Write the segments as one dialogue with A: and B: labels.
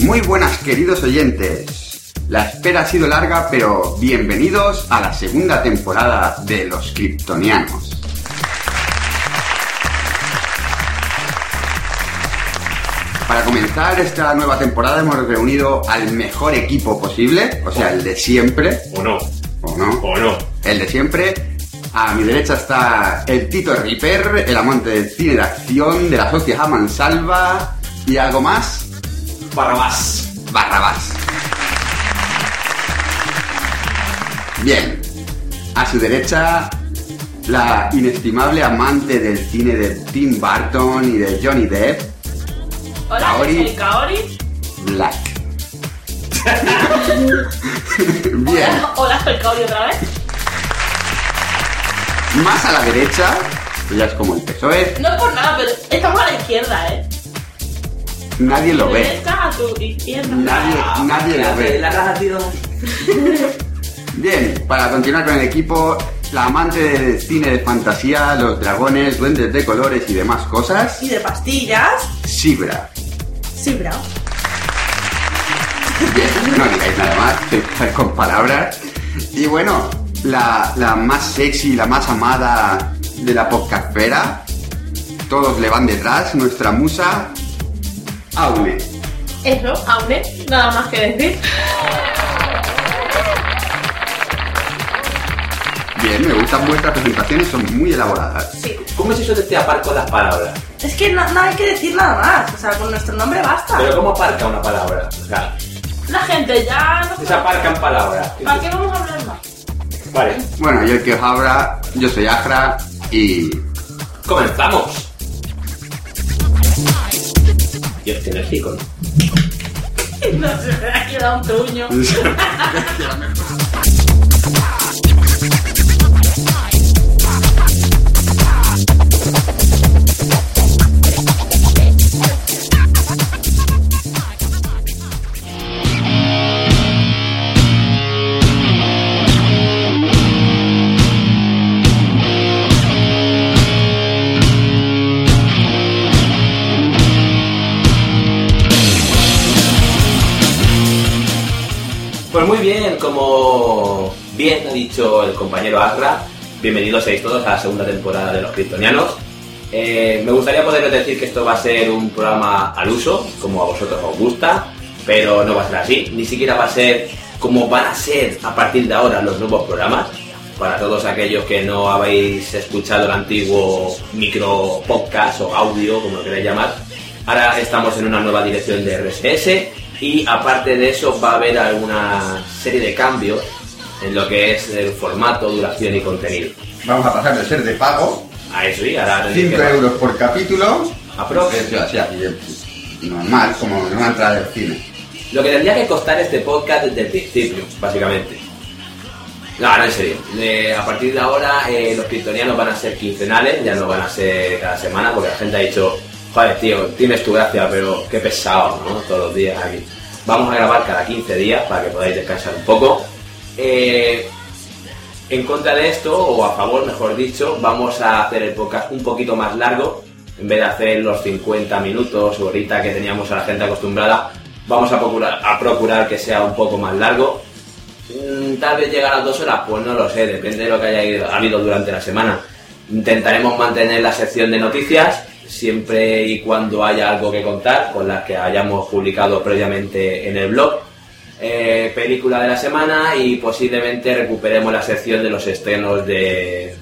A: Muy buenas queridos oyentes. La espera ha sido larga, pero bienvenidos a la segunda temporada de Los Kryptonianos. Para comenzar esta nueva temporada hemos reunido al mejor equipo posible, o sea, el de siempre,
B: ¿O no?
A: ¿o no?
B: ¿O no?
A: el de siempre. A mi derecha está el Tito Ripper, el amante del cine de acción, de las hostias a mansalva y algo más,
B: Barrabás.
A: Barrabás. Bien, a su derecha la inestimable amante del cine de Tim Burton y de Johnny Depp,
C: Hola,
A: Kaori.
C: yo soy Kaori.
A: Black. Bien.
C: Hola, hola, soy Kaori otra vez.
A: Más a la derecha, pues ya es como el PSOE,
C: No es por nada, pero estamos a la izquierda, ¿eh?
A: nadie lo ve.
C: Está a tu izquierda.
A: Nadie,
C: Ah.
A: nadie lo ve.
D: La raja, tío.
A: Bien, para continuar con el equipo, la amante del cine de fantasía, los dragones, duendes de colores y demás cosas,
E: Y de pastillas.
A: Sibra.
E: Sí, bravo.
A: Bien, no digáis nada más, que estar con palabras. Y bueno, la, la más sexy, la más amada de la podcastfera, todos le van detrás, nuestra musa, Aune.
C: Eso, Aune, nada más que decir.
A: Bien, me gustan vuestras presentaciones, son muy elaboradas.
E: Sí.
D: ¿Cómo es eso de este aparco las palabras?
E: Es que no, no hay que decir nada más. O sea, con nuestro nombre basta.
D: ¿Pero cómo aparca una palabra? O sea,
C: La gente ya no.
D: se aparcan palabras.
C: ¿Para qué vamos a hablar más?
D: Vale,
A: Bueno, yo el que os habla, yo soy Ajra y...
D: comenzamos. Dios, qué enérgico, ¿no?
C: No se me ha quedado un truño.
D: Pues muy bien, como bien ha dicho el compañero Agra, bienvenidos seáis todos a la segunda temporada de Los Kryptonianos. Eh, me gustaría poderos decir que esto va a ser un programa al uso, como a vosotros os gusta, pero no va a ser así, ni siquiera va a ser como van a ser a partir de ahora los nuevos programas. Para todos aquellos que no habéis escuchado el antiguo micro podcast o audio, como lo queráis llamar, Ahora estamos en una nueva dirección de RSS y aparte de eso va a haber alguna serie de cambios en lo que es el formato, duración y contenido.
A: Vamos a pasar de ser de pago,
D: A eso y ahora tendréis
A: 5
D: que-
A: euros por capítulo,
D: Aprox.
A: Eso, así, así, normal, como en una entrada del cine.
D: Lo que tendría que costar este podcast desde el principio, básicamente. No, no, en serio. Eh, a partir de ahora eh, los kryptonianos van a ser quincenales, ya no van a ser cada semana porque la gente ha dicho, joder tío, tienes tu gracia, pero qué pesado, ¿no? Todos los días aquí. Vamos a grabar cada 15 días para que podáis descansar un poco. Eh, en contra de esto, o a favor, mejor dicho, vamos a hacer el podcast un poquito más largo. En vez de hacer los 50 minutos o horita que teníamos a la gente acostumbrada, vamos a procurar, a procurar que sea un poco más largo. Mm, Tal vez llegar a las dos horas, pues no lo sé, depende de lo que haya ido- habido durante la semana. Intentaremos mantener la sección de noticias siempre y cuando haya algo que contar con las que hayamos publicado previamente en el blog. Eh, película de la semana y posiblemente recuperemos la sección de los estrenos de...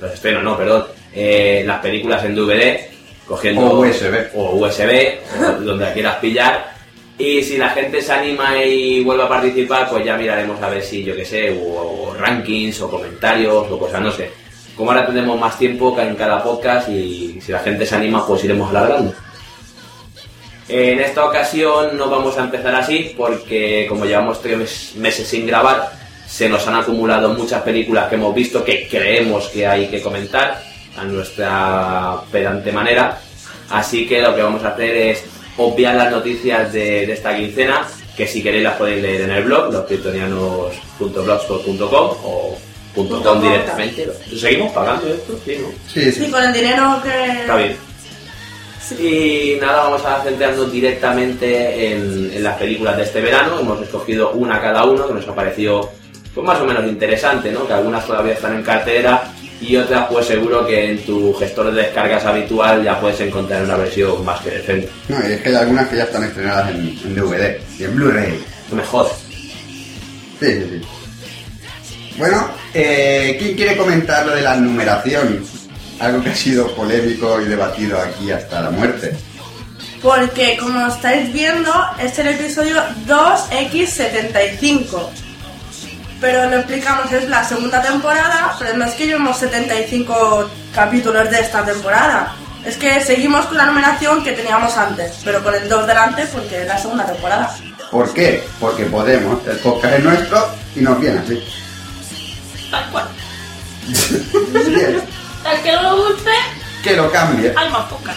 D: Los estrenos, no, perdón. eh, las películas en DVD, cogiendo...
A: O USB.
D: O USB, o donde quieras pillar. Y si la gente se anima y vuelve a participar, pues ya miraremos a ver si, yo qué sé, o, o rankings, o comentarios, o cosas, no sé. Como ahora tenemos más tiempo ca- en cada podcast y si la gente se anima, pues iremos alargando. En esta ocasión no vamos a empezar así porque como llevamos tres mes- meses sin grabar, se nos han acumulado muchas películas que hemos visto que creemos que hay que comentar a nuestra pedante manera. Así que lo que vamos a hacer es obviar las noticias de, de esta quincena, que si queréis las podéis leer en el blog, loscriptonianos.blogspot.com o punto
E: Punto
D: com
E: com.
D: directamente. ¿Seguimos pagando esto? Sí, ¿no?
A: Sí,
E: Sí,
A: sí.
E: con el dinero que.
D: Está bien. Y nada, vamos a centrarnos directamente en, en las películas de este verano. Hemos escogido una cada uno que nos ha parecido pues, más o menos interesante, ¿no? Que algunas todavía están en cartera y otras pues seguro que en tu gestor de descargas habitual ya puedes encontrar una versión más que decente.
A: No, y es que hay algunas que ya están estrenadas en, en DVD y en Blu-ray.
D: No me jodas.
A: Sí, sí, sí. Bueno, eh, ¿quién quiere comentar lo de la numeración? Algo que ha sido polémico y debatido aquí hasta la muerte.
E: Porque como estáis viendo, es el episodio 2X75. Pero lo explicamos, es la segunda temporada, pero no es que llevemos 75 capítulos de esta temporada. Es que seguimos con la numeración que teníamos antes, pero con el 2 delante porque es la segunda temporada.
A: ¿Por qué? Porque podemos. El podcast es nuestro y nos viene así.
C: Tal cual.
A: Bien.
C: Al que no le guste,
A: Que lo cambie.
C: hay más pocas.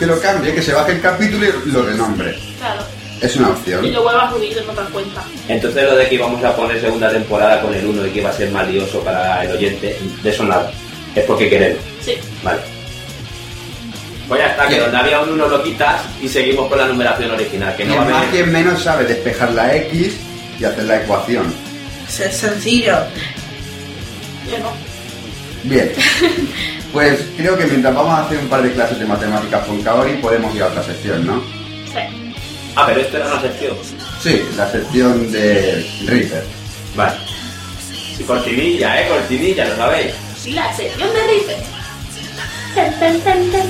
A: Que lo cambie, que se baje el capítulo y lo renombre.
C: Claro.
A: Es una
C: Y
A: opción.
C: lo vuelvas a unir en otra cuenta.
D: Entonces lo de que íbamos a poner segunda temporada con el 1 y que iba a ser más lioso para el oyente, de eso nada. Es porque queremos.
C: Sí.
D: Vale. Pues ya está, que donde había un 1 lo quitas y seguimos con la numeración original, que no va
A: Quien
D: a
A: más,
D: venir.
A: quien menos sabe despejar la X y hacer la ecuación.
E: Es es sencillo.
C: Yo no.
A: Bien. Pues creo que mientras vamos a hacer un par de clases de matemáticas con Kaori podemos ir a otra sección, ¿no?
C: Sí.
D: Ah, pero esto era una sección.
A: Sí, la sección de Reaper.
D: Vale. Sí, cortinilla, eh, cortinilla, lo sabéis.
C: La sección de Rife. Tan, tan, tan, tan.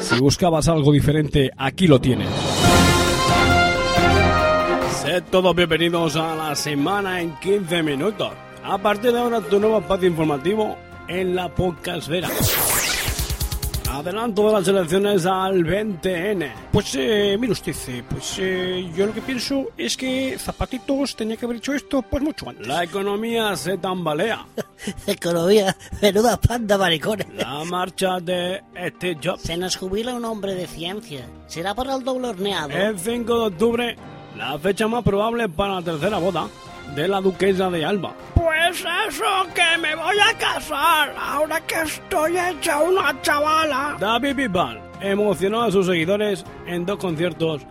B: Si buscabas algo diferente, aquí lo tienes. Sed todos bienvenidos a la semana en 15 minutos. A partir de ahora, tu nuevo espacio informativo en la podcastera. Adelanto de las elecciones al 20N. Pues, eh, mire usted, eh, pues eh, yo lo que pienso es que Zapatitos tenía que haber hecho esto pues mucho antes. La economía se tambalea.
F: Economía, menuda panda maricones.
B: La marcha de este Jobs.
F: Se nos jubila un hombre de ciencia. ¿Será por el doble horneado?
B: El 5 de octubre, la fecha más probable para la tercera boda de la duquesa de Alba. Pues eso, que me voy a casar, ahora que estoy hecha una chavala. David Bisbal emocionó a sus seguidores en dos conciertos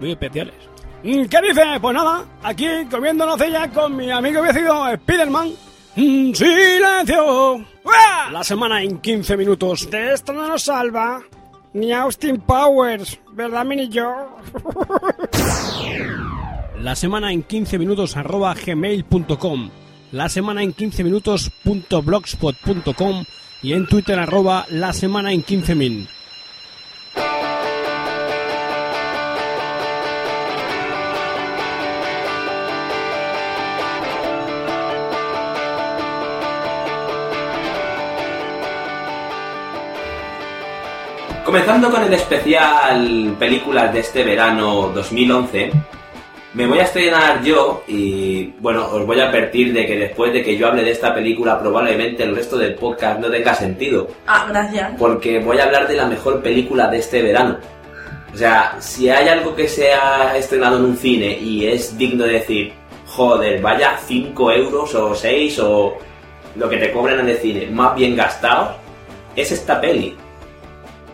B: muy especiales. Mm, ¿Qué dices? Pues nada, aquí comiendo nocilla con mi amigo y vecino Spiderman. Mm, ¡Silencio! ¡Uah! La semana en 15 minutos. De esto no nos salva ni Austin Powers, ¿verdad, mini yo? La semana en 15 minutos arroba gmail.com La semana en 15 minutos punto blogspot.com Y en Twitter arroba la semana en 15 min
D: Comenzando con el especial películas de este verano 2011, me voy a estrenar yo y bueno, os voy a advertir de que después de que yo hable de esta película probablemente el resto del podcast no tenga sentido,
E: Ah, gracias.
D: porque voy a hablar de la mejor película de este verano. O sea, si hay algo que se ha estrenado en un cine y es digno de decir, joder, vaya 5 euros o 6 o lo que te cobran en el cine, más bien gastado, es esta peli.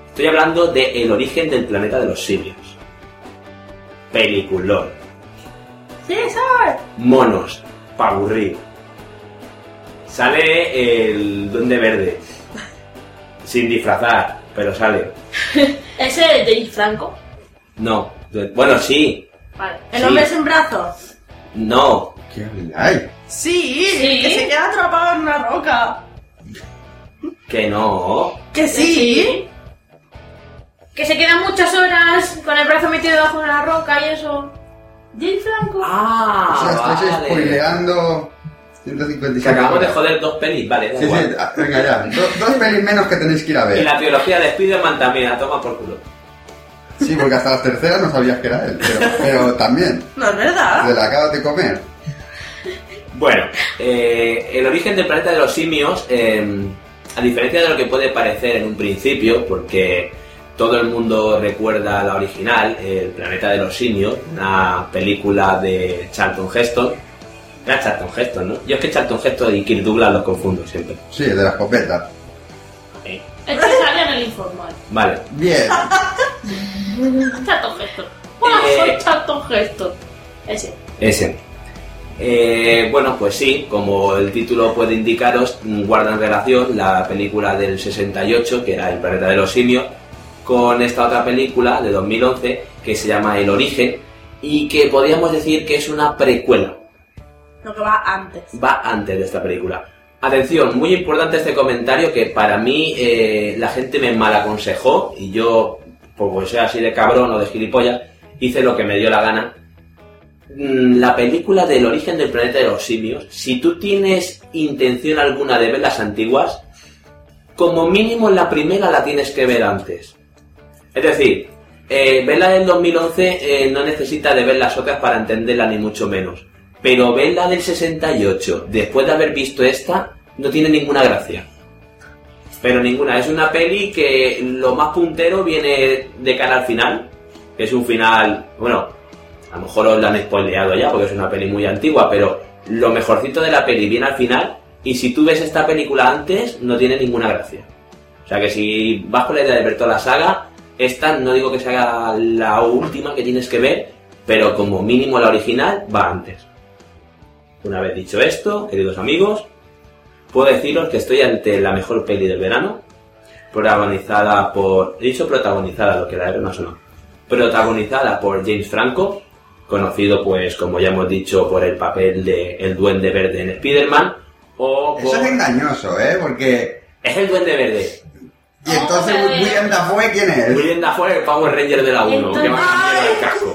D: Estoy hablando de El origen del planeta de los simios. Peliculón.
E: Sí, sabes.
D: Monos. Pa' aburrir. Sale el Duende Verde. Sin disfrazar, pero sale.
C: Ese es James Franco.
D: No. du- Bueno, sí.
C: Vale.
E: El
D: Sí.
E: hombre sin brazos.
D: No.
A: ¿Qué habláis?
E: Sí,
C: Sí.
E: que se queda atrapado en una roca.
D: Que no.
E: Que sí.
C: Que se quedan muchas horas con el brazo metido debajo de la roca y eso. James Franco.
A: O sea,
D: Ah,
A: estáis
D: vale.
A: spoileando
D: Que
A: 156.
D: acabamos de joder dos pelis, vale. da
A: Sí,
D: igual.
A: sí, ah, venga ya. Do- dos pelis menos que tenéis que ir a
D: Y
A: ver.
D: la teología de Spiderman también, la toma por culo.
A: Sí, porque hasta las terceras no sabías que era él, pero, pero también.
E: No es verdad.
A: Te la acabas de comer.
D: Bueno, eh, el origen del em, planeta de los simios, eh, a diferencia de lo que puede parecer en un principio, porque Todo el mundo recuerda la original, El planeta de los simios, una película de Charlton Heston. Era Charlton Heston, ¿no? Yo es que Charlton Heston y Kirk Douglas los confundo siempre.
A: Sí, el de las copetas.
D: Eh,
C: Esto salía en el informal.
D: Vale.
A: Bien.
C: Chato gesto. Hola,
D: Eh.
C: soy chato gesto. Ese.
D: Ese. Eh, bueno, pues sí, como el título puede indicaros, mm, guarda en relación la película del 68, que era El planeta de los simios, con esta otra película de 2011 que se llama El origen y que podríamos decir que es una precuela,
E: Lo que va antes.
D: va antes de esta película. Atención, muy importante este comentario que para mí eh, la gente me mal aconsejó y yo, por ser así de cabrón o de gilipollas, hice lo que me dio la gana. Mm, La película del origen del planeta de los simios, si tú tienes intención alguna de ver las antiguas, como mínimo la primera la tienes que ver antes. Es decir, eh, ver la del 2011 eh, no necesita de ver las otras para entenderla ni mucho menos. Pero ver la del 68 después de haber visto esta no tiene ninguna gracia. Pero ninguna. Es una peli que lo más puntero viene de cara al final. Que es un final, bueno, a lo mejor os la han spoileado ya porque es una peli muy antigua, pero lo mejorcito de la peli viene al final. Y si tú ves esta película antes, no tiene ninguna gracia. O sea que si vas con la idea de ver toda la saga, esta no digo que sea la última que tienes que ver, pero como mínimo la original va antes. Una vez dicho esto, queridos amigos, puedo deciros que estoy ante la mejor peli del verano, protagonizada por... He dicho protagonizada, lo que la era no sonó. Protagonizada por James Franco, conocido pues, como ya hemos dicho, por el papel de El Duende Verde en Spider-Man, o
A: Eso
D: por-
A: es engañoso, ¿eh? Porque.
D: Es el Duende Verde.
A: Y entonces,
C: Vamos a ver.
A: William Dafoe, ¿quién es?
D: William Dafoe es el Power Ranger de la 1, que
C: Entonces-
D: más miedo al casco.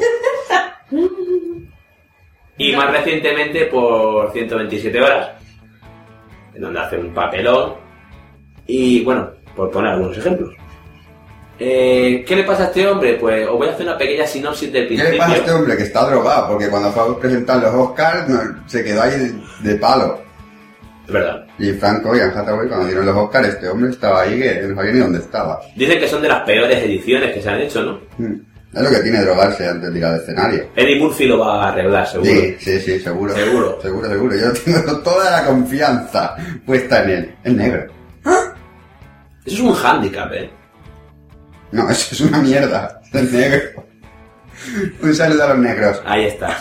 D: Y más recientemente por 127 horas, en donde hace un papelón. Y bueno, por poner algunos ejemplos. Eh, ¿Qué le pasa a este hombre? Pues os voy a hacer una pequeña sinopsis del
A: ¿Qué
D: principio.
A: le pasa a este hombre que está drogado? Porque cuando fue a presentar los Oscars no- se quedó ahí de, de palo.
D: Es verdad.
A: Y Franco y Anne Hathaway cuando dieron los Oscars este hombre estaba ahí que no sabía ni dónde estaba.
D: Dicen que son de las peores ediciones que se han hecho, ¿no?
A: Hmm. Es lo que tiene drogarse antes de ir al escenario.
D: Eddie Murphy lo va a arreglar, seguro.
A: Sí, sí, sí, seguro.
D: Seguro.
A: Seguro, seguro. Yo tengo toda la confianza puesta en él. Es negro.
D: Eso es un hándicap, ¿eh?
A: No, eso es una mierda. Es negro. Un saludo a los negros.
D: Pues Ahí está.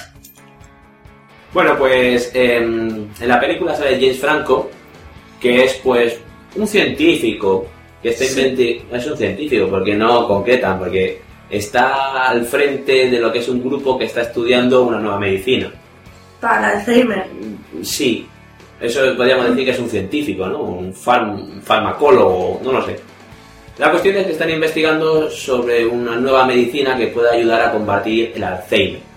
D: Bueno, pues em, en la película sale James Franco, que es pues un científico, que está inventi- es un científico porque no concretan, porque está al frente de lo que es un grupo que está estudiando una nueva medicina.
E: Para Alzheimer.
D: Sí, eso podríamos decir que es un científico, ¿no? Un, far- un farmacólogo, no lo sé. La cuestión es que están investigando sobre una nueva medicina que pueda ayudar a combatir el Alzheimer.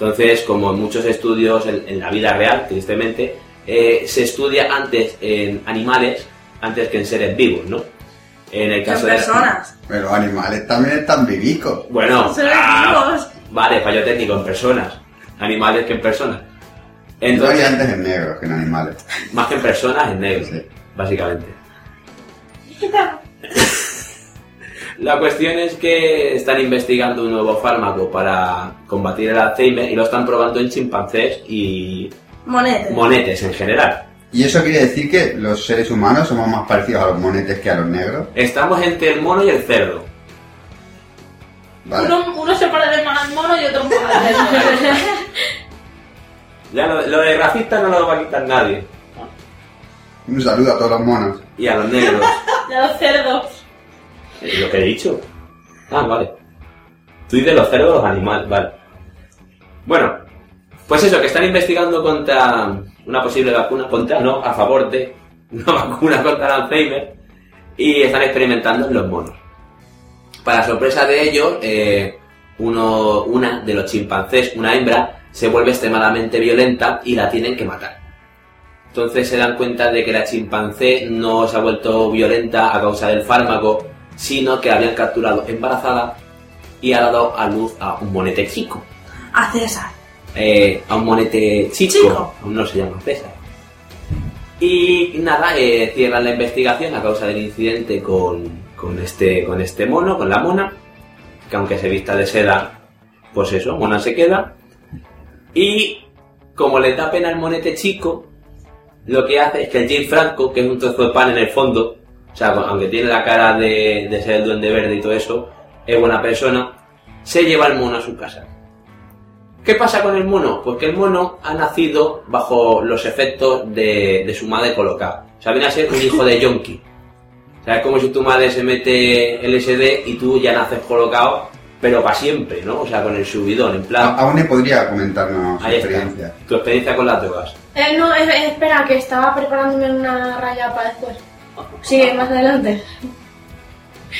D: Entonces, como en muchos estudios en, en la vida real, tristemente, eh, se estudia antes en animales antes que en seres vivos, ¿no? En el
E: Que en
D: caso de
E: personas.
A: Pero los animales también están vivicos.
D: Bueno,
E: Seres
D: ah,
E: vivos.
D: vale, fallo técnico en personas, animales que en personas.
A: Yo
D: Entonces,
A: vi antes en negros que en animales.
D: más que en personas, en negro,
A: Sí.
D: básicamente. La cuestión es que están investigando un nuevo fármaco para combatir el Alzheimer y lo están probando en chimpancés y
E: Monete.
D: monetes en general.
A: ¿Y eso quiere decir que los seres humanos somos más parecidos a los monetes que a los negros?
D: Estamos entre el mono y el cerdo.
A: Vale.
C: Uno, uno se parece más al mono y otro más al cerdo.
D: Ya lo, lo de racista no lo va a quitar nadie.
A: Un saludo a todos los monos.
D: Y a los negros.
C: De los cerdos.
D: Eh, ¿Lo que he dicho? Ah, vale. Tú dices los cerdos, los animales, vale. Bueno, pues eso, que están investigando contra una posible vacuna, contra, no, a favor de una vacuna contra el Alzheimer y están experimentando en los monos. Para sorpresa de ellos, eh, uno, una de los chimpancés, una hembra, se vuelve extremadamente violenta y la tienen que matar. Entonces se dan cuenta de que la chimpancé no se ha vuelto violenta a causa del fármaco, sino que la habían capturado embarazada y ha dado a luz a un monete chico.
E: A César.
D: Eh, a un monete chico,
E: Chico.
D: aún no se llama César. Y nada, eh, cierran la investigación a causa del incidente con, con este, con este mono, con la mona, que aunque se vista de seda, pues eso, mona se queda. Y como le da pena el monete chico, lo que hace es que el Jim Franco, que es un trozo de pan en el fondo, o sea, aunque tiene la cara de, de ser el duende verde y todo eso, es buena persona, se lleva el mono a su casa. ¿Qué pasa con el mono? Pues que el mono ha nacido bajo los efectos de, de su madre colocada. O sea, viene a ser un hijo de yonki. O sea, es como si tu madre se mete LSD y tú ya naces colocado, pero para siempre, ¿no? O sea, con el subidón, en
A: A-
D: plan...
A: Aún le podría comentarnos su
D: Ahí está,
A: experiencia.
D: tu experiencia con las drogas.
C: Eh, no, es- es- espera, que estaba preparándome una raya para después. Sigue, más adelante.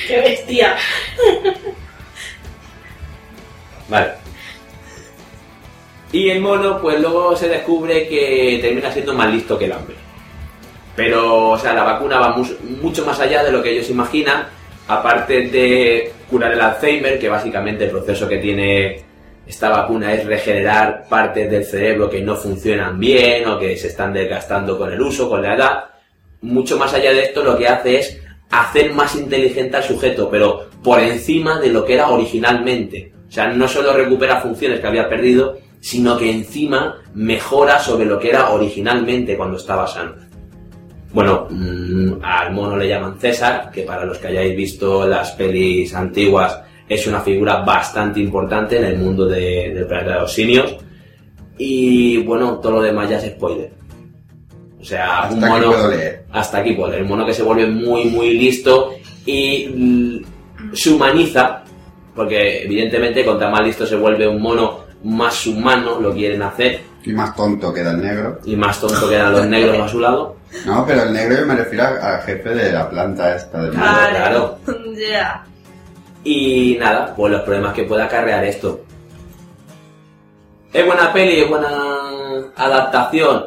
G: ¡Qué bestia!
D: Vale. Y el mono, pues luego se descubre que termina siendo más listo que el hambre. Pero, o sea, la vacuna va mus- mucho más allá de lo que ellos imaginan, aparte de curar el Alzheimer, que básicamente el proceso que tiene esta vacuna es regenerar partes del cerebro que no funcionan bien o que se están desgastando con el uso, con la edad. Mucho más allá de esto, lo que hace es hacer más inteligente al sujeto, pero por encima de lo que era originalmente. O sea, no solo recupera funciones que había perdido, sino que encima mejora sobre lo que era originalmente cuando estaba sano. Bueno, mm, al mono le llaman César, que para los que hayáis visto las pelis antiguas es una figura bastante importante en el mundo de- del planeta de los simios. Y bueno, todo lo demás ya es spoiler. O sea,
A: Hasta
D: un
A: aquí
D: mono.
A: puedo leer.
D: Hasta aquí puedo leer. Un mono que se vuelve muy, muy listo y mm, se humaniza, porque evidentemente, cuanto más listo se vuelve un mono, más humano lo quieren hacer
A: Y más tonto queda el negro.
D: y más tonto quedan los negros a su lado.
A: No, pero el negro yo me refiero a- al jefe de la planta esta del
D: Ah,
A: mundo.
E: Vale.
D: claro.
E: Ya.
D: Y nada, pues los problemas que puede acarrear esto. ¿Es buena peli? ¿Es buena adaptación?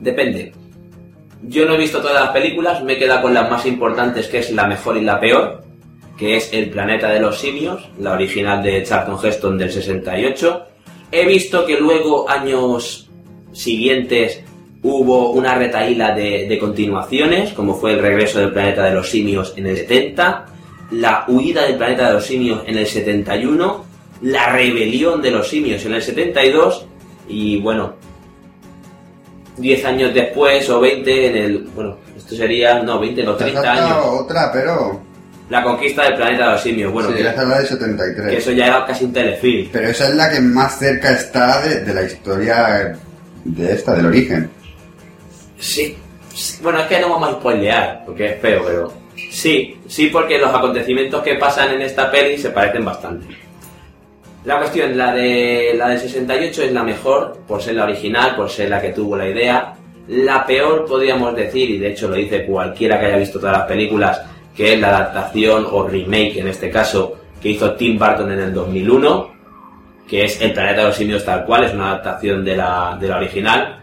D: Depende. Yo no he visto todas las películas, me he quedado con las más importantes, que es la mejor y la peor, que es El planeta de los simios, la original de Charlton Heston del 68. He visto que luego, años siguientes, hubo una retaíla de, de continuaciones, como fue El regreso del planeta de los simios en el 70, La huida del planeta de los simios en el 71, La rebelión de los simios en el 72, y bueno, 10 años después o 20 en el... Bueno, esto sería... No, 20, no,
A: Te has
D: 30 años.
A: saltado otra, pero...
D: La conquista del planeta de los simios. Bueno,
A: sí,
D: que,
A: has hablado de
D: que
A: 73.
D: eso ya era casi un telefilm.
A: Pero esa es la que más cerca está de, de la historia de esta, del origen.
D: Sí. sí. Bueno, es que no vamos a spoilear, porque es feo, pero... Sí, sí, porque los acontecimientos que pasan en esta peli se parecen bastante. La cuestión, la de la del 68 es la mejor, por ser la original, por ser la que tuvo la idea. La peor, podríamos decir, y de hecho lo dice cualquiera que haya visto todas las películas, que es la adaptación o remake, en este caso, que hizo Tim Burton en el 2001, que es El planeta de los simios tal cual, es una adaptación de la, de la original.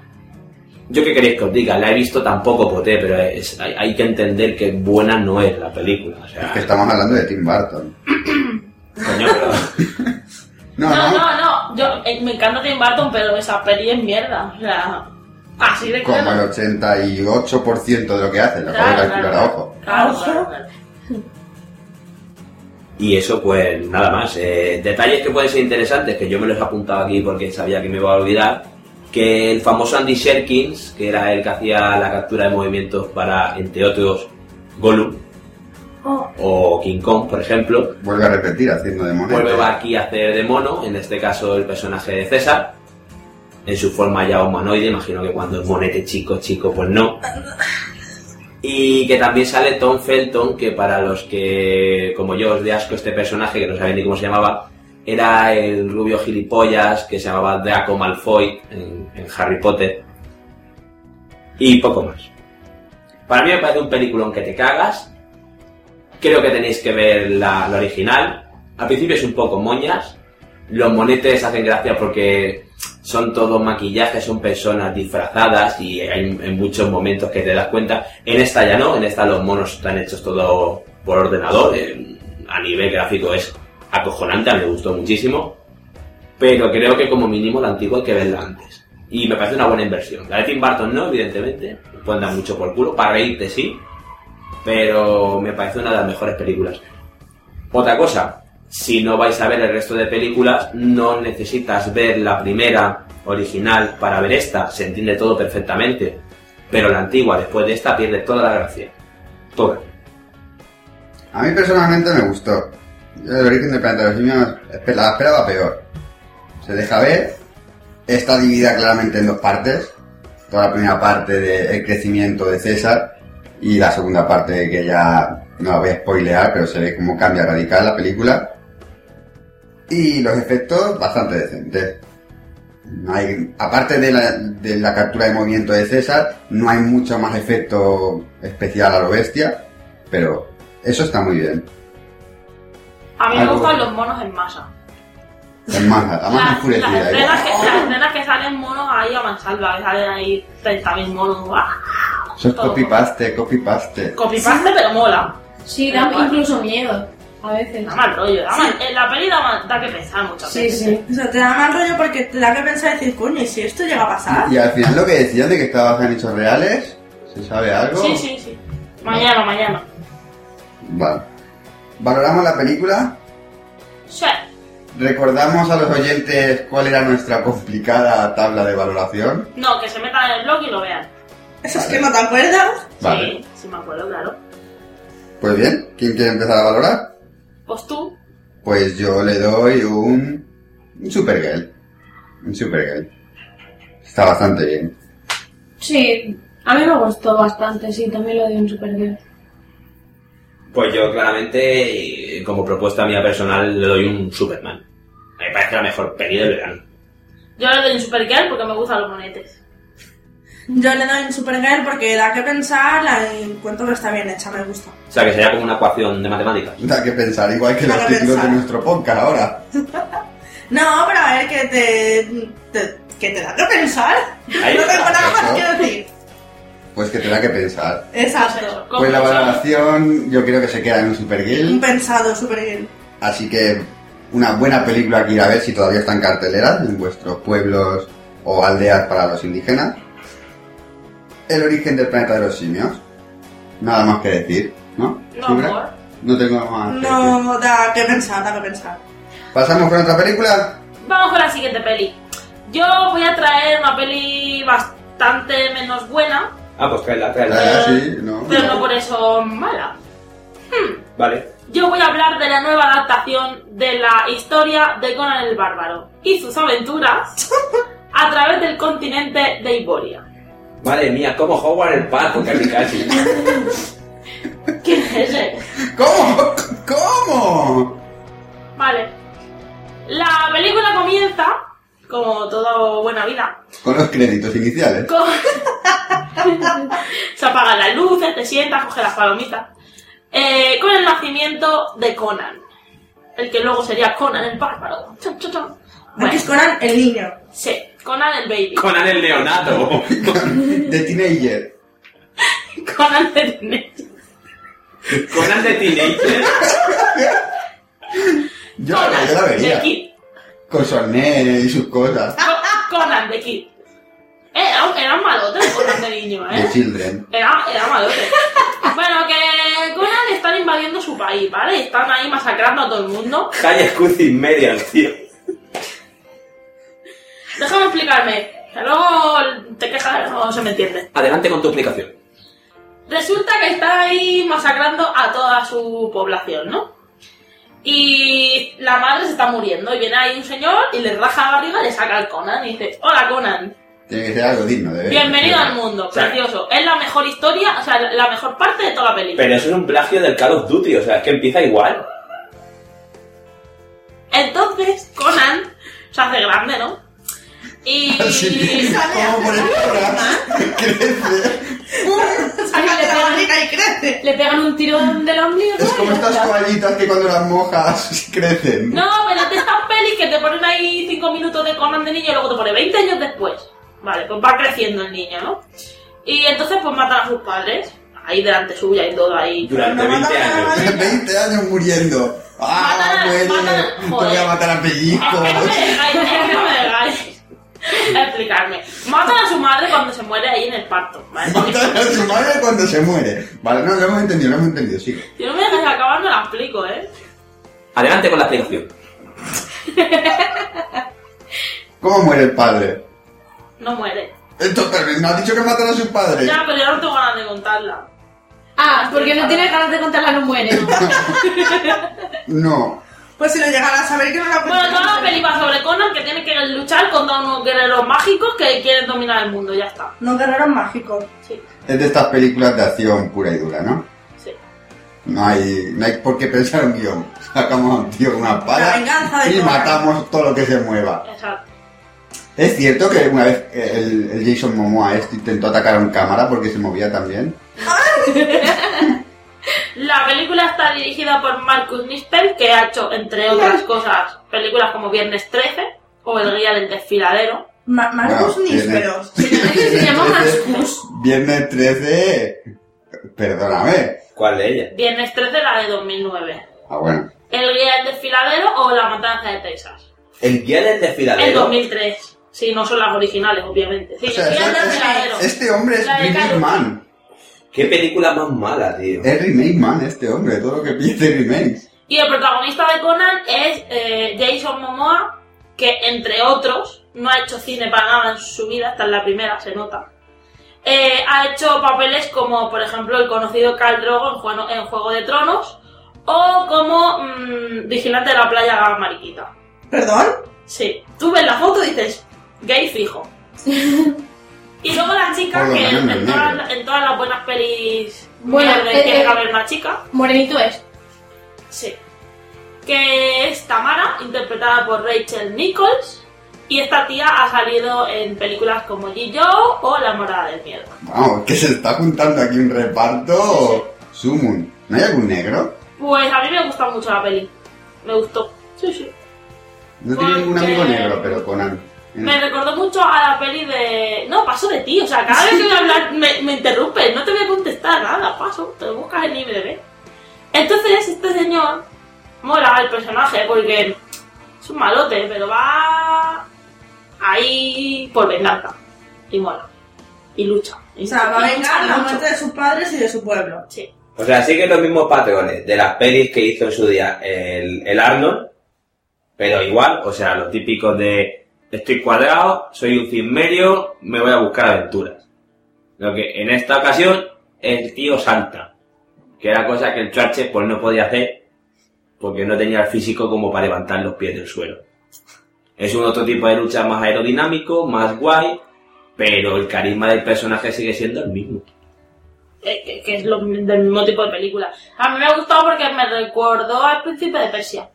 D: Yo qué queréis que os diga, la he visto tampoco poté, pero es- hay, hay que entender que buena no es la película. O sea,
A: Es que estamos hablando de Tim Burton.
D: coño, pero-
A: No,
G: No,
A: no.
G: no, no. Yo, eh, me encanta Tim Burton, pero esa peli es mierda. O sea, así de
A: Como
G: claro.
A: el 88% de lo que hace, lo puedo
G: Claro,
A: calcular a
G: claro.
A: ojo.
G: Claro, claro, claro.
D: Y eso, pues nada más. Eh, detalles que pueden ser interesantes, que yo me los he apuntado aquí porque sabía que me iba a olvidar. Que el famoso Andy Serkins, que era el que hacía la captura de movimientos para, entre otros, Gollum
C: Oh,
D: o King Kong, por ejemplo,
A: Vuelve a repetir haciendo de moneda.
D: vuelve aquí a hacer de mono, en este caso el personaje de César, en su forma ya humanoide, imagino que cuando es monete chico, chico, pues no. Y que también sale Tom Felton, que para los que, como yo, os de asco este personaje, que no sabía ni cómo se llamaba, era el rubio gilipollas que se llamaba Draco Malfoy en, en Harry Potter. Y poco más. Para mí me parece un peliculón que te cagas. Creo que tenéis que ver la, la original. Al principio es un poco moñas. Los monetes hacen gracia porque son todo maquillaje, son personas disfrazadas y hay en muchos momentos que te das cuenta. En esta ya no, en esta los monos están hechos todo por ordenador. eh, A nivel gráfico es acojonante, me gustó muchísimo. Pero creo que como mínimo la antigua hay que verla antes. Y me parece una buena inversión. La de Tim Burton no, evidentemente. Pueden dar mucho por culo. Para reírte sí. pero me parece una de las mejores películas. Otra cosa, si no vais a ver el resto de películas, no necesitas ver la primera original para ver esta, se entiende todo perfectamente, pero la antigua después de esta pierde toda la gracia. Toda.
A: A mí personalmente me gustó. Yo el origen del planeta de los simios espe- la esperaba peor. Se deja ver. Está dividida claramente en dos partes. Toda la primera parte del crecimiento de César y la segunda parte que ya no la voy a spoilear, pero se ve cómo cambia radical la película. Y los efectos bastante decentes. No hay- aparte de la, de la captura de movimiento de César, no hay mucho más efecto especial a lo bestia, pero eso está muy bien.
G: A mí me
A: Algo.
G: gustan los monos en masa.
A: Es más, la más
G: Las, las,
A: enfurecida. ¿eh?
G: escenas que, las escenas que salen monos ahí a mansalva, que salen ahí 30.000 monos. ¡guau!
A: Son
G: todo.
A: copy-paste, copy-paste.
G: Copipaste, pero mola.
C: Sí, da
G: Igual.
C: incluso miedo. A veces.
G: Da mal rollo. Da mal- en la peli da, mal- da que pensar muchas
C: Sí,
G: veces.
C: sí.
E: O sea, te da mal rollo porque te da que pensar y decir, coño, ¿y si esto llega a pasar?
A: Y al final lo que decían de que estaba basado en hechos reales, ¿se sabe algo?
G: Sí, sí, sí. Mañana, mañana.
A: Vale. Valoramos la película,
G: Sí.
A: recordamos a los oyentes cuál era nuestra complicada tabla de valoración.
G: No, que se metan en el blog y lo vean.
E: Eso es que no te acuerdas.
A: Vale.
G: Sí, sí me acuerdo, claro.
A: Pues bien, ¿quién quiere empezar a valorar?
G: Pues tú,
A: Pues yo le doy un... un Supergirl. Un Supergirl. Está bastante bien.
C: Sí, a mí me gustó bastante, sí, también lo di un Supergirl.
D: Pues yo claramente, y como propuesta mía personal, le doy un Superman. Me parece la mejor peli del verano.
G: yo le doy un supergirl porque me gustan los monetes.
E: Yo le doy un Supergirl porque da que pensar la encuentro que está bien hecha, me gusta.
D: O sea, que sería como una ecuación de matemáticas.
A: Da que pensar, igual que
E: Da
A: los
E: que
A: títulos de
E: pensar.
A: nuestro podcast ahora.
E: No, pero a ver, que te, te- que te da que pensar.
D: Ahí
E: no tengo
D: está,
E: nada más
A: eso.
E: que decir.
A: Pues que te da que pensar.
E: Exacto.
G: ¿Cómo
A: Pues la
G: se llama?
A: valoración yo creo que se queda en un Supergirl.
E: Un pensado Supergirl.
A: Así que una buena película que ir a ver si todavía están carteleras en vuestros pueblos o aldeas para los indígenas. El origen del planeta de los simios. Nada más que decir, ¿no?
G: No,
A: Sibra?
G: amor.
A: No tengo más. que decir.
E: No, da que pensar, da que pensar.
A: ¿Pasamos con otra película?
G: Vamos con la siguiente peli. Yo voy a traer una peli bastante menos buena,
D: Ah, pues tráela, tráela.
A: Ah, sí, no.
G: pero no por eso mala.
D: Vale.
G: Yo voy a hablar de la nueva adaptación de la historia de Conan el Bárbaro y sus aventuras a través del continente de Iboria.
D: Madre mía, como Howard el Pato, casi casi.
G: ¿Quién es ese?
A: ¿Cómo? ¿Cómo?
G: Vale. La película comienza, como toda buena vida,
A: Con los créditos iniciales.
G: con... se apagan las luces, te sientas, coges las palomitas, Eh, con el nacimiento de Conan, el que luego sería Conan el Bárbaro. Chon, chon, chon.
E: Aquí
G: Bueno,
E: es Conan el niño.
G: sí, Conan el Baby.
D: Conan el Leonato.
A: De teenager.
G: Conan el Nene.
D: Conan de Teenager.
A: Yo la, verdad, yo la
G: Conan de
A: vería.
G: Kid.
A: Con Sorné y sus cosas.
G: Co- Conan de Kid. Eh, Era, un- era un malote el Conan de niño,
A: De
G: ¿eh?
A: Children.
G: Era, era malote. Bueno, que Conan están invadiendo su país, ¿vale? Y Están ahí masacrando a todo el mundo.
D: High School in Median, tío.
G: Déjame explicarme. que Luego te quejas, no se me entiende.
D: Adelante con tu explicación.
G: Resulta que está ahí masacrando a toda su población, ¿no? Y la madre se está muriendo y viene ahí un señor y le raja la barriga y le saca al Conan y dice, hola Conan,
A: Tiene que ser algo digno
E: Eh,
A: de ver.
G: bienvenido al mundo,
D: O sea,
G: precioso. Es la mejor historia, o sea, la- la mejor parte de toda la película.
D: Pero eso es un plagio del Call of Duty, o sea, es que empieza igual.
G: Entonces Conan se hace grande, ¿no? Y...
A: Ah, Sí. ¿Cómo por el programa? Crece.
E: Sácale la barriga y crece.
C: Le pegan un tirón del ombligo.
A: Es como
C: y ya
A: estas
C: está.
A: toallitas que cuando las mojas crecen.
G: No, pero te están pelis que te ponen ahí 5 minutos de Conan de niño y luego te pone 20 años después. Vale, pues va creciendo el niño, ¿no? Y entonces pues matan a sus padres, ahí delante suya y todo ahí.
D: Durante
E: No, no,
D: 20
E: no, no,
D: años.
E: no,
A: 20 años muriendo. ¡Ah,
G: Mátala,
A: duele!
G: mátala,
A: Te voy a
G: joder. Ah,
A: matar a
G: Es que no me
A: pellizcos.
G: dejáis, es que no me dejáis. a explicarme. Matan a su madre cuando se muere ahí en el parto. ¿vale?
A: Matan a su madre cuando se muere. Vale, no, lo hemos entendido, lo hemos entendido, sigue.
G: Si no me dejas acabar, me la explico, ¿eh?
D: Adelante con la explicación.
A: ¿Cómo muere el padre?
G: No muere.
A: Entonces, no ha dicho que matan a su padre.
G: Ya, pero yo no tengo ganas de contarla.
C: Ah, porque no tienes ganas de contarla, no muere, ¿no?
A: No.
E: Pues si lo llegaran a saber que no la
G: Bueno, toda la peli va sobre Conan que tiene que luchar contra unos guerreros mágicos que quieren dominar el mundo, ya está.
E: No guerreros mágicos.
G: Sí,
A: Es de estas películas de acción pura y dura, ¿no?
G: sí.
A: No hay, no hay por qué pensar un guión. Sacamos a un tío con una
E: La
A: espada
E: venganza de
A: y
E: Conan.
A: matamos todo lo que se mueva.
G: Exacto.
A: Es cierto que una vez el, el Jason Momoa este intentó atacar a un cámara porque se movía también.
G: La película está dirigida por Marcus Nispel, que ha hecho, entre otras cosas, películas como Viernes 13 o El Guía del Desfiladero.
E: Ma- Marcus
A: Bueno, tiene-
E: Nisperos.
C: Se llama
A: Viernes
C: Marcus.
A: Viernes 13. Perdóname.
D: ¿Cuál de ellas?
G: Viernes 13, la de 2009.
A: Ah, bueno.
G: El Guía del Desfiladero o La Matanza de Texas.
D: El guía del desfiladero.
G: El 2003. Sí, no son las originales, obviamente. Sí,
A: O sea,
G: El Guía
A: es-
G: del
A: es-
G: Desfiladero.
A: Este hombre es
G: La de
A: Remake
G: Carlos.
A: Man.
D: Qué película más mala, tío.
A: Es Remake Man este hombre. Todo lo que pide remakes.
G: Y el protagonista de Conan es eh, Jason Momoa, que entre otros no ha hecho cine para nada en su vida, esta es la primera, se nota. Eh, ha hecho papeles como, por ejemplo, el conocido Khal Drogo en Juego, en Juego de Tronos o como mm, vigilante de la playa Mariquita.
E: ¿Perdón?
G: Sí, tú ves la foto y dices, gay fijo. y luego la chica,
A: Por lo
G: que en,
A: menos negro.
G: todas, en todas las buenas pelis
C: Bueno,
G: mierda,
C: eh,
G: tiene
C: eh.
G: que haber una chica.
C: Morenito es.
G: Sí. Que es Tamara, interpretada por Rachel Nichols. Y esta tía ha salido en películas como G. Joe o La Morada del Miedo.
A: Vamos, que se está juntando aquí un reparto. Sumun. ¿No hay algún negro?
G: Pues a mí me gusta mucho la peli. Me gustó. Sí, sí.
A: No tiene ningún amigo
G: Porque-
A: negro, pero Conan.
G: Me recordó mucho a la peli de. No, paso de ti. O sea, cada vez que voy a hablar me, me interrumpes. No te voy a contestar nada. Paso. Te lo buscas en IMDb. Entonces, este señor. Mola el personaje porque. Es un malote, pero va. Ahí. Por venganza. Y mola. Y lucha. Y
E: O sea, va a
G: y lucha
E: vengar la
G: mucho.
E: muerte de sus padres y de su pueblo.
G: Sí.
D: O sea, siguen los mismos patrones eh, de las pelis que hizo en su día el, el Arnold, pero igual, o sea, los típicos de estoy cuadrado, soy un fin medio, me voy a buscar aventuras. Lo que en esta ocasión el tío salta, que era cosa que el Schwarzenegger pues no podía hacer porque no tenía el físico como para levantar los pies del suelo. Es un otro tipo de lucha más aerodinámico, más guay, pero el carisma del personaje sigue siendo el mismo.
G: Eh, que, que es lo, del mismo tipo de película. A mí me ha gustado porque me recordó al Príncipe de Persia.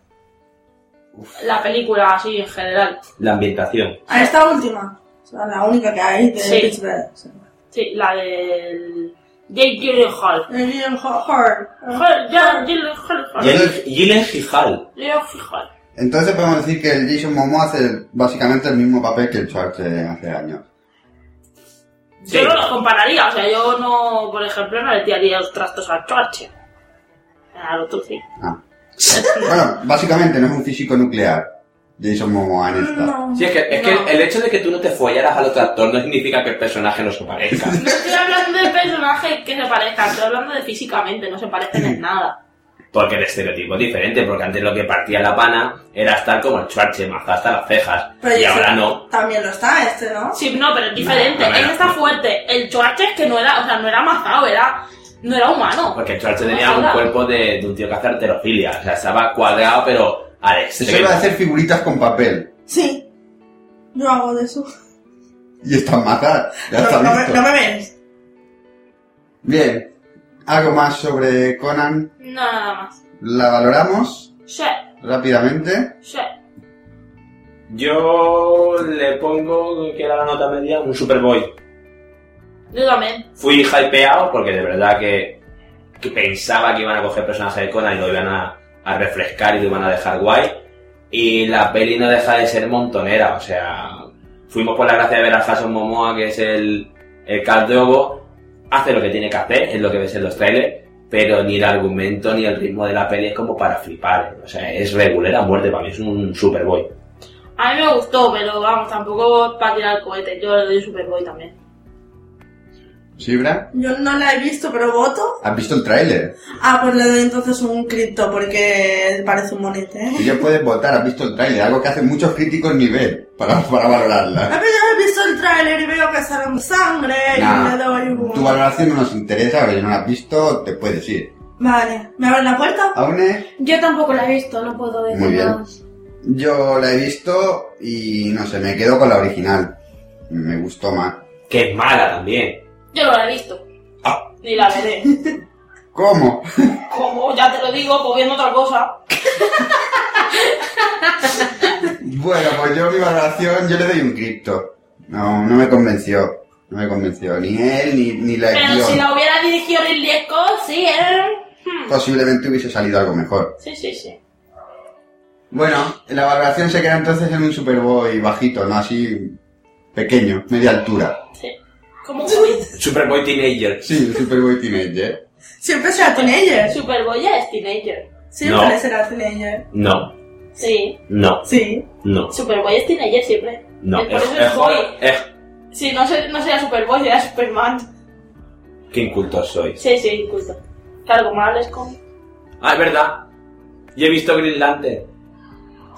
G: La película, así en general.
D: La ambientación.
E: A esta última. O sea, la única que hay de
G: Sí.
E: Pittsburgh. Sí.
G: Sí, la del Jake Gyllenhaal.
E: El Ian Ho- Hor-
G: Hall, ya, Gyllenhaal, Hall.
D: Jill Gilles Gijal.
G: Gyllenhaal.
A: Entonces podemos decir que el Jason Momoa hace básicamente el mismo papel que el Schwarzenegger hace años.
D: Sí.
G: Yo no los compararía, o sea, yo no, por ejemplo, no le tiraría los trastos al Schwarzenegger. Al otro sí.
A: Ah. bueno, básicamente no es un físico nuclear. Jason Momoa en esta.
E: No.
D: Sí, es que, es que
G: No.
D: el hecho de que tú no te follaras al otro actor no significa que el personaje no se parezca.
G: No estoy hablando de personajes que se parezcan, estoy hablando de físicamente, no se parecen en nada.
D: Porque el estereotipo es diferente, porque antes lo que partía la pana era estar como el Schwarzenegger, más hasta las cejas.
E: Pero
D: y
E: yo
D: ahora
E: sé-
D: no.
E: También lo está este, ¿no?
G: Sí, no, pero es diferente.
D: No, no, no.
G: Él está fuerte. El Schwarzenegger que no era, o sea, no era mazado, era, no era humano.
D: Porque el Schwarzenegger tenía un
G: Ahora.
D: cuerpo de, de un tío que hace arterofilia. O sea, estaba cuadrado, pero al
A: Se suele
D: extremo.
A: hacer figuritas con papel.
E: Sí. Yo hago de eso.
A: Y están matar. Ya
E: No,
A: está
E: no me,
A: listo.
E: no me ves.
A: Bien. ¿Algo más sobre Conan?
G: Nada más.
A: ¿La valoramos
G: Sí,
A: rápidamente?
G: sí.
D: Yo le pongo, que era la nota media, un Superboy.
G: Yo también.
D: fui hypeado porque de verdad que, que pensaba que iban a coger personajes de Conan y lo iban a, a refrescar y lo iban a dejar guay. Y la peli no deja de ser montonera, o sea, fuimos por la gracia de ver a Jason Momoa, que es el, el Khal Drogo, hace lo que tiene que hacer, es lo que ves en los trailers, pero ni el argumento ni el ritmo de la peli es como para flipar, o sea, es regular a muerte, para mí es un Superboy.
G: A mí me gustó, pero vamos, tampoco para tirar cohetes. Yo le doy un Superboy también.
A: ¿Sibra?
E: Yo no la he visto, pero voto.
A: ¿Has visto el tráiler?
E: Ah, pues le doy entonces un cripto porque parece un bonete. ¿eh?
A: Y ya puedes votar, has visto el tráiler, algo que hacen muchos críticos ni ver para, para
E: Ah,
A: valorarla.
E: pero yo he visto el tráiler y veo que salen sangre y le
A: Nah,
E: doy un...
A: tu valoración no nos interesa, porque si no la has visto, te puedes ir.
E: Vale, ¿me abren la puerta?
A: Aune,
C: Yo tampoco la he visto, no puedo decir
A: Muy bien.
C: nada.
A: yo la he visto y no sé, me quedo con la original. Me gustó más.
D: Que es mala también.
G: Yo no la he visto.
A: Ah.
G: Ni la veré.
A: ¿Cómo?
G: Como ya te lo digo, pues viendo otra cosa.
A: Bueno, pues yo mi valoración, yo le doy un cripto. No, no me convenció. No me convenció ni él ni, ni la
G: Pero
A: guión.
G: si la hubiera dirigido Ridley Scott, sí, ¿eh? Hmm.
A: Posiblemente hubiese salido algo mejor.
G: Sí, sí, sí.
A: Bueno, la valoración se queda entonces en un Superboy bajito, ¿no? Así pequeño, media altura.
G: sí. Como un cohete.
D: Superboy Teenager.
A: Sí, un Superboy teenager.
E: Siempre será teenager.
G: Superboy ya es teenager.
E: Siempre
D: No.
E: será teenager.
D: No,
G: Sí.
D: no,
E: Sí.
D: no,
G: Superboy es teenager siempre.
D: no.
G: Por eso
D: Es,
G: es
D: es
G: boy.
D: joven, es-
G: Sí, no, se- no sería Superboy, sería Superman.
D: Qué inculto sois.
G: Sí, sí, inculto. Claro, como hables con...
D: Ah, es verdad. Yo he visto Green Lantern.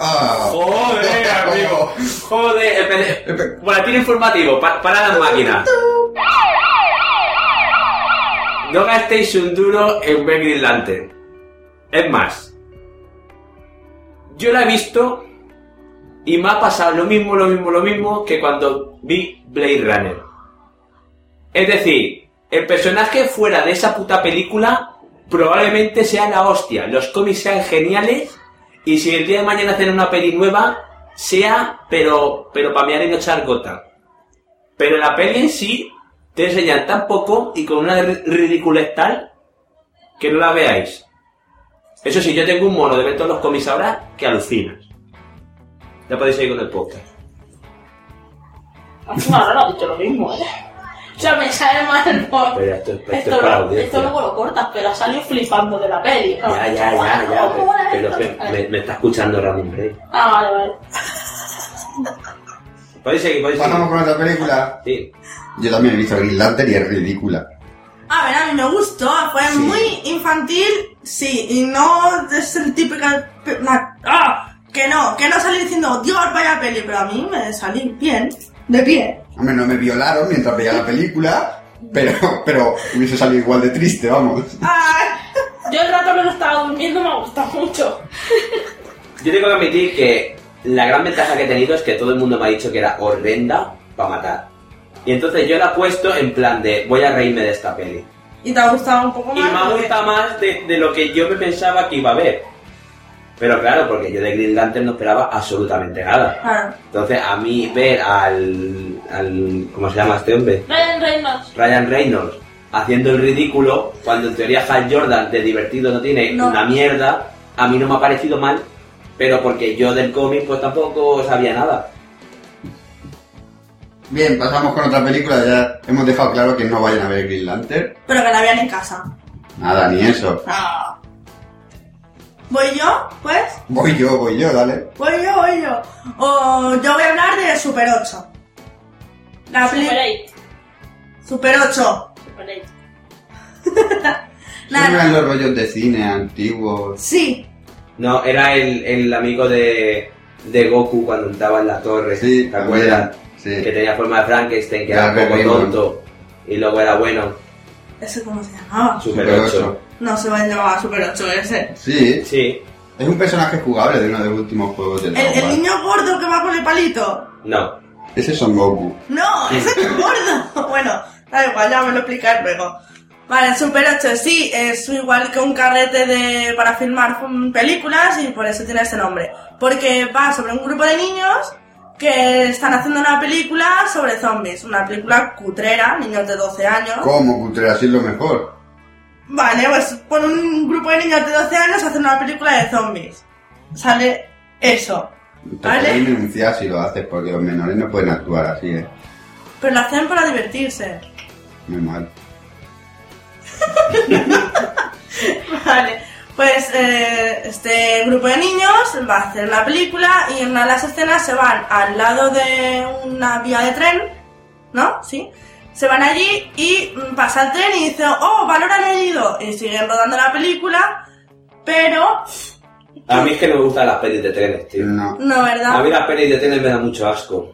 A: ¡Ah!
D: Oh. Joder, amigo. Joder, empecé- Boletín informativo, pa- para las máquinas. No gastéis un duro en ver Green Lantern. Es más, yo la he visto y me ha pasado lo mismo, lo mismo, lo mismo que cuando vi Blade Runner. Es decir, el personaje fuera de esa puta película probablemente sea la hostia, los cómics sean geniales y si el día de mañana hacen una peli nueva, sea, pero, pero para mear y no echar gota. Pero la peli en sí te enseñan tan poco y con una ri- ridiculez tal que no la veáis. Eso sí, yo tengo un mono de ver todos los cómics ahora que alucinas. Ya podéis seguir con el podcast.
G: Hace una hora no has dicho lo mismo, ¿eh? O sea, me sale mal por...
D: Pero esto, esto
G: Esto,
D: es para
G: lo-
D: audiencia.
G: esto luego lo cortas, pero ha salido flipando de la peli. ¿no?
D: Ya, ya, ya, ya.
G: ¿Cómo era
D: Pero,
G: Ah, esto?
D: pero me, me- me está escuchando ¿eh? Ramin Rey.
G: Ah, vale, vale.
D: Podéis seguir, podéis seguir.
A: Pasamos con otra película.
D: Sí.
A: Yo también he visto Green Lantern y es ridícula.
E: A ver, a mí me gustó, fue
A: Sí.
E: muy infantil, sí, y no es el típico... pe- la- ¡Ah! Que no, que no salí diciendo, Dios, vaya peli, pero a mí me salí bien, de pie.
A: Hombre, no me violaron mientras veía la película, pero, pero hubiese salido igual de triste, vamos.
E: ¡Ay!
G: Yo el rato que lo estaba durmiendo me ha gustado mucho.
D: Yo tengo que admitir que la gran ventaja que he tenido es que todo el mundo me ha dicho que era horrenda para matar. Y entonces yo la he puesto en plan de voy a reírme de esta peli.
E: Y te ha gustado un poco
D: Y
E: más.
D: me ha
E: porque-
D: gustado más de, de lo que yo me pensaba que iba a ver. Pero claro, porque yo de Green Lantern no esperaba absolutamente nada.
E: Claro.
D: Entonces a mí ver al... al ¿Cómo se llama este hombre?
G: Ryan Reynolds.
D: Ryan Reynolds haciendo el ridículo cuando en teoría Hal Jordan de divertido no tiene
E: No.
D: una mierda, a mí no me ha parecido mal, pero porque yo del cómic pues tampoco sabía nada.
A: Bien, pasamos con otra película. Ya hemos dejado claro que no vayan a ver Green Lantern.
E: Pero que la vean en casa.
A: Nada, ni eso.
E: Ah. ¿Voy yo, pues?
A: Voy yo, voy yo, dale.
E: Voy yo, voy yo. O yo voy a hablar de Super 8. La peli...
G: Super
E: Super
G: 8.
E: 8.
G: Super 8.
A: No
E: La-
A: eran los rollos de cine antiguos.
E: Sí,
D: No, era el, el amigo de, de Goku cuando estaba en la torre,
A: Sí,
D: ¿te acuerdas?
A: Sí.
D: Que tenía forma de Frankenstein, que era un
A: Garfield
D: poco
A: Raymond.
D: tonto, y luego era bueno,
E: ese cómo se llamaba.
D: Super,
A: Super
D: 8.
A: ocho.
E: No se va a llamar Super 8 ese.
A: Sí,
D: Sí,
A: es un personaje jugable de uno de los últimos juegos de
E: El,
A: Dragon
E: el
A: Ball.
E: niño gordo que va con el palito.
D: no.
A: Ese es Son Goku.
E: No, ese es gordo. Bueno, da igual, ya me lo explicáis luego. Vale, Super 8 sí, es igual que un carrete de, para filmar mm, películas y por eso tiene ese nombre. Porque va sobre un grupo de niños que están haciendo una película sobre zombies. Una película cutrera, niños de 12 años.
A: ¿Cómo, Cutrera? Sí es lo mejor.
E: Vale, pues pon un grupo de niños de 12 años a hacer una película de zombies. Sale eso.
A: Te
E: Vale.
A: pueden denunciar si lo haces, porque los menores no pueden actuar así, ¿eh?
E: Pero lo hacen para divertirse.
A: Muy mal.
E: Vale. Pues eh, este grupo de niños va a hacer una película y en una de las escenas se van al lado de una vía de tren, ¿no? Sí. Se van allí y mm, pasa el tren y dicen, oh, valor añadido. Y siguen rodando la película, pero
D: A mí es que no me gustan las pelis de trenes, tío.
A: No.
E: no,
D: A
E: ¿verdad?
D: mí las pelis de trenes me dan mucho asco.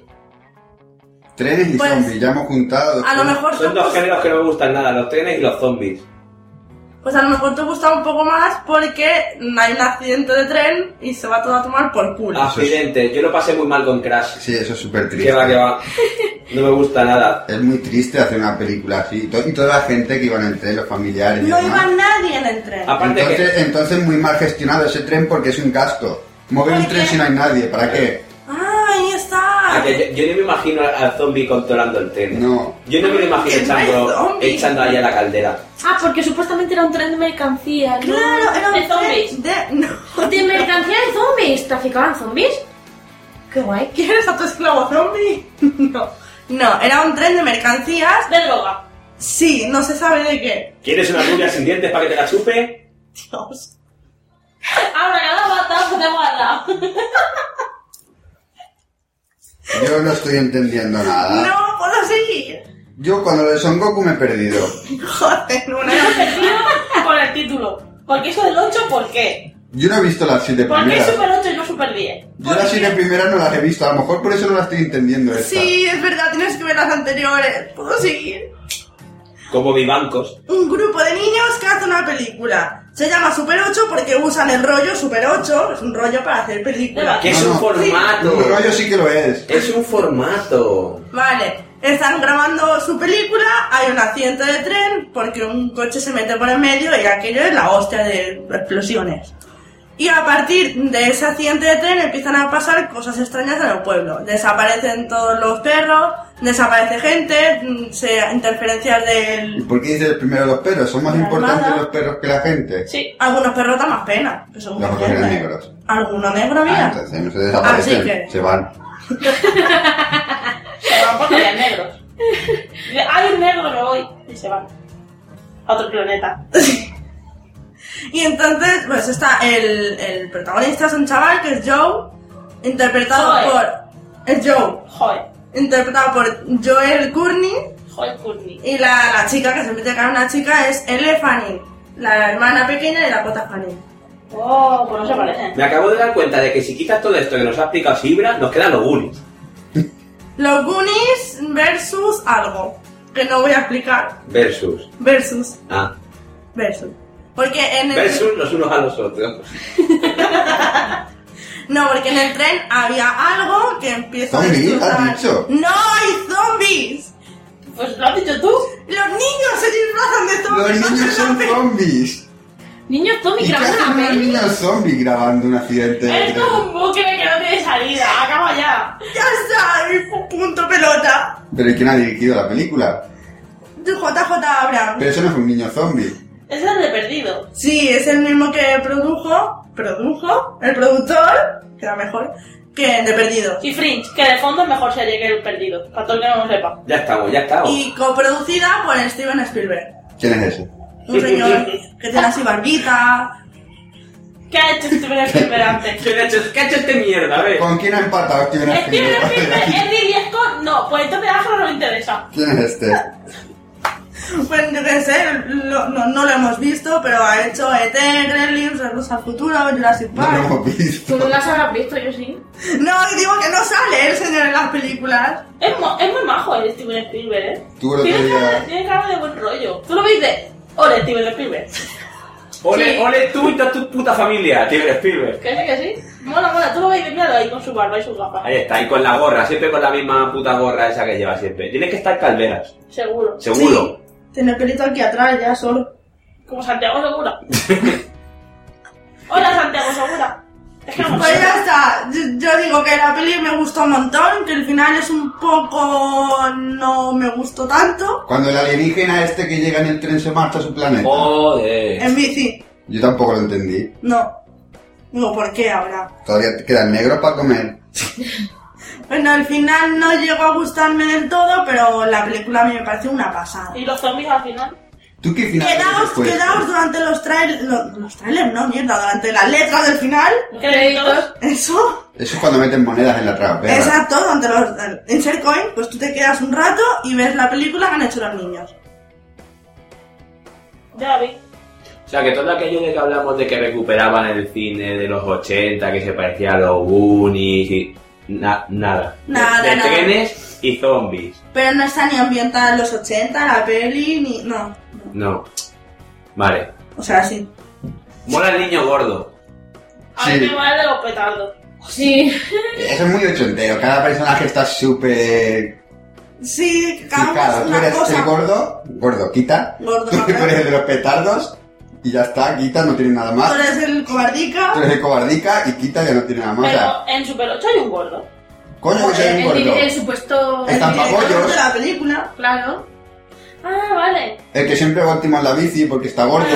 A: Trenes y
E: Pues,
A: zombies, ya hemos juntado. dos
E: A lo
A: cosas.
E: mejor
D: Son
E: te
D: dos
E: gusta-
D: géneros que no me gustan nada, los trenes y los zombies.
E: pues a lo mejor te gusta un poco más porque mm, hay un accidente de tren y se va todo a tomar por culo.
D: Ah, Accidente, yo lo pasé muy mal con Crash.
A: Sí, eso es súper triste.
D: Que va, que va. No me gusta nada.
A: Es muy triste hacer una película así. Y, to- y toda la gente que iba en el tren, los familiares y
E: No
A: demás.
E: iba nadie en el tren.
D: Aparte
A: Entonces,
D: que.
A: entonces muy mal gestionado ese tren porque es un gasto. Mover un
E: ¿Por
A: tren
E: qué?
A: si no hay nadie, ¿para qué?
E: Ah, ahí está.
D: a que yo, yo no me imagino al- al zombie controlando el tren.
A: No.
D: Yo no me lo imagino
E: Que no hay
D: echando,
E: zombies.
D: echando ahí a la caldera.
C: Ah, porque supuestamente era un tren de mercancía. ¿no?
E: Claro, era un
G: De zombies.
E: tren de... No.
C: De mercancía de zombies. ¿Traficaban zombies? Qué guay.
E: ¿Quieres a tu esclavo zombie? No. No, era un tren de mercancías.
G: De droga.
E: Sí, no se sabe de qué.
D: ¿Quieres una rubia sin dientes para que te la chupe?
E: Dios.
G: Ahora cada bata se te guarda.
A: Yo no estoy entendiendo nada.
E: No puedo seguir.
A: Yo cuando lo de Son Goku me he perdido.
E: Joder, una.
G: Perdido con el título. Porque eso del 8, ¿por qué?
A: Yo no he visto las siete
G: ¿Por qué
A: primeras.
G: Super 8 y no Super 10?
A: Yo las siete primeras no las he visto. A lo mejor por eso no las estoy entendiendo. Esta.
E: Sí, es verdad, tienes que ver las anteriores. ¿Puedo seguir?
D: Como vivancos.
E: Un grupo de niños que hace una película. Se llama Super 8 porque usan el rollo Super 8. Es un rollo para hacer películas.
D: Que es
A: No,
D: un
A: no.
D: formato.
A: Un rollo sí que lo es.
D: Es un formato.
E: Vale, están grabando su película, hay un accidente de tren porque un coche se mete por el medio y aquello es la hostia de explosiones. Y a partir de ese accidente de tren empiezan a pasar cosas extrañas en el pueblo. Desaparecen todos los perros, desaparece gente, mm, se interferencias
A: ¿Y
E: del...
A: por qué dices primero los perros? ¿Son más
E: La
A: importantes
E: armada.
A: los perros que la gente?
G: Sí.
E: Algunos perros dan más pena. que
A: Los
E: son muy
A: otros eran
E: tiernos.
A: negros.
E: Alguno negro,
A: Ah,
E: mira.
A: entonces no se desaparecen,
E: Así que-
A: se van.
G: Se van porque hay negros. Dice, Hay un negro, me voy. Y se van. A otro planeta.
E: Y entonces, pues está el, el protagonista, es un chaval que es Joe, interpretado
G: Joe.
E: por. Es Joe,
G: Joder.
E: interpretado por Joel Courtney.
G: Joder, Courtney.
E: Y la, la chica que se mete a cara una chica es Elle Fanning, la hermana pequeña de Dakota Fanning.
G: Oh, pues no se parecen.
D: Me acabo de dar cuenta de que si quitas todo esto que nos ha explicado Sibra, nos quedan los Goonies.
E: Los Goonies versus algo, que no voy a explicar.
D: Versus.
E: Versus,
D: Ah.
E: versus. Porque en el.
D: Versus los unos a los otros.
E: No, porque en el tren había algo que empieza
A: ¿Zombies?
E: a destrozar-
A: ¿Has dicho?
E: ¡No hay zombies!
G: Pues lo has dicho tú.
E: Los niños se disfrazan de
A: Los
E: zombies.
A: niños son zombies.
G: Niños Tommy
A: ¿Y qué
G: grabando
A: hacen
G: una
A: unos
G: peli.
A: niños zombies grabando un accidente? de
G: Eres
A: tren?
G: como un bucle que no tiene salida. Acaba ya.
E: Ya está, y pu- punto pelota.
A: ¿Pero ¿y quién ha dirigido la película?
E: JJ Abrams.
A: Pero eso no fue un niño zombie.
G: Ese es el de perdido.
E: Sí, es el mismo que produjo, produjo, el productor, que era mejor, que el de Perdido.
G: Y Fringe, que de fondo es mejor serie que el perdido. Para todo el que no lo sepa.
D: Ya estamos, ya estamos.
E: Y coproducida por Steven Spielberg.
A: ¿Quién es ese?
E: Un señor que tiene así barbita.
G: ¿Qué ha hecho Steven Spielberg antes?
D: ¿Qué ha hecho, qué ha hecho este mierda? A ver.
A: ¿Con quién ha empatado este Steven
G: ¿Steven
A: Spielberg?
G: Spielberg es Ridley Scott? No, pues entonces Ángel no le interesa.
A: ¿Quién es este?
E: Pues yo qué sé, lo- no, no lo hemos visto, pero ha hecho E ET, Gremlins, Regreso al Futuro, Jurassic
A: No lo
E: Park.
A: hemos
C: Tú no
A: visto.
C: las habrás visto, yo sí.
E: No, y digo que no sale el señor en las películas.
G: Es, mo- es muy majo el Steven Spielberg, ¿eh?
A: Tú lo
G: tiene,
A: que
G: cara,
A: digas.
G: tiene cara de buen rollo. Tú lo ves y dices, ole Steven Spielberg.
D: Ole,
G: Sí.
D: ole tú y toda tu puta familia, Steven Spielberg.
G: Que sí, que sí. Mola, mola. Tú lo ves y dices, míralo ahí con su barba y sus gafas.
D: Ahí está, y con la gorra, siempre con la misma puta gorra esa que lleva siempre. Tienes que estar calderas,
G: Seguro.
D: seguro.
E: Sí, tiene el pelito aquí atrás ya solo.
G: Como Santiago Segura. Hola, Santiago Segura. Es que no me
E: Pues
G: sé.
E: ya está. Yo, yo digo que la peli me gustó un montón, que el final es un poco... no me gustó tanto.
A: Cuando el alienígena este que llega en el tren se marcha a su planeta.
D: Oh. Joder.
E: En bici,
A: Yo tampoco lo entendí.
E: no. Digo, ¿por qué ahora?
A: Todavía te quedan negros para comer.
E: Bueno, al final no llegó a gustarme del todo, pero la película a mí me pareció una pasada.
G: ¿Y pues. los zombies al final?
A: ¿Tú qué final
E: Quedaos,
A: crees que puede
E: quedaos
A: ser?
E: durante los trailers. Los, trailers, no, mierda, durante la letra del final.
G: Créditos.
E: Eso.
A: Eso es cuando meten monedas en la trapera.
E: Exacto, durante los. En Sharecoin, pues tú te quedas un rato y ves la película que han hecho los niños.
G: Ya vi.
D: O sea, que todo aquello de que hablamos de que recuperaban el cine de los 80, que se parecía a los Goonies y... na- nada.
E: Nada,
D: De, de
E: nada.
D: trenes y zombies.
E: Pero no está ni ambientada en los 80, la peli, ni. No. no.
D: No. Vale.
E: O sea, sí.
D: Mola el niño gordo.
G: A mí
A: Sí.
G: me va el de los petardos.
C: Sí.
A: Eso es muy ochentero. Cada personaje está súper
E: Sí, cada uno
A: picado.
E: es
A: Tú
E: una
A: eres
E: cosa.
A: el gordo, gordo, quita.
E: Gordo,
A: tú
E: cabrón.
A: eres el de los petardos y ya está, quita, no tiene nada más.
E: Tú eres el cobardica.
A: Tú eres el cobardica y quita, ya no tiene nada más. O sea,
G: Pero en Super 8 hay un gordo.
A: coño, que soy un
C: El, el,
A: gordo.
C: el supuesto.
E: El
A: Están
E: director
A: papollos.
E: de la película.
C: Claro.
G: Ah, vale.
A: El que siempre va último en la bici porque está gordo.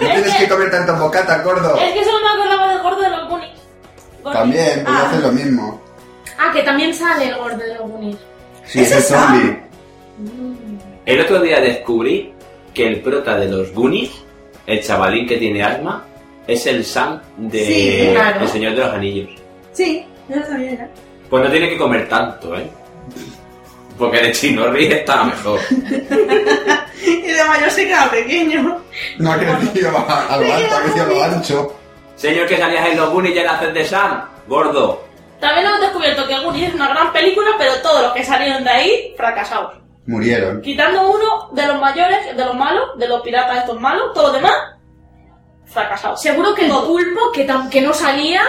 A: No tienes que comer tantas bocatas, gordo.
G: Es que solo me acordaba del gordo de los Goonies. Goonies.
A: También, pues
E: Ah.
A: haces lo mismo.
C: Ah, que también sale el gordo de los Goonies.
A: Sí, es
E: ¿Ese
A: el
E: es Sam?
A: zombie.
D: El otro día descubrí que el prota de los Goonies, el chavalín que tiene asma, es el Sam de
E: Sí,
C: claro.
D: El Señor de los Anillos.
E: Sí, yo lo sabía ¿eh? ya.
D: Pues no tiene que comer tanto, ¿eh? Porque de chino ríe está mejor.
E: Y de mayor se queda pequeño.
A: No ha crecido a, a lo alto, ha crecido a lo ancho.
D: Señor, que salías en los Goonies y ya le haces de Sam. Gordo.
G: También hemos descubierto que Goonies es una gran película, pero todos los que salieron de ahí, fracasados.
A: Murieron.
G: Quitando uno de los mayores, de los malos, de los piratas estos malos, todos los demás, fracasados.
C: Seguro que el pulpo, que, tam- que no salía,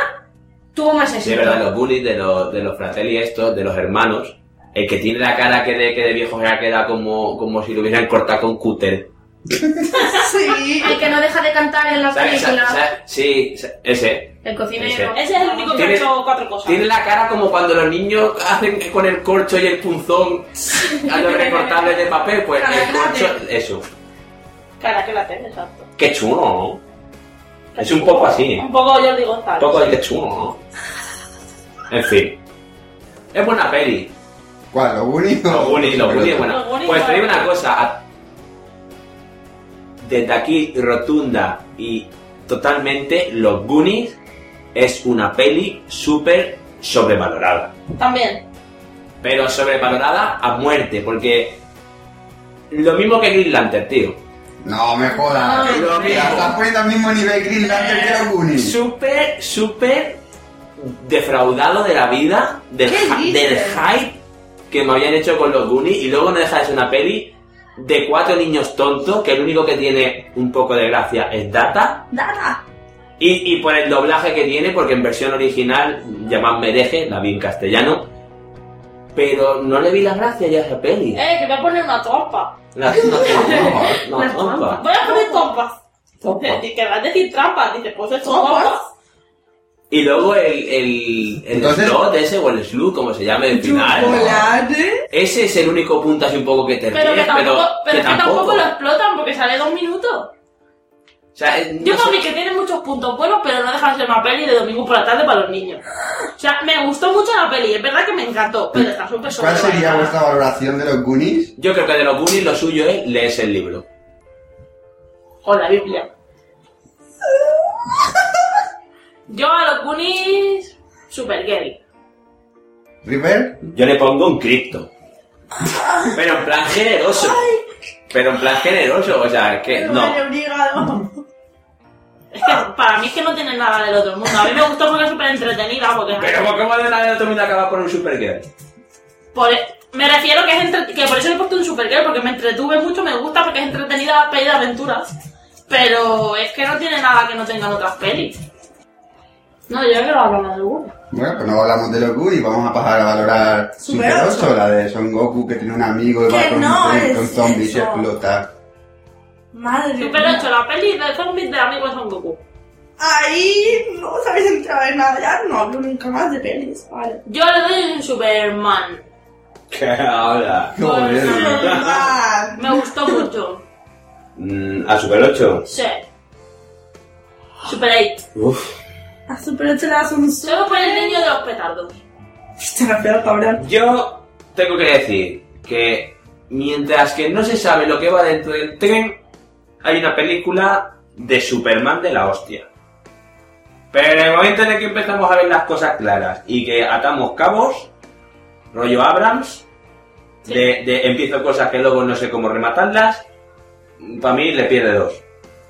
C: tuvo más
D: Sí, es
C: éxito.
D: verdad, los bullies de los, de los fratelli estos, de los hermanos, el que tiene la cara que de, que de viejo se ha quedado como, como si lo hubieran cortado con cúter.
E: Sí.
C: El que no deja de cantar en la
D: ¿Sabes?
C: película.
D: Sa- sa- Sí, sa- ese.
C: El cocinero.
G: Ese es el único que ha
D: Tiene-
G: hecho cuatro cosas.
D: Tiene la cara como cuando los niños hacen con el corcho y el punzón a los recortables de papel, pues el corcho, eso.
G: Cara que la tengo, exacto.
D: Qué chulo, ¿no? Es un poco así,
G: Un poco Jordi
D: un
G: González.
D: poco de qué chulo, ¿no? En fin. Es buena peli.
A: ¿Cuál? ¿Los Goonies? o-
D: Los Goonies, los Goonies,
G: Los
D: bueno.
G: Goonies,
D: Pues te digo
G: bueno.
D: una cosa. a- Desde aquí, rotunda y totalmente, Los Goonies es una peli súper sobrevalorada.
G: También.
D: Pero sobrevalorada a muerte, porque... Lo mismo que Green Lantern, tío.
A: No, me
E: Ah,
A: jodas.
D: Ay, Eh,
A: Mira,
D: lo mismo.
A: Estás poniendo al mismo nivel Green Lantern que los Goonies.
D: Súper, súper defraudado de la vida, del,
E: ¿Qué
D: hy-
E: dices?
D: del hype que me habían hecho con los Goonies y luego no deja de ser una peli de cuatro niños tontos que el único que tiene un poco de gracia es Data
E: Data.
D: y, y por el doblaje que tiene porque en versión original llamad Mereje, la vi en castellano pero no le vi la gracia ya a esa peli
G: Eh, que voy a poner una trompa. Pues,
D: la, no, no, no,
C: Las
D: tonta.
C: trampas.
G: Voy a poner trompas.
D: Trompas.
G: Y que vas a decir trampas. Dice, pues es trompas.
D: y luego el el, el
A: Entonces-
D: slot ese o el slug como se llame el final
E: Chocolate.
D: Ese es el único punto así un poco que te
G: Pero que
D: ríes,
G: tampoco,
D: pero,
G: pero
D: que
G: es que tampoco lo
D: O
G: explotan porque sale dos minutos.
D: sea, eh,
G: Yo
D: no sé.
G: para mí que tiene muchos puntos buenos, pero no deja de ser una peli de domingo por la tarde para los niños. O sea, me gustó mucho la peli, es verdad que me encantó, pero está
A: ¿Cuál
G: súper
A: sería
G: sobrevalorada.
A: vuestra valoración de los Goonies?
D: Yo creo que de los Goonies lo suyo es leerse el libro.
G: O la Biblia. Yo a los Goonies, super gay.
A: ¿River?
D: Yo le pongo un cripto. Pero en plan generoso. Pero en plan generoso, o sea, que
E: El
D: no.
E: baile obligado.
G: Es que para mí es que no tiene nada del otro mundo. A mí me gustó porque es súper entretenida. Porque
D: Pero ¿por qué va de la de Tommy acaba por un Supergirl?
G: por- e, me refiero que, es entre- que por eso le he puesto un super gay, porque me entretuve mucho, me gusta porque es entretenida la peli de aventuras. Pero es que no tiene nada que no tengan otras pelis. No, yo quiero hablar más de alguna.
A: Bueno, pues no hablamos de los Goonies, vamos a pasar a valorar
E: Super
A: Super 8,
E: ocho.
A: la de Son Goku que tiene un amigo y va
E: Que
A: con,
E: no
A: con-
E: es
A: con zombies y
E: eso.
A: explota.
E: Madre
G: Super 8, la peli de zombies de amigos de Son Goku.
E: Ahí no sabéis entrado en nada. Ya no hablo nunca más de pelis. Vale.
G: Yo le doy un Superman.
D: ¿Qué habla?
A: Joder.
E: Superman.
G: Me gustó mucho.
D: ¿A Mm, Super 8?
G: Sí. Super 8.
D: Uf.
E: A Super 8 le das un su-
G: Solo por el niño de los petardos.
E: Te la peor, cabrón.
D: Yo tengo que decir que mientras que no se sabe lo que va dentro del tren, hay una película de Superman de la hostia. Pero en el momento en el que empezamos a ver las cosas claras y que atamos cabos, rollo Abrams,
G: Sí.
D: de, de empiezo cosas que luego no sé cómo rematarlas, para mí le pierde dos.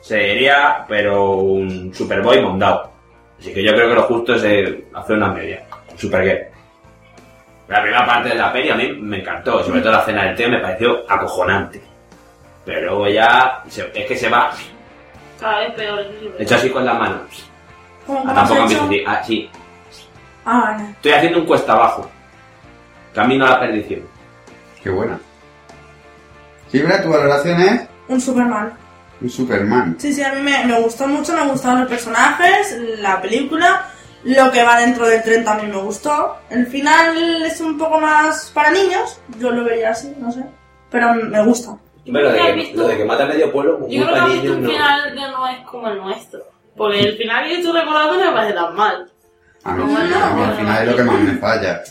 D: Sería, pero un Superboy mondado. Así que yo creo que lo justo es eh, hacer una media. Un Supergirl. La primera parte de la peli a mí me encantó, sobre todo la cena del té me pareció acojonante. Pero luego ya se- es que se va,
G: Cada vez peor. eso sí es
D: he hecho
G: verdad.
D: así con las manos.
E: ¿Cómo,
D: Ah,
E: cómo has
D: tampoco me
E: hecho?
D: sentí- ah, sí.
E: Ah, vale.
D: Estoy haciendo un cuesta abajo. Camino a la perdición.
A: Qué buena. Silvia, tu valoración es
E: Un Superman.
A: un Superman.
E: Sí, sí, a mí me, me gustó mucho, me gustaron los personajes, la película, lo que va dentro del tren también me gustó. El final es un poco más para niños, yo lo vería así, no sé. Pero me gusta.
G: Hombre, lo de que- ¿Has visto? lo de que
D: mata a medio pueblo
G: Yo creo que has visto un final que no es como el nuestro. Porque el final que tú recordando no me parece tan mal.
A: A mí,
E: Bueno,
A: sí, a mí al final es lo que más me falla.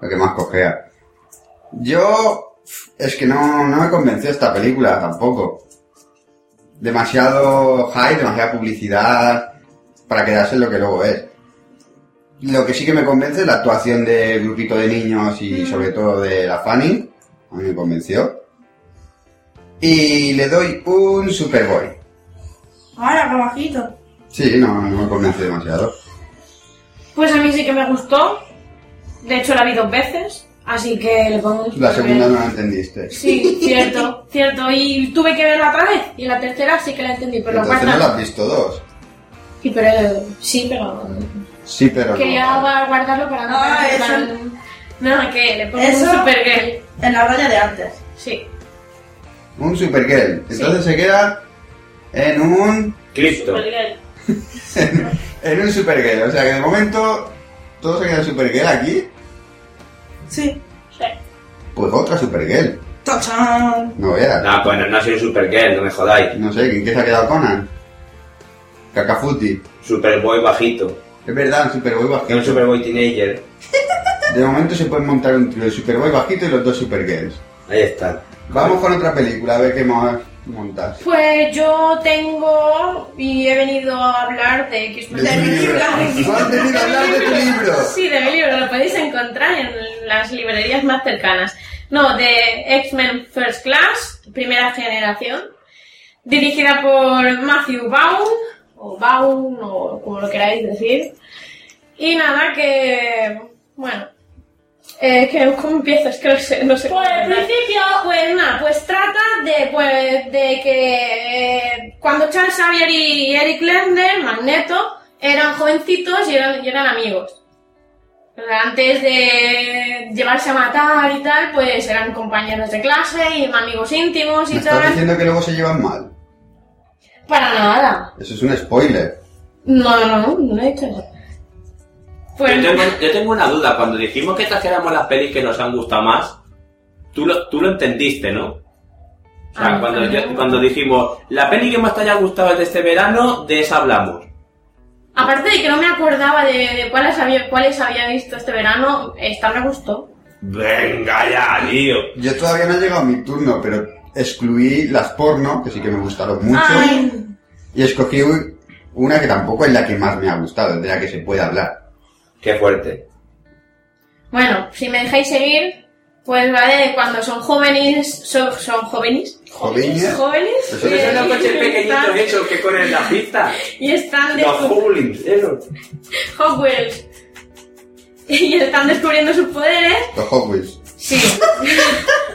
A: Lo que más cojea. Yo... Es que no, no me convenció esta película tampoco. Demasiado hype, demasiada publicidad para quedarse en lo que luego es. Lo que sí que me convence es la actuación del grupito de niños y sobre todo de la Fanny. A mí me convenció. Y le doy un Superboy.
E: Ahora, qué bajito.
A: Sí, no, no me convence demasiado.
C: Pues a mí sí que me gustó. De hecho, la vi dos veces. Así que le pongo un
A: La
C: super-
A: segunda no la entendiste.
C: Sí, cierto, cierto. Y tuve que verla otra vez. Y la tercera sí que la entendí, pero la
A: Entonces no
C: cuarta.
A: la has visto dos.
C: Sí, pero. Sí, pero.
A: Sí, pero
C: Quería
A: no.
C: gua- guardarlo para no.
E: Ah,
C: para-
E: eso-
C: para- No, que le pongo
E: Eso-
C: un supergirl.
E: En la raya de antes.
C: Sí.
A: Un Supergirl. Entonces se queda en un
D: Cristo.
G: Supergirl.
A: en un Supergirl. O sea que de momento todo se queda en Supergirl aquí.
E: Sí.
G: Sí.
A: Pues otra Supergirl.
E: ¡Tachán!
A: No veas.
D: No, bueno, no ha sido Supergirl, no me jodáis.
A: No sé, ¿en qué se ha quedado Conan? Cacafuti.
D: Superboy bajito.
A: Es verdad, un Superboy
D: Que un
A: bajito.
D: Superboy teenager.
A: De momento se puede montar un trío de Superboy bajito y los dos Supergirls.
D: Ahí está.
A: Vamos con otra película, a ver qué más montas.
C: Pues yo tengo y he venido a hablar de X
A: De tu libro. No has venido a hablar de tu libro.
C: Sí, de mi libro, lo podéis encontrar en las librerías más cercanas. No, de X-Men First Class, primera generación, dirigida por Matthew Vaughn, o Vaughn, o como lo queráis decir. Y nada, que. Bueno. eh, que, ¿Cómo empiezo? Es que no sé. No sé
G: Por el principio.
C: pues nada, pues trata de, pues, de que eh, cuando Charles Xavier y Eric Lerner, Magneto, eran jovencitos y eran, y eran amigos. Pero Antes de llevarse a matar y tal, pues eran compañeros de clase y amigos íntimos
A: Me
C: y
A: estás
C: tal.
A: diciendo que luego se llevan mal.
C: Para nada.
A: Eso es un spoiler.
C: No, no, no, no he hecho nada. Pues,
D: Yo, tengo, yo tengo una duda. Cuando dijimos que trajéramos las pelis que nos han gustado más, tú lo, tú lo entendiste, ¿no? O sea,
C: Ah,
D: cuando, yo-
C: no.
D: cuando dijimos, la peli que más te haya gustado es de este verano, de esa hablamos.
C: aparte de que no me acordaba de, de cuáles, había, cuáles había visto este verano, esta me gustó.
D: Venga ya, tío.
A: Yo todavía no ha llegado mi turno, pero excluí las porno, que sí que me gustaron mucho,
E: ¡Ay!
A: y escogí u- una que tampoco es la que más me ha gustado, de la que se puede hablar.
D: Qué fuerte.
C: Bueno, si me dejáis seguir, pues va de cuando son jóvenes, son, son jóvenes,
A: Joveña.
C: jóvenes,
A: Pues eres
C: y-
A: un
C: y están-
G: ¿eh?
D: esos que corren la pista?
C: y están
D: Los
C: descubriendo
D: Howlings, esos.
C: Hot Wheels. y están descubriendo sus poderes.
A: Los Hot Wheels.
C: Sí,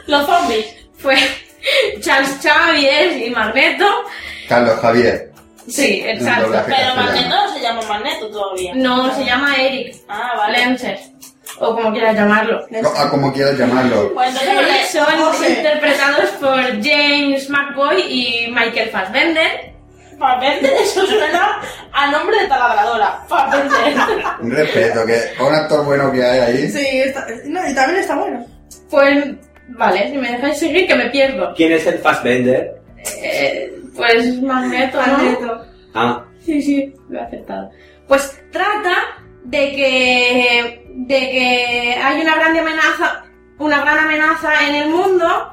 G: Los zombies.
C: pues Charles Xavier y Magneto.
A: Carlos Javier.
C: Sí, exacto.
A: doblaje
G: Pero
A: castellano.
G: Magneto no se llama Magneto todavía.
C: No, se llama Eric
G: Ah, vale.
C: Lenser, o como quieras llamarlo.
A: No, ah, como quieras llamarlo.
G: Pues entonces no
C: Eh,
G: le-
C: Son
E: José.
C: interpretados por James McBoy y Michael Fassbender.
G: Fassbender, eso suena a nombre de taladradora. Fassbender.
A: Un respeto, que un actor bueno que hay ahí.
E: Sí, está, no, y también está bueno.
C: Pues vale, si me dejáis seguir que me pierdo.
D: ¿Quién es el Fassbender?
C: Eh, pues Magneto, ¿no?
E: Magneto.
D: Ah,
C: Sí, sí, lo he aceptado. Pues trata de que de que hay una gran amenaza, una gran amenaza en el mundo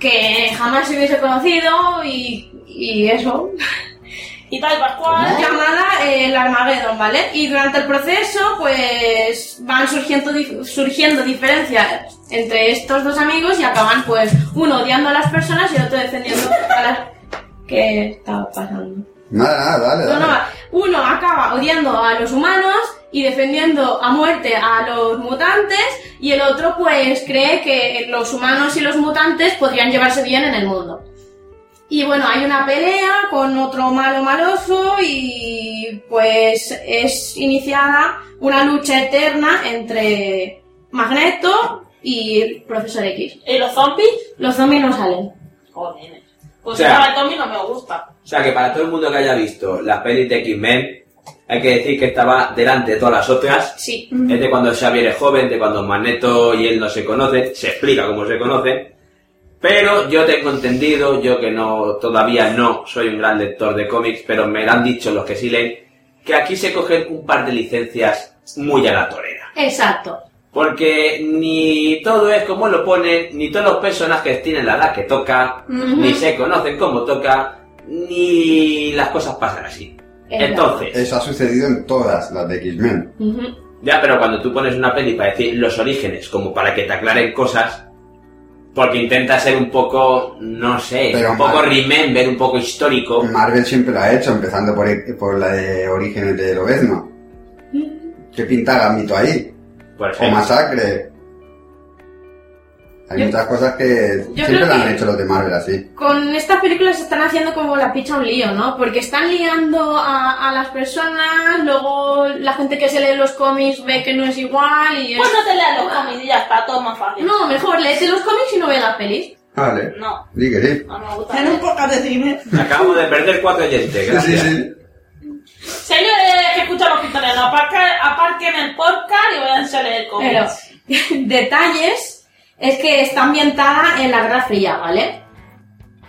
C: que jamás se hubiese conocido y, y eso.
G: Y tal, Pascual.
C: llamada eh, el Armagedón, ¿vale? Y durante el proceso, pues van surgiendo, dif- surgiendo diferencias entre estos dos amigos y acaban, pues, uno odiando a las personas y el otro defendiendo a las. ¿Qué está pasando?
A: Nada, nada, dale,
C: No,
A: dale.
C: no, uno acaba odiando a los humanos y defendiendo a muerte a los mutantes y el otro pues cree que los humanos y los mutantes podrían llevarse bien en el mundo. Y bueno, hay una pelea con otro malo maloso y pues es iniciada una lucha eterna entre Magneto y el Profesor X.
G: ¿Y los zombies?
C: Los zombies no salen.
G: Joder. Pues
D: O sea-
G: no, el zombie no me gusta.
D: O sea que para todo el mundo que haya visto las pelis de X-Men, hay que decir que estaba delante de todas las otras.
C: Sí.
D: Es de cuando Xavier es joven, de cuando Magneto y él no se conocen, se explica cómo se conocen. Pero yo tengo entendido, yo que no, todavía no soy un gran lector de cómics, pero me lo han dicho los que sí leen, que aquí se cogen un par de licencias muy a la torera.
C: Exacto.
D: Porque ni todo es como lo ponen, ni todos los personajes tienen la edad que toca,
C: Ujú.
D: ni se conocen como toca, ni las cosas pasan así.
C: Exacto.
D: Entonces,
A: Eso ha sucedido en todas las de X-Men.
C: Ujú.
D: Ya, pero cuando tú pones una peli para decir los orígenes, como para que te aclaren cosas, porque intenta ser un poco, no sé,
A: Pero
D: un poco
A: mal.
D: remember, un poco histórico.
A: Marvel siempre lo ha hecho, empezando por, por la de Orígenes de Lobezno. ¿Qué pinta Gambito ahí?
D: Por
A: Mm. O
D: ejemplo,
A: Masacre. Hay
C: Yo-
A: muchas cosas que siempre
C: Yo creo
A: lo han
C: que-
A: hecho los de Marvel así.
C: con estas películas están haciendo como la picha un lío, ¿no? Porque están liando a, a las personas, luego la gente que se lee los cómics ve que no es igual y es...
G: Pues no te leas los cómics y ya está, todo más fácil.
C: No, mejor lees los cómics y no veas las pelis.
A: Vale.
G: No,
A: Di que sí.
G: no me gusta.
E: En un podcast de cine.
D: acabamos de perder cuatro oyentes,
A: Sí, sí,
D: gracias.
A: sí.
G: Señores que escuchan los quintoneros, aparquen, aparquen el podcast y vayan a leer cómics.
C: Pero, detalles, es que está ambientada en la Guerra Fría, ¿vale?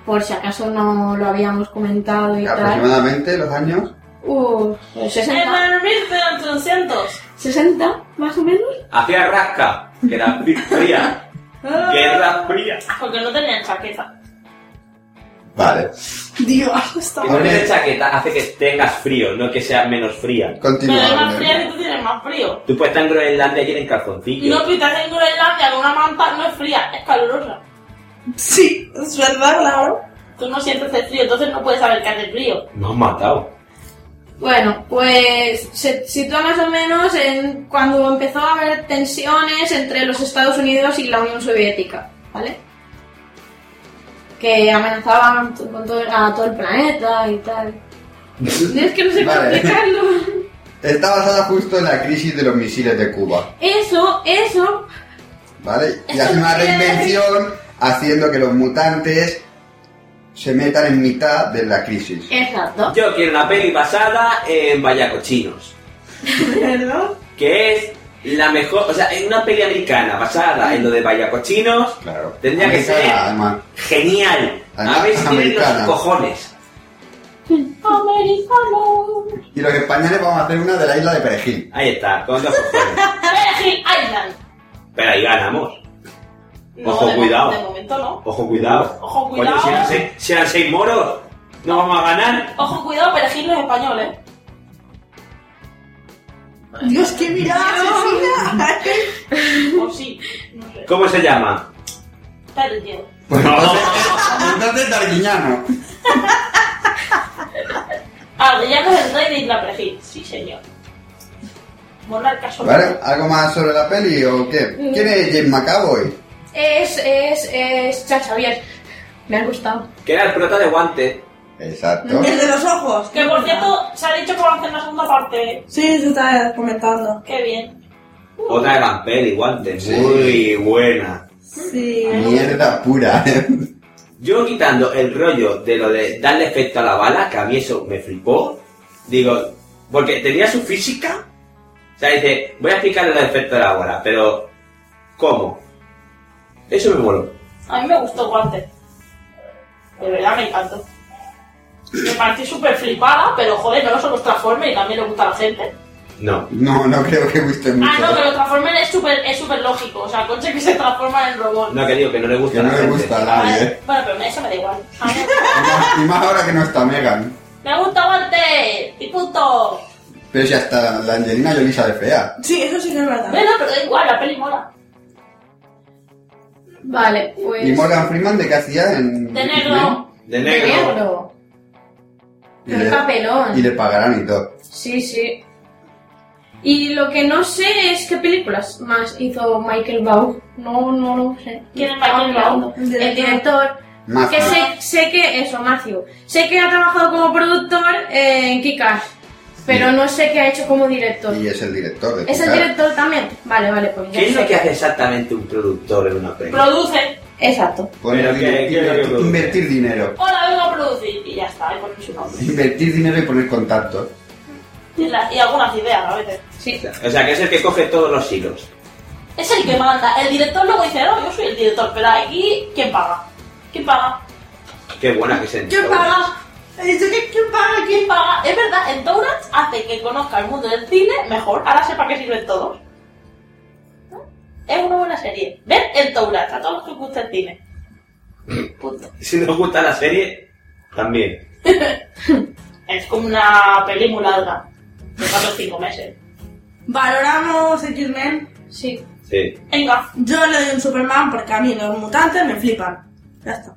C: Por si acaso no lo habíamos comentado y tal.
A: Aproximadamente los años.
C: Uh, 60,
G: En el 1800.
C: 60, más o menos.
D: Hacía rasca, que era fría. Guerra fría.
G: Porque no tenían chaqueta.
A: Vale.
E: Dios, está
A: Ah.
D: Que pones chaqueta hace que tengas frío, no que sea menos fría.
G: Pero es más
A: Continuamos.
G: fría que tú tienes más frío.
D: Tú puedes estar en Groenlandia y ir en calzoncillos.
G: No pitas en Groenlandia con una manta, no es fría, es calurosa.
E: Sí, es verdad, claro.
G: Tú no sientes el frío, entonces no puedes saber qué hace frío.
D: Me han matado.
C: Bueno, pues se sitúa más o menos en cuando empezó a haber tensiones entre los Estados Unidos y la Unión Soviética, ¿vale? Que amenazaban t- con todo- a todo el planeta y tal. es que no sé cómo
A: Vale.
C: explicarlo.
A: Está basada justo en la crisis de los misiles de Cuba.
C: Eso, eso,
A: ¿Vale? Y
C: Eso
A: hace
C: no
A: una
C: quiere
A: reinvención haciendo que los mutantes se metan en mitad de la crisis.
C: exacto.
D: Yo quiero una peli basada en Vallacochinos.
E: ¿Verdad?
D: que es la mejor, o sea, en una peli americana basada en lo de vallacochinos,
A: Claro.
D: Tendría que
A: Americana,
D: ser.
A: además.
D: genial.
A: Además,
D: A ver si tienen los
A: americana.
D: cojones.
G: Americano.
A: Y los españoles vamos a hacer una de la isla de Perejil.
D: Ahí está, con los cojones.
G: Virgin Island.
D: Pero ahí ganamos.
G: No,
D: Ojo,
G: de mo-
D: cuidado.
G: De momento no.
D: Ojo, cuidado.
G: Ojo,
D: Coño,
G: cuidado.
D: si eran seis, si eran seis moros, no vamos a ganar.
G: Ojo, cuidado, perejil no es español, ¿eh?
E: Dios, qué mirada, Cecilia.
G: O sí. No sé.
D: ¿Cómo se llama?
G: Perdido.
A: Pues
D: No.
A: entonces, entonces Darguiñano.
G: Ah, que ya no es el rey de Isla Perejil. Sí, señor. Monarca solo.
A: ¿Vale? ¿Algo más sobre la peli o qué? ¿Quién es James McAvoy?
C: Es, es, es, chacha, bien. Me ha gustado.
D: Que era el prota de guante.
A: Exacto.
E: El de los ojos.
G: Que por cierto, se ha dicho que va a hacer una segunda parte. ¿eh?
E: Sí, se está comentando.
G: Qué bien. Uh.
D: Otra gran peli, guante.
A: Sí.
D: Muy buena.
E: Sí.
A: Mierda pura. ¿eh?
D: Yo quitando el rollo de lo de darle efecto a la bala, que a mí eso me flipó, digo, porque tenía su física. O sea, dice, voy a explicarle el efecto de la bala, pero ¿cómo? Eso me moló.
G: A mí me gustó Guante. De verdad me encantó. Me partí súper flipada, pero joder, no son los transformes y también le gusta a la gente.
D: No.
A: No, no creo que guste mucho.
G: Ah, no, que lo transformen es súper es súper lógico. O sea, coche que se transforma en robot.
D: No, que digo, que no le gusta
A: Que
D: a
A: no
D: la
A: le
D: gente.
A: gusta a
G: Vale.
A: nadie. ¿eh?
G: Bueno, pero eso me da igual. A mí-
A: Y más- Y más ahora que no está Megan.
G: ¡Me gusta antes! ¡Y punto!
A: Pero si hasta la Angelina Jolie sale fea.
E: Sí, eso sí que es verdad.
G: Bueno, pero da igual, la peli mola.
C: Vale, pues.
A: ¿Y Morgan Freeman de qué hacía en.?
G: De negro.
D: De
C: De
D: negro.
C: negro.
A: Y
C: Qué
A: le-
C: papelón.
A: Y le pagarán y todo.
C: Sí, sí. Y lo que no sé es qué películas más hizo Michael Baugh. No, no lo sé.
G: ¿Quién es Michael Baugh?
C: El director.
A: Más
C: Que sé, sé que, eso, Matthew. Sé que ha trabajado como productor eh, en Kikas, pero no sé qué ha hecho como director.
A: Y es el director de
C: ¿Es el
A: Pixar.
C: director también? Vale, vale, pues ya
D: ¿Qué es
C: sé.
D: lo que hace exactamente un productor en una película?
G: Produce.
C: Exacto.
A: Poner
D: Pero
A: dinero-
D: que- que- que-
A: invertir- Invertir dinero.
G: Hola, vengo a producir. Y ya está, y ponen su nombre.
A: Invertir dinero y poner contactos.
G: Y, la- y algunas ideas a veces.
C: Sí.
D: O sea, que es el que coge todos los hilos.
G: Es el que manda. El director luego dice, no, yo soy el director, pero aquí, ¿quién paga? ¿Quién paga?
D: Qué buena que se
G: ¿Quién paga? He dicho que ¿quién paga? ¿Quién paga? Es verdad, en Donuts hace que conozca el mundo del cine mejor. Ahora sepa qué sirven todos. ¿No? Es una buena serie. Ven en Donuts, a todos los que os gusta el cine. Punto.
D: Si nos gusta la serie, también.
G: Es como una peli muy larga. De 4 o 5 meses.
E: Valoramos X-Men.
C: Sí.
D: Sí.
G: Venga.
E: Yo le doy un Superman porque a mí los mutantes me flipan. Ya está.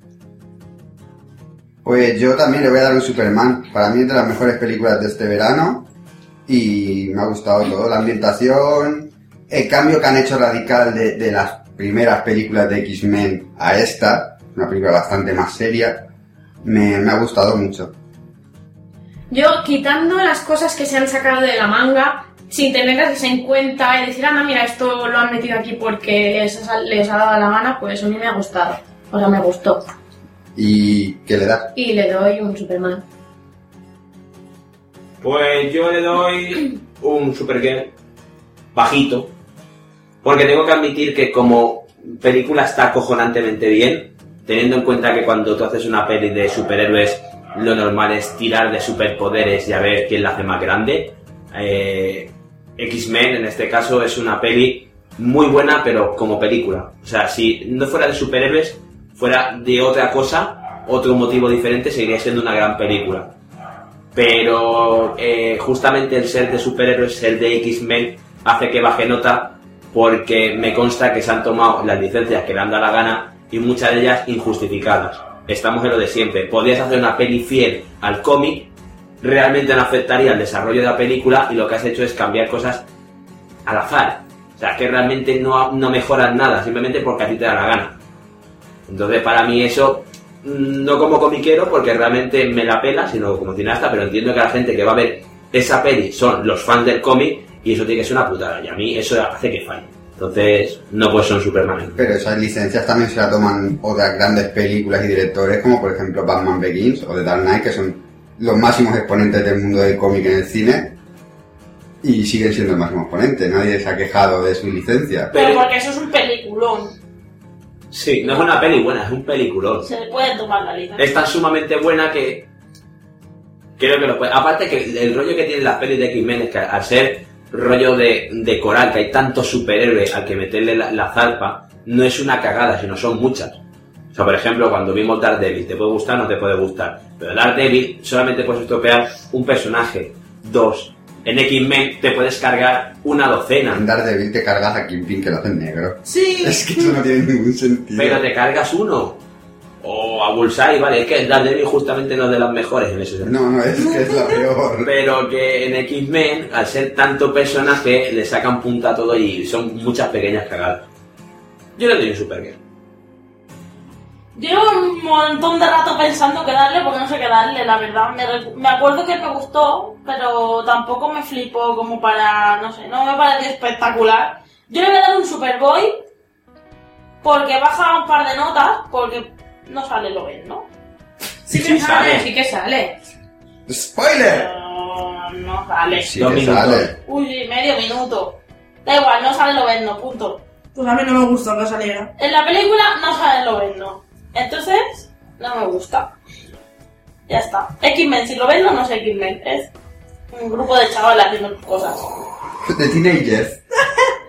A: Pues yo también le voy a dar un Superman. Para mí es de las mejores películas de este verano. Y me ha gustado todo. La ambientación, el cambio que han hecho radical de, de las primeras películas de X-Men a esta, una película bastante más seria, me, me ha gustado mucho.
C: Yo, quitando las cosas que se han sacado de la manga, sin tenerlas en cuenta y decir, ah, no, mira, esto lo han metido aquí porque les ha, les ha dado la gana, pues a mí me ha gustado. O sea, me gustó.
A: ¿Y qué le das?
C: Y le doy un Superman.
D: Pues yo le doy un Supergirl bajito. Porque tengo que admitir que como película está acojonantemente bien, teniendo en cuenta que cuando tú haces una peli de superhéroes, lo normal es tirar de superpoderes y a ver quién la hace más grande. eh, X-Men en este caso es una peli muy buena, pero como película. O sea, si no fuera de superhéroes, fuera de otra cosa, otro motivo diferente, seguiría siendo una gran película pero eh, justamente el ser de superhéroes, el de X-Men, hace que baje nota porque me consta que se han tomado las licencias que le han dado la gana y muchas de ellas injustificadas. Estamos en lo de siempre. Podrías hacer una peli fiel al cómic, realmente no afectaría el desarrollo de la película y lo que has hecho es cambiar cosas al azar. O sea, que realmente no, no mejoras nada, simplemente porque a ti te da la gana. Entonces, para mí eso, mm, no como comiquero, porque realmente me la pela, sino como cineasta, pero entiendo que la gente que va a ver esa peli son los fans del cómic y eso tiene que ser una putada. Y a mí eso hace que falle. Entonces, no pues son Superman.
A: Pero esas licencias también se las toman otras grandes películas y directores, como por ejemplo Batman Begins o The Dark Knight, que son los máximos exponentes del mundo del cómic en el cine. Y siguen siendo el máximo exponente, nadie se ha quejado de su licencia.
G: Pero
D: Pero-
G: porque eso es un peliculón.
D: Sí, no es una peli buena, es un peliculón.
G: Se le puede tomar la licencia.
D: es tan sumamente buena que creo que lo puede. Aparte que el- el rollo que tienen las pelis de X-Men es que al ser rollo de, de coral, que hay tantos superhéroes al que meterle la, la zarpa, no es una cagada, sino son muchas. O sea, por ejemplo, cuando vimos Daredevil, te puede gustar o no te puede gustar. Pero Daredevil solamente puedes estropear un personaje, dos. En X-Men te puedes cargar una docena.
A: En Daredevil te cargas a Kingpin que lo hacen negro.
E: Sí.
A: Es que eso no tiene ningún sentido.
D: Pero te cargas uno. O a Bullseye, vale, es que Daredevil justamente no es de las mejores en ese sentido.
A: No, no, es que es la peor.
D: Pero que en X-Men, al ser tanto personaje, le sacan punta a todo y son muchas pequeñas cagadas. Yo le doy un Supergirl.
G: Llevo un montón de rato pensando qué darle porque no sé qué darle, la verdad. Me, recu- me acuerdo que me gustó, pero tampoco me flipó como para, no sé, no me pareció espectacular. Yo le voy a dar un Superboy porque baja un par de notas porque no sale lo bien, ¿no?
E: Sí
D: Sí,
E: que
D: sale.
E: sale.
C: Sí que sale.
A: ¡Spoiler!
G: Pero no sale.
A: Sí
D: Dos
A: que
D: minutos.
A: sale.
G: Uy, medio minuto. Da igual, no sale lo vendo, punto.
E: Pues a mí no me gustó que saliera.
G: En la película no sale lo vendo. Entonces, no me gusta. Ya está. X-Men, si lo vendo no es X-Men, es un grupo de chavales haciendo cosas.
A: De teenagers.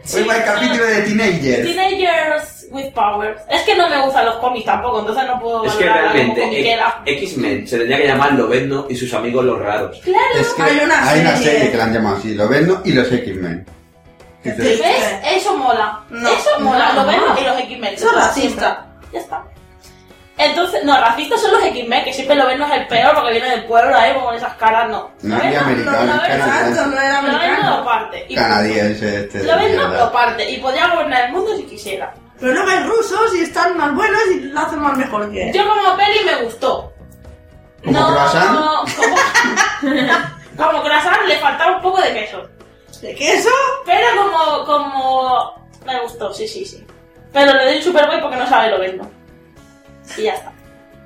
G: Sí,
A: Hoy va el
G: claro.
A: capítulo de teenagers.
G: Teenagers with powers. Es que no me gustan los cómics tampoco, entonces no puedo
D: Es que
G: valorarla como
D: realmente eh,
G: comiquera.
D: X-Men se tendría que llamar Lobezno y sus amigos los raros.
G: Claro.
A: Es que
E: Hay una
A: hay una
E: serie.
A: serie que la han llamado así, lo vendo y los X-Men. Dices,
E: Sí.
G: ¿Ves? Eso mola.
E: No.
G: Eso mola.
E: No,
G: lo vemos
E: no.
G: y los X-Men.
E: Son
G: racistas. Ya está. Entonces, no, racistas son los X-Men, que siempre lo ven no es el peor porque viene del pueblo ahí con esas caras, no.
A: No
G: Lo
A: es ni
G: ven,
A: americano,
G: lo
A: es
G: ven,
E: Exacto, no
A: canadiense.
E: era
G: Lo ven no
E: americano.
G: lo parte. Y
A: Canadiense este. de
G: Lo ven no
A: mierda.
G: lo parte. Y podría gobernar el mundo si quisiera.
E: Pero luego hay rusos y están más buenos y lo hacen más mejor que él.
G: Yo como peli me gustó.
A: ¿Como croissant?
G: como, como croissant le faltaba un poco de queso.
E: ¿De queso?
G: Pero como, como... Me gustó, sí, sí, sí. Pero le doy un Superboy porque no sabe lo vendo. Y ya está.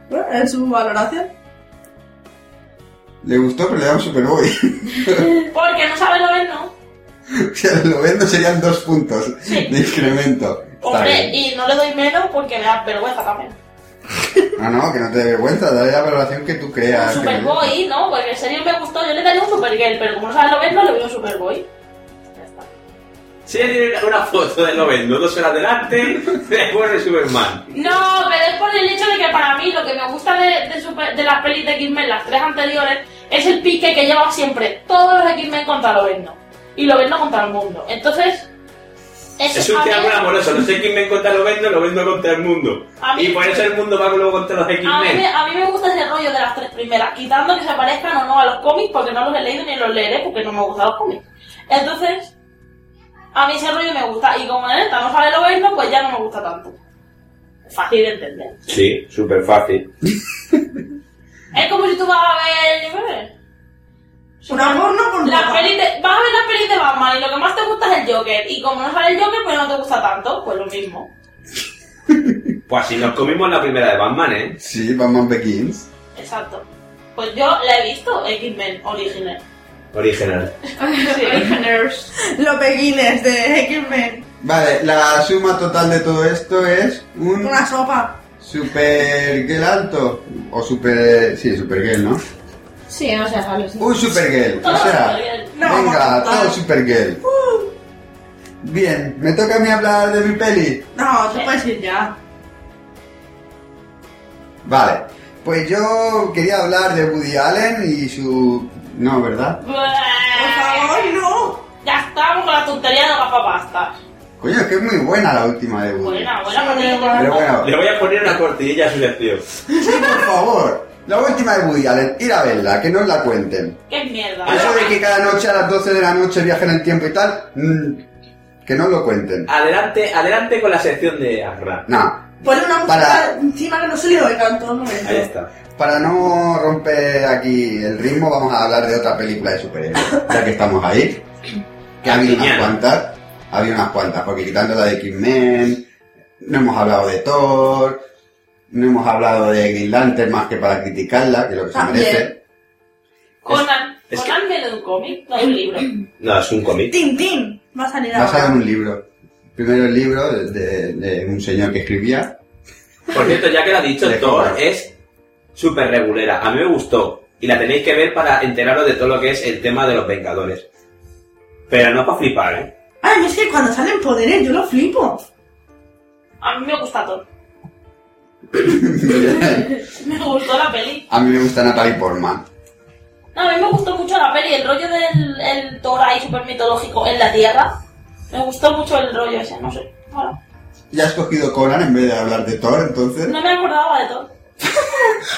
E: Bueno, en su valoración.
A: Le gustó, pero le damos Superboy.
G: Porque no sabe lo vendo.
A: o sea, lo vendo serían dos puntos
G: Sí.
A: de incremento. Está
G: Hombre,
A: bien.
G: y no le doy menos porque me da vergüenza también.
A: No, no, que no te dé vergüenza, dale la valoración que tú
G: Un
A: creas. que
G: Superboy, ¿no? Porque en serio me gustó. Yo le daría un Supergirl, pero como no sabe lo vendo, le doy un Superboy. Ya está.
D: Si ella tiene una foto de Lobezno, dos horas delante, después de Superman.
G: No, pero es por el hecho de que para mí lo que me gusta de, de super- de las pelis de X-Men, las tres anteriores, es el pique que lleva siempre todos los X-Men contra Lobezno. Y Lobezno contra el mundo. Entonces, eso
D: Es un
G: a mí-
D: triángulo amoroso, no sé X-Men contra Lobezno, Lobezno contra el mundo.
G: A mí-
D: Y por eso el mundo va luego contra los
G: A mí, me,
D: X-Men.
G: a mí me gusta ese rollo de las tres primeras, quitando que se parezcan o no a los cómics, porque no los he leído ni los leeré porque no me gustan los cómics. Entonces, a mí ese rollo me gusta. Y como la neta no sabe lo verlo, pues ya no me gusta tanto. Fácil de entender.
D: Sí, súper fácil.
G: Es como si tú vas a ver. yo qué sé,
E: Una porno con
G: La
E: ropa.
G: peli de- vas a ver la peli de Batman y lo que más te gusta es el Joker. Y como no sale el Joker, pues no te gusta tanto. Pues lo mismo.
D: Pues así nos comimos la primera de Batman, ¿eh?
A: Sí, Batman Begins.
G: Exacto. Pues yo la he visto, X-Men Original.
D: Original.
C: Orígenes.
E: Los peguines de X-Men.
A: Vale, la suma total de todo esto es un
E: Una sopa.
A: Supergirl alto. O super. Sí, Supergirl, ¿no?
C: Sí, o sea, sale sí.
A: Un Supergirl,
G: Todo
A: o sea.
G: Supergirl.
E: No,
A: venga,
E: vamos a
A: todo Supergirl.
E: Uh,
A: Bien, me toca a mí hablar de mi peli.
E: No, tú puedes ir ya.
A: Vale, pues yo quería hablar de Woody Allen y su. No, ¿verdad?
E: Por favor, no.
G: Ya estamos con la tontería de la papasta.
A: Coño, es que es muy buena la última de Woody.
G: Buena,
E: Sí,
G: buena
E: buena.
A: Pero
G: tontería.
A: bueno,
D: Le voy a poner una cortinilla a su lección.
A: sí, por favor. La última de Woody Allen, ir a verla, que no os la cuenten.
G: Qué mierda.
A: Eso de que cada noche a las 12 de la noche viajan en el tiempo y tal, mm, que no lo cuenten.
D: Adelante, adelante con la sección de Agra.
A: No,
E: Ponle una música
A: Para.
E: encima que no se le oigan todo el momento.
D: Ahí está.
A: para no romper aquí el ritmo, vamos a hablar de otra película de superhéroes, ya que estamos ahí. Que ha habido unas
D: Genial.
A: cuantas, ha habido unas cuantas, porque quitando la de X-Men, no hemos hablado de Thor, no hemos hablado de Green Lantern más que para criticarla, que es lo que se
E: También.
A: merece.
G: Conan,
D: es
G: Conan viene de un cómic, no de un libro.
D: No, es un cómic.
E: Tintín. Va a salir
A: Basado en
E: ahora.
A: un libro. Primero el libro de- de- de un señor que escribía,
D: Por cierto, ya que lo ha dicho,
A: De
D: Thor
A: comprar.
D: es súper regulera. A mí me gustó. Y la tenéis que ver para enteraros de todo lo que es el tema de los Vengadores. Pero no para flipar, ¿eh?
E: Ay, es que cuando salen poderes yo lo flipo.
G: A mí me gusta todo. me gustó la peli.
A: A mí me gusta Natalie Portman.
G: No, a mí me gustó mucho la peli, el rollo del el Thor ahí super mitológico en la Tierra. Me gustó mucho el rollo ese, no sé. Bueno,
A: Ya has cogido Conan en vez de hablar de Thor, entonces.
G: no me acordaba de Thor.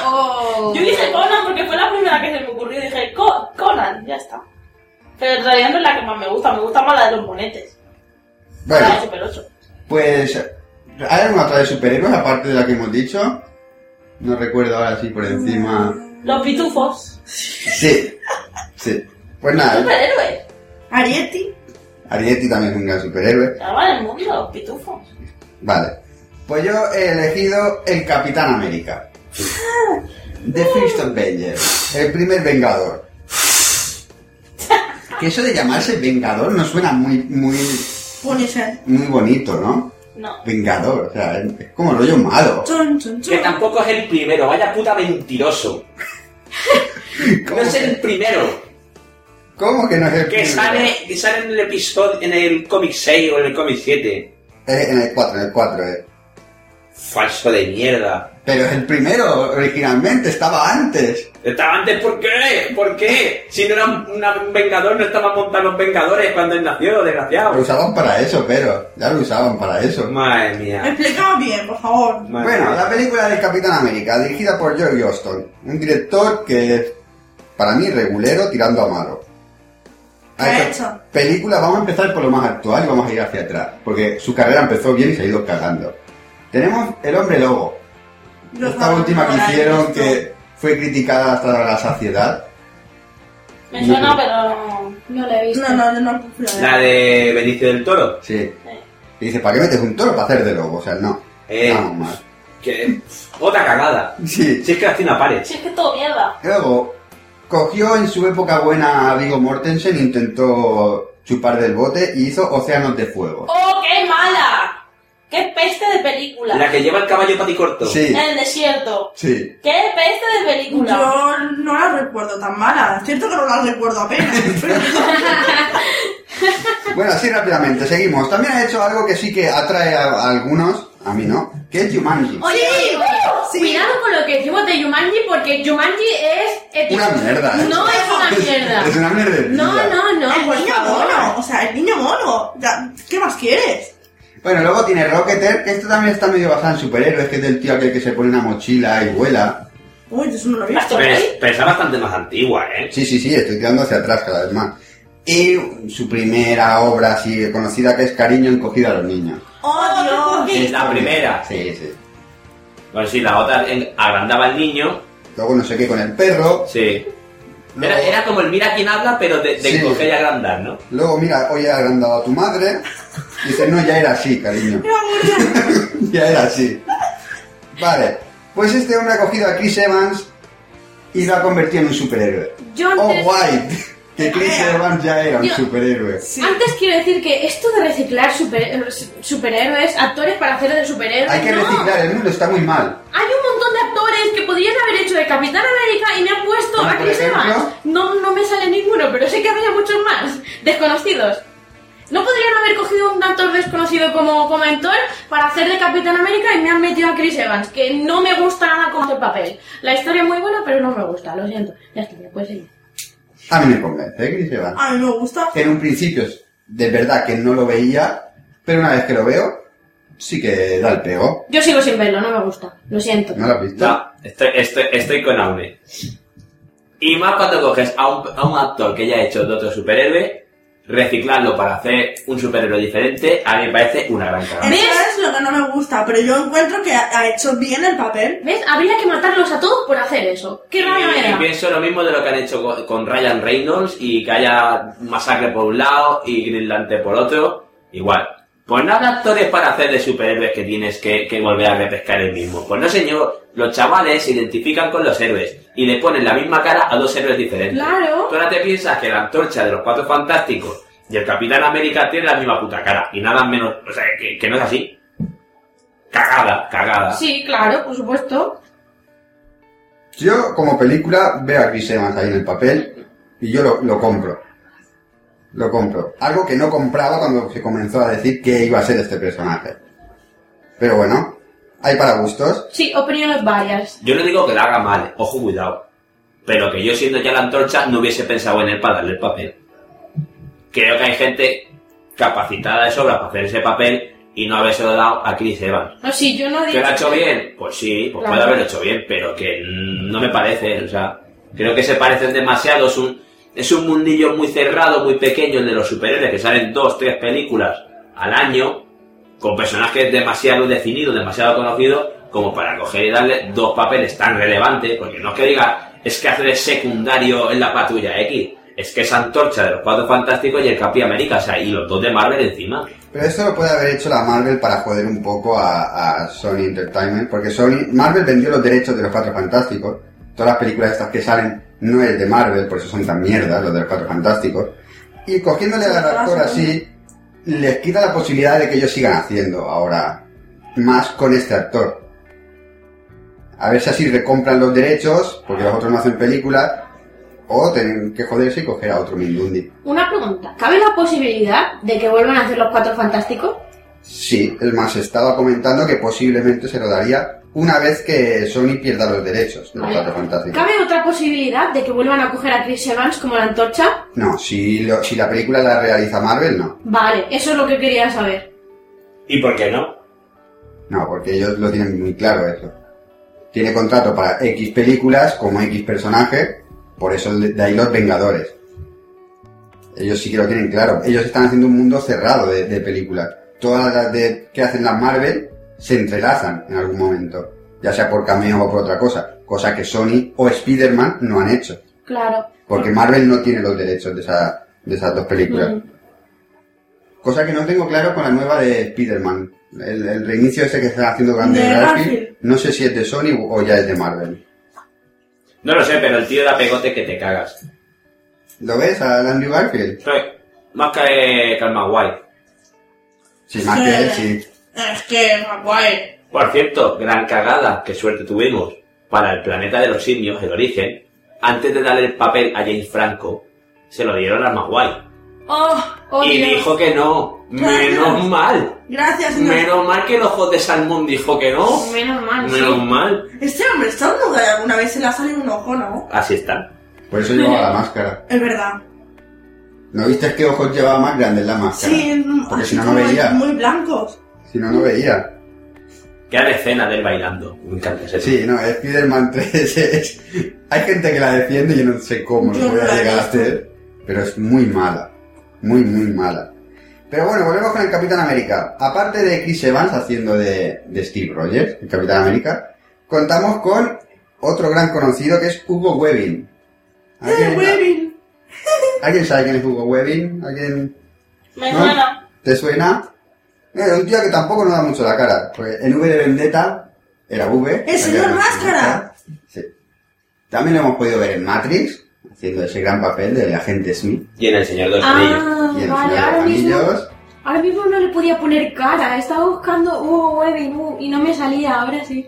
C: Oh.
G: Yo dije Conan porque fue la primera que se me ocurrió. Dije "Co- Conan, ya está. Pero en realidad no es la que más me gusta, me gusta más la de los monetes. La de
A: Bueno,
G: Super 8.
A: pues. ¿Hay alguna otra de superhéroes aparte de la que hemos dicho? No recuerdo ahora sí por encima.
G: Los pitufos.
A: Sí, sí. Pues nada,
G: Superhéroes.
E: Arieti.
A: Arietti también es un gran superhéroe.
G: Salvan el mundo, los pitufos.
A: Vale. Pues yo he elegido el Capitán América. The First Avenger. El primer Vengador. Que eso de llamarse Vengador no suena muy, muy,
E: Punisher.
A: muy bonito, ¿no?
G: No.
A: Vengador, o sea, es como rollo malo.
E: Chun, chun, chun.
D: Que tampoco es el primero, vaya puta mentiroso. No
A: ¿Cómo
D: es
A: que-
D: el primero.
A: ¿Cómo que no es el
D: Que
A: primero?
D: sale, que sale en el episodio, en el cómic 6 o en el cómic 7.
A: Es Eh, en el 4, en el 4, eh.
D: Falso de mierda.
A: Pero es el primero, originalmente, estaba antes.
D: Estaba antes, ¿por qué? ¿Por qué? Si no era un una- un vengador, no estaban montados los vengadores cuando él nació,
A: Lo
D: desgraciado.
A: usaban para eso, pero. Ya lo usaban para eso.
D: Madre mía.
E: Explícame bien, por favor.
D: Madre
A: Bueno,
D: mía.
A: la película del Capitán América, dirigida por George Austin, un director que es, para mí, regulero tirando a malo.
E: ¿Qué ha hecho?
A: Película, vamos a empezar por lo más actual y vamos a ir hacia atrás, porque su carrera empezó bien y se ha ido cagando. Tenemos El Hombre Lobo,
E: Yo
A: esta
E: no-
A: última que
E: no la he
A: hicieron
E: visto.
A: que fue criticada hasta la saciedad.
G: Me suena, pero no le he visto.
E: No, no, yo no.
D: La de Benicio del Toro.
A: Sí. Y dice, ¿para qué metes un toro para hacer de lobo? O sea, no.
D: Eh.
A: Vamos mal.
D: Que otra cagada.
A: Sí.
D: Si es que la tiene pared.
G: Si es que es todo mierda.
A: Luego, cogió en su época buena a Vigo Mortensen, intentó chupar del bote y hizo Océanos de Fuego.
G: ¡Oh, qué mala! ¡Qué peste de película!
D: La que lleva el caballo paticorto.
A: Sí,
G: En el desierto.
A: sí.
G: ¡Qué peste de película!
E: Yo no la recuerdo tan mala. Es cierto que no la recuerdo apenas.
A: Bueno, así rápidamente, seguimos. También ha hecho algo que sí que atrae a, a algunos, a mí no, que es Jumanji.
C: Oye, oye, oye, cuidado con lo que decimos de Yumanji porque Yumanji es ético.
A: Una mierda, ¿eh?
C: No es una mierda.
A: Es una mierda.
C: No, no, no,
E: el
C: por
E: niño
C: favor.
E: mono. O sea, el niño mono. Ya, ¿Qué más quieres?
A: Bueno, luego tiene Rocketer, que esto también está medio basado en superhéroes, que es del tío aquel que se pone una mochila y vuela.
E: Uy, yo eso no lo he visto.
D: Pero, es- pero está bastante más antigua, ¿eh?
A: Sí, sí, sí, estoy tirando hacia atrás cada vez más. Y su primera obra así conocida que es Cariño encogido a los niños.
E: ¡Oh, Dios!
D: Es la primera.
A: Sí, sí.
D: Bueno, sí, la otra en- agrandaba al niño.
A: Luego no sé qué con el perro.
D: Sí.
A: Luego,
D: Era, era como el mira quién habla, pero de, de
A: Sí.
D: coger y agrandar, ¿no?
A: luego, mira, hoy ha agrandado a tu madre. Dice, no, ya era así, cariño. ya era así. Vale. Pues este hombre ha cogido a Chris Evans y lo ha convertido en un superhéroe.
C: Yo
A: Oh,
C: antes,
A: guay. Que Chris Evans ya era un
C: Yo-
A: superhéroe.
C: antes quiero decir que esto de reciclar super- superhéroes, actores para hacer de superhéroes,
A: Hay que
C: no.
A: reciclar, el mundo está muy mal.
C: Hay un montón de actores que podrían haber hecho de Capitán América y me han puesto
A: Como
C: a
A: por
C: Chris
A: ejemplo.
C: Evans. No, no me sale ninguno, pero sé que había muchos más desconocidos. ¿No podrían haber cogido un actor desconocido como, como mentor para hacer de Capitán América y me han metido a Chris Evans? Que no me gusta nada como hace el papel. La historia es muy buena, pero no me gusta, lo siento. Ya está, ya puedes seguir.
A: A mí me convence, ¿eh, Chris Evans.
E: A mí me gusta.
A: En un principio, de verdad que no lo veía, pero una vez que lo veo, sí que da el pego.
C: Yo sigo sin verlo, no me gusta, lo siento.
A: ¿No lo has visto?
D: No, estoy, estoy, estoy con Aune. Y más cuando coges a un, a un actor que ya ha hecho de otro superhéroe, reciclarlo para hacer un superhéroe diferente, a mí me parece una gran cagada.
E: Eso es lo que no me gusta, pero yo encuentro que ha ha hecho bien el papel.
C: ¿Ves? Habría que matarlos a todos por hacer eso. ¡Qué rabia me
D: Eh, Y
C: da!
D: pienso lo mismo de lo que han hecho con, con Ryan Reynolds y que haya masacre por un lado y Green Lantern por otro. Igual. Pues no habrá actores para hacer de superhéroes que tienes que, que volver a repescar el mismo. Pues no, señor. Los chavales se identifican con los héroes y le ponen la misma cara a dos héroes diferentes.
C: Claro.
D: Tú ahora te piensas que la antorcha de los cuatro fantásticos y el Capitán América tienen la misma puta cara. Y nada menos. O sea, que, que no es así. Cagada, cagada.
C: Sí, claro, por supuesto.
A: Yo, como película, veo a Chris Evans ahí en el papel y yo lo, lo compro. Lo compro. Algo que no compraba cuando se comenzó a decir que iba a ser este personaje. Pero bueno, hay para gustos.
C: Sí, opiniones varias.
D: Yo no digo que la haga mal, ojo, cuidado. Pero que yo siendo ya la antorcha no hubiese pensado en él para darle el papel. Creo que hay gente capacitada de sobra para hacer ese papel y no haberse lo dado a Chris Evans.
C: No, sí, yo no digo.
D: ¿Que lo ha hecho bien? Pues sí, pues
C: Claro.
D: puede haberlo hecho bien, pero que mm, no me parece, o sea, creo que se parecen demasiado, es un, es un mundillo muy cerrado, muy pequeño el de los superhéroes, que salen dos, tres películas al año, con personajes demasiado definidos, demasiado conocidos, como para coger y darle dos papeles tan relevantes, porque no es que diga, es que hace de secundario en la patrulla X, es que es Antorcha de los Cuatro Fantásticos y el Capi América, o sea, y los dos de Marvel encima.
A: Pero esto lo puede haber hecho la Marvel para joder un poco a, a Sony Entertainment, porque Sony, Marvel vendió los derechos de los Cuatro Fantásticos. Todas las películas estas que salen no es de Marvel, por eso son tan mierdas los de los Cuatro Fantásticos. Y cogiéndole al actor así, les quita la posibilidad de que ellos sigan haciendo ahora más con este actor. A ver si así recompran los derechos, porque los otros no hacen películas, O tener que joderse y coger a otro Mindundi.
C: Una pregunta. ¿Cabe la posibilidad de que vuelvan a hacer los cuatro fantásticos?
A: Sí, el más, estaba comentando que posiblemente se lo daría una vez que Sony pierda los derechos de los
C: Vale.
A: Cuatro Fantásticos.
C: ¿Cabe otra posibilidad de que vuelvan a coger a Chris Evans como la antorcha?
A: No, si, lo- si la película la realiza Marvel, no.
C: Vale, eso es lo que quería saber.
H: ¿Y por qué no?
A: No, porque ellos lo tienen muy claro eso. Tiene contrato para X películas como X personaje, por eso de de ahí los Vengadores. Ellos sí que lo tienen claro. Ellos están haciendo un mundo cerrado de, de películas. Todas las de- que hacen las Marvel se entrelazan en algún momento, ya sea por cameo o por otra cosa, cosa que Sony o Spider-Man no han hecho,
C: Claro.
A: porque Marvel no tiene los derechos de, esa- de esas dos películas.
C: Mm.
A: Cosa que no tengo claro con la nueva de Spider-Man. El, el reinicio ese que está haciendo grande
E: De
A: Garfield,
E: Garfield.
A: No sé si es de Sony o ya es de Marvel.
H: No lo sé, pero el tío da pegote que te cagas.
A: ¿Lo ves al Andrew Garfield?
H: Soy más que, que el Maguire.
A: Sí, más que él, sí.
E: Es que, guay.
H: Por cierto, gran cagada, qué suerte tuvimos para el planeta de los simios, el origen. Antes de darle el papel a James Franco, se lo dieron al Maguire.
E: Oh, oh,
H: y
E: Dios.
H: dijo que no. Menos
E: Gracias.
H: mal.
E: Gracias, señor.
H: Menos mal que el ojo de salmón dijo que no.
C: Menos mal, sí.
H: Menos mal.
E: Este hombre está un lugar, alguna vez se le ha salido un ojo, ¿no?
H: Así está.
A: Por eso llevaba la máscara.
E: Es verdad.
A: ¿No viste qué ojos llevaba más grandes la máscara?
E: Sí,
A: Porque
E: así
A: si no, no
E: como
A: veía.
E: Muy blancos.
A: Si no, no veía.
H: Qué escena del bailando. Me encanta ese
A: Sí, no, Spider-Man 3 es... Hay gente que la defiende y yo no sé cómo
E: Yo
A: lo voy
E: no
A: a
E: la he
A: llegar a
E: visto.
A: hacer. Pero es muy mala. Muy, muy mala. Pero bueno, volvemos con el Capitán América. Aparte de Chris Evans haciendo de, de Steve Rogers, el Capitán América, contamos con otro gran conocido que es Hugo Webbing. Ah,
E: ¡Eh, Webin!
A: ¿Alguien sabe quién es Hugo Webbing? ¿Alguien
G: Me
A: ¿No?
G: suena.
A: te suena? Es un tío que tampoco nos da mucho la cara. Porque en V de Vendetta era V.
E: ¡El señor
A: era-
E: Máscara!
A: Sí. También lo hemos podido ver en Matrix, haciendo ese gran papel del agente Smith
H: Y en El Señor de los Anillos.
C: Ah,
A: y en
C: vale,
A: Señor de
C: ahora
A: los
C: mismo,
A: Anillos.
C: ahora mismo no le podía poner cara. Estaba buscando Hugo Webbing uh, y no me salía, ahora sí.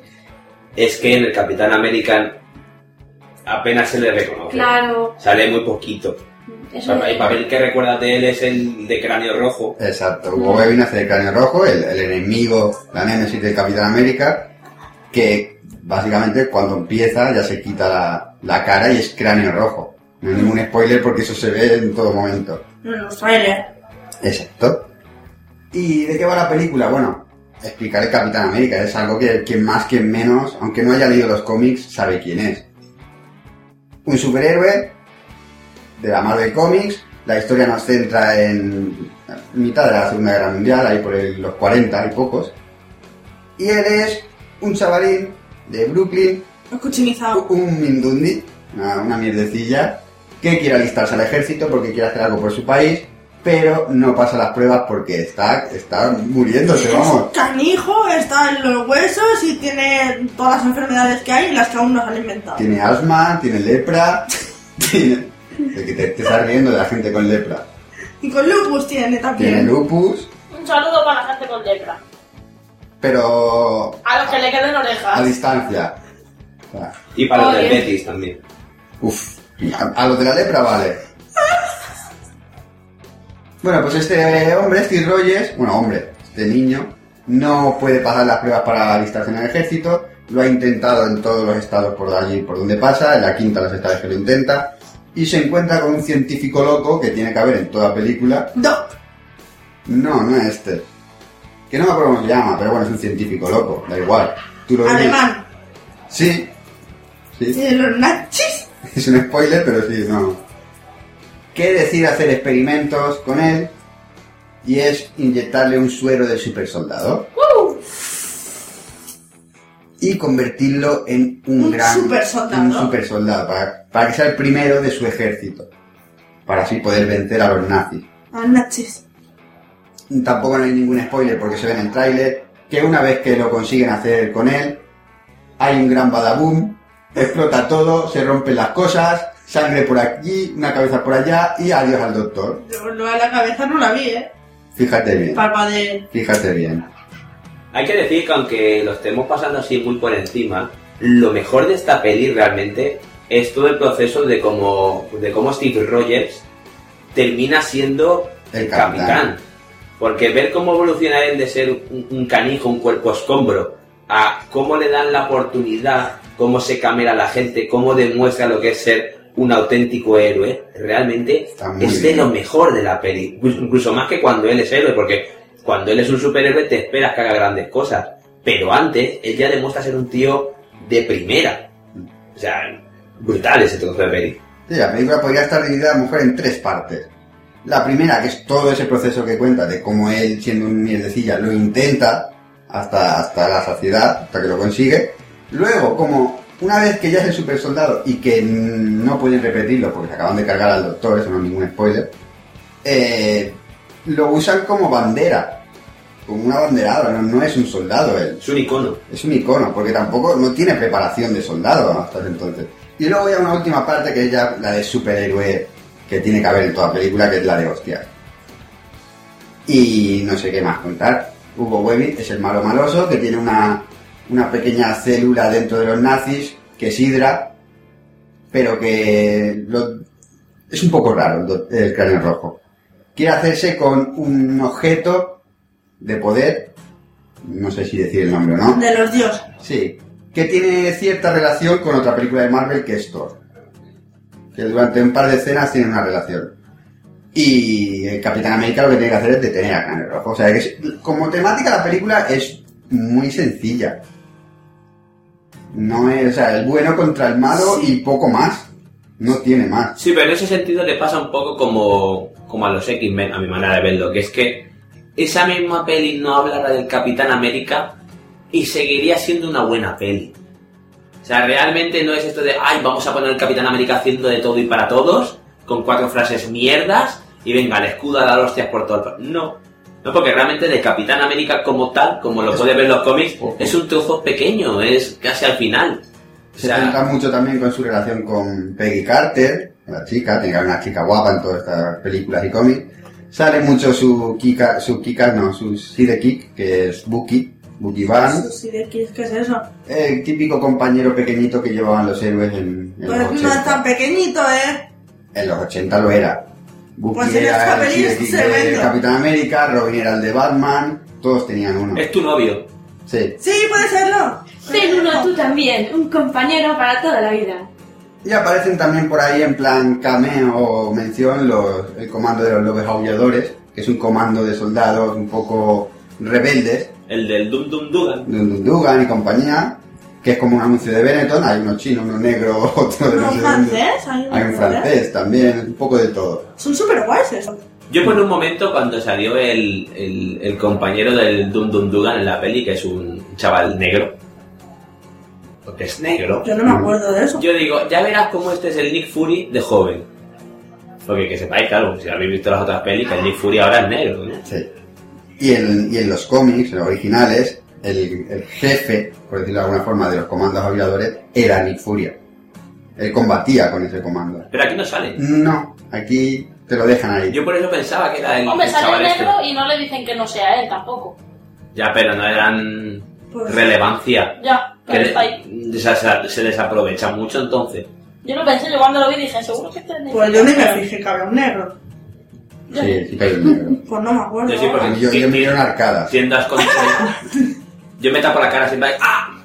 H: Es que en el Capitán American apenas se le reconoce.
C: Claro.
H: Sale muy poquito. O
C: Eso
H: sea, el papel que recuerdas de él es el de cráneo rojo.
A: Exacto, Hugo Webbing hace el cráneo rojo, el, el enemigo, la némesis del Capitán América, que básicamente cuando empieza ya se quita la, la cara y es cráneo rojo. No hay ningún spoiler porque eso se ve en todo momento.
E: No, no, suele.
A: Exacto. ¿Y de qué va la película? Bueno, explicaré Capitán América. Es algo que quien más, quien menos, aunque no haya leído los cómics, sabe quién es. Un superhéroe de la Marvel Comics. La historia nos centra en mitad de la Segunda Guerra Mundial, ahí por el- los 40 y pocos. Y él es un chavalín de Brooklyn
E: Lo cuchinizado.
A: Ah, un mindundi, una, una mierdecilla, que quiere alistarse al ejército porque quiere hacer algo por su país, pero no pasa las pruebas porque está, está muriéndose, vamos.
E: Es canijo, está en los huesos y tiene todas las enfermedades que hay y las que aún no se han inventado.
A: Tiene asma, tiene lepra, tiene... el que te, te estás riendo de la gente con lepra.
E: Y con lupus tiene también.
A: Tiene lupus,
G: Un saludo para la gente con lepra.
A: pero
G: A los que le queden
A: a
G: orejas.
A: distancia. O sea,
H: Y para los del
C: Oye.
H: Betis también.
A: Uf, a, a lo de la lepra vale. Bueno, pues este hombre, Steve Rogers, bueno, hombre, este niño, no puede pasar las pruebas para alistarse en el ejército. Lo ha intentado en todos los estados por allí, por donde pasa, en la quinta de los estados que lo intenta. Y se encuentra con un científico loco que tiene que haber en toda película.
E: Doc.
A: No, no es este. Que no me acuerdo cómo se llama, pero bueno, es un científico loco, da igual. Tú lo ves-
E: alemán.
A: Sí. Sí.
E: Y los nazis.
A: Es un spoiler, pero sí, no. Que decide hacer experimentos con él y es inyectarle un suero de supersoldado. Y convertirlo en un,
E: Un
A: gran
E: supersoldado.
A: un supersoldado, para, para que sea el primero de su ejército. Para así poder vencer a los nazis.
E: Los nazis.
A: Tampoco no hay ningún spoiler porque se ve en el tráiler que una vez que lo consiguen hacer con él, hay un gran badaboom, explota todo, se rompen las cosas, sangre por aquí, una cabeza por allá y adiós al doctor.
E: Yo lo de la cabeza no la vi, eh.
A: Fíjate bien,
E: Palma de.
A: fíjate bien.
H: Hay que decir que aunque lo estemos pasando así muy por encima, lo mejor de esta peli realmente
D: es todo el proceso de cómo, de cómo Steve Rogers termina siendo
A: El
D: el
A: capitán.
D: capitán. Porque ver cómo evoluciona él de ser un, un canijo, un cuerpo escombro, a cómo le dan la oportunidad, cómo se camela a la gente, cómo demuestra lo que es ser un auténtico héroe, realmente
A: Está muy
D: es de
A: bien.
D: lo mejor de la peli. Incluso- Incluso más que cuando él es héroe, porque cuando él es un superhéroe te esperas que haga grandes cosas. Pero antes, él ya demuestra ser un tío de primera. O sea, brutal ese trozo de peli.
A: Sí, la película podría estar dividida a lo mejor en tres partes. La primera, que es todo ese proceso que cuenta de cómo él, siendo un mierdecilla, lo intenta hasta, hasta la saciedad, hasta que lo consigue. Luego, como una vez que ya es el super soldado y que mm, no pueden repetirlo porque se acaban de cargar al doctor, eso no es ningún spoiler, eh, lo usan como bandera, como una banderada, no, no es un soldado él
D: Es un icono.
A: es un icono, porque tampoco no tiene preparación de soldado hasta ese entonces. Y luego ya una última parte que es ya la de superhéroe que tiene que haber en toda película, que es la de hostia. Y no sé qué más contar. Hugo Webbing es el malo maloso, que tiene una, una pequeña célula dentro de los nazis, que es Hydra, pero que lo- es un poco raro el, do- el cráneo rojo. Quiere hacerse con un objeto de poder, no sé si decir el nombre o no.
E: De los dioses.
A: Sí, que tiene cierta relación con otra película de Marvel que es Thor. Que durante un par de escenas tiene una relación. Y el Capitán América lo que tiene que hacer es detener a Cráneo Rojo. O sea, que es- como temática la película es muy sencilla. No es, o sea, el bueno contra el malo y poco más. No tiene más.
D: Sí, pero en ese sentido le pasa un poco como, como a los X-Men, a mi manera de verlo, que es que esa misma peli no hablara del Capitán América y seguiría siendo una buena peli. O sea, realmente no es esto de, ay, vamos a poner al Capitán América haciendo de todo y para todos, con cuatro frases mierdas, y venga, el escudo a dar hostias por todo el... pa-". No. No, porque realmente de Capitán América como tal, como lo puedes ver en los cómics, es un trozo pequeño, es casi al final. O
A: Se
D: sea,
A: centra mucho también con su relación con Peggy Carter, la chica, tiene que haber una chica guapa en todas estas películas y cómics. Sale mucho su Kika, su Kika, no, su Side Kick, que es Bucky, Bucky Van,
E: Sí, de aquí, ¿Qué es eso?
A: el típico compañero pequeñito que llevaban los héroes en, en
E: Pues
A: los
E: no es
A: 80.
E: tan pequeñito, ¿eh?
A: En los 80 lo era. Bucky
E: Pues en esta
A: era el
E: peli
A: Side
E: es
A: Kick de
E: tremendo.
A: Capitán América, Robin era el de Batman, todos tenían uno.
E: Eh,
D: es tu novio.
A: Sí.
E: Sí, puede serlo.
C: Ten uno tú también, un compañero para toda la vida.
A: Y aparecen también por ahí en plan cameo o mención los, el comando de los lobos aulladores, que es un comando de soldados un poco rebeldes,
D: El del Dum Dum Dugan.
A: de un Dugan y compañía, que es como un anuncio de Benetton, hay uno chino, uno negro, otro de
E: ¿No
A: no
E: un
A: sé dónde.
E: francés? ¿Hay un
A: Hay un
E: francés?
A: francés también, un poco de todo.
E: Son súper guays eso.
D: Yo por un momento cuando salió el, el- el compañero del Dum Dum Dugan en la peli, que es un chaval negro, porque es negro,
E: Yo no me acuerdo de eso.
D: yo digo, ya verás cómo este es el Nick Fury de joven. Porque que sepáis, claro, si habéis visto las otras pelis, que el Nick Fury ahora es negro, ¿no?
A: Sí. Y, en, y en los cómics, en los originales, el, el jefe, por decirlo de alguna forma, de los comandos aulladores era Nick Furia. Él combatía con ese comando.
D: Pero aquí no sale.
A: No, aquí te lo dejan ahí.
D: Yo por eso pensaba que era el,
G: Hombre,
D: el
G: sale
D: chaval
G: el
D: este.
G: negro y no le dicen que no sea él tampoco.
D: Ya, pero no eran
E: Pues-
D: relevancia.
G: Ya,
D: Que
G: pero está ahí.
D: le- se- se- se desaprovecha mucho entonces.
G: Yo lo pensé, yo cuando lo vi dije, seguro que este es negro.
E: Pues yo ni me fijé que había un negro.
A: Sí, sí que hay un negro.
E: Pues no me acuerdo.
D: Yo sí, porque-
A: Ah, Yo, yo me dieron arcadas.
D: tiendas con yo me tapo la cara siempre ahí, ¡ah!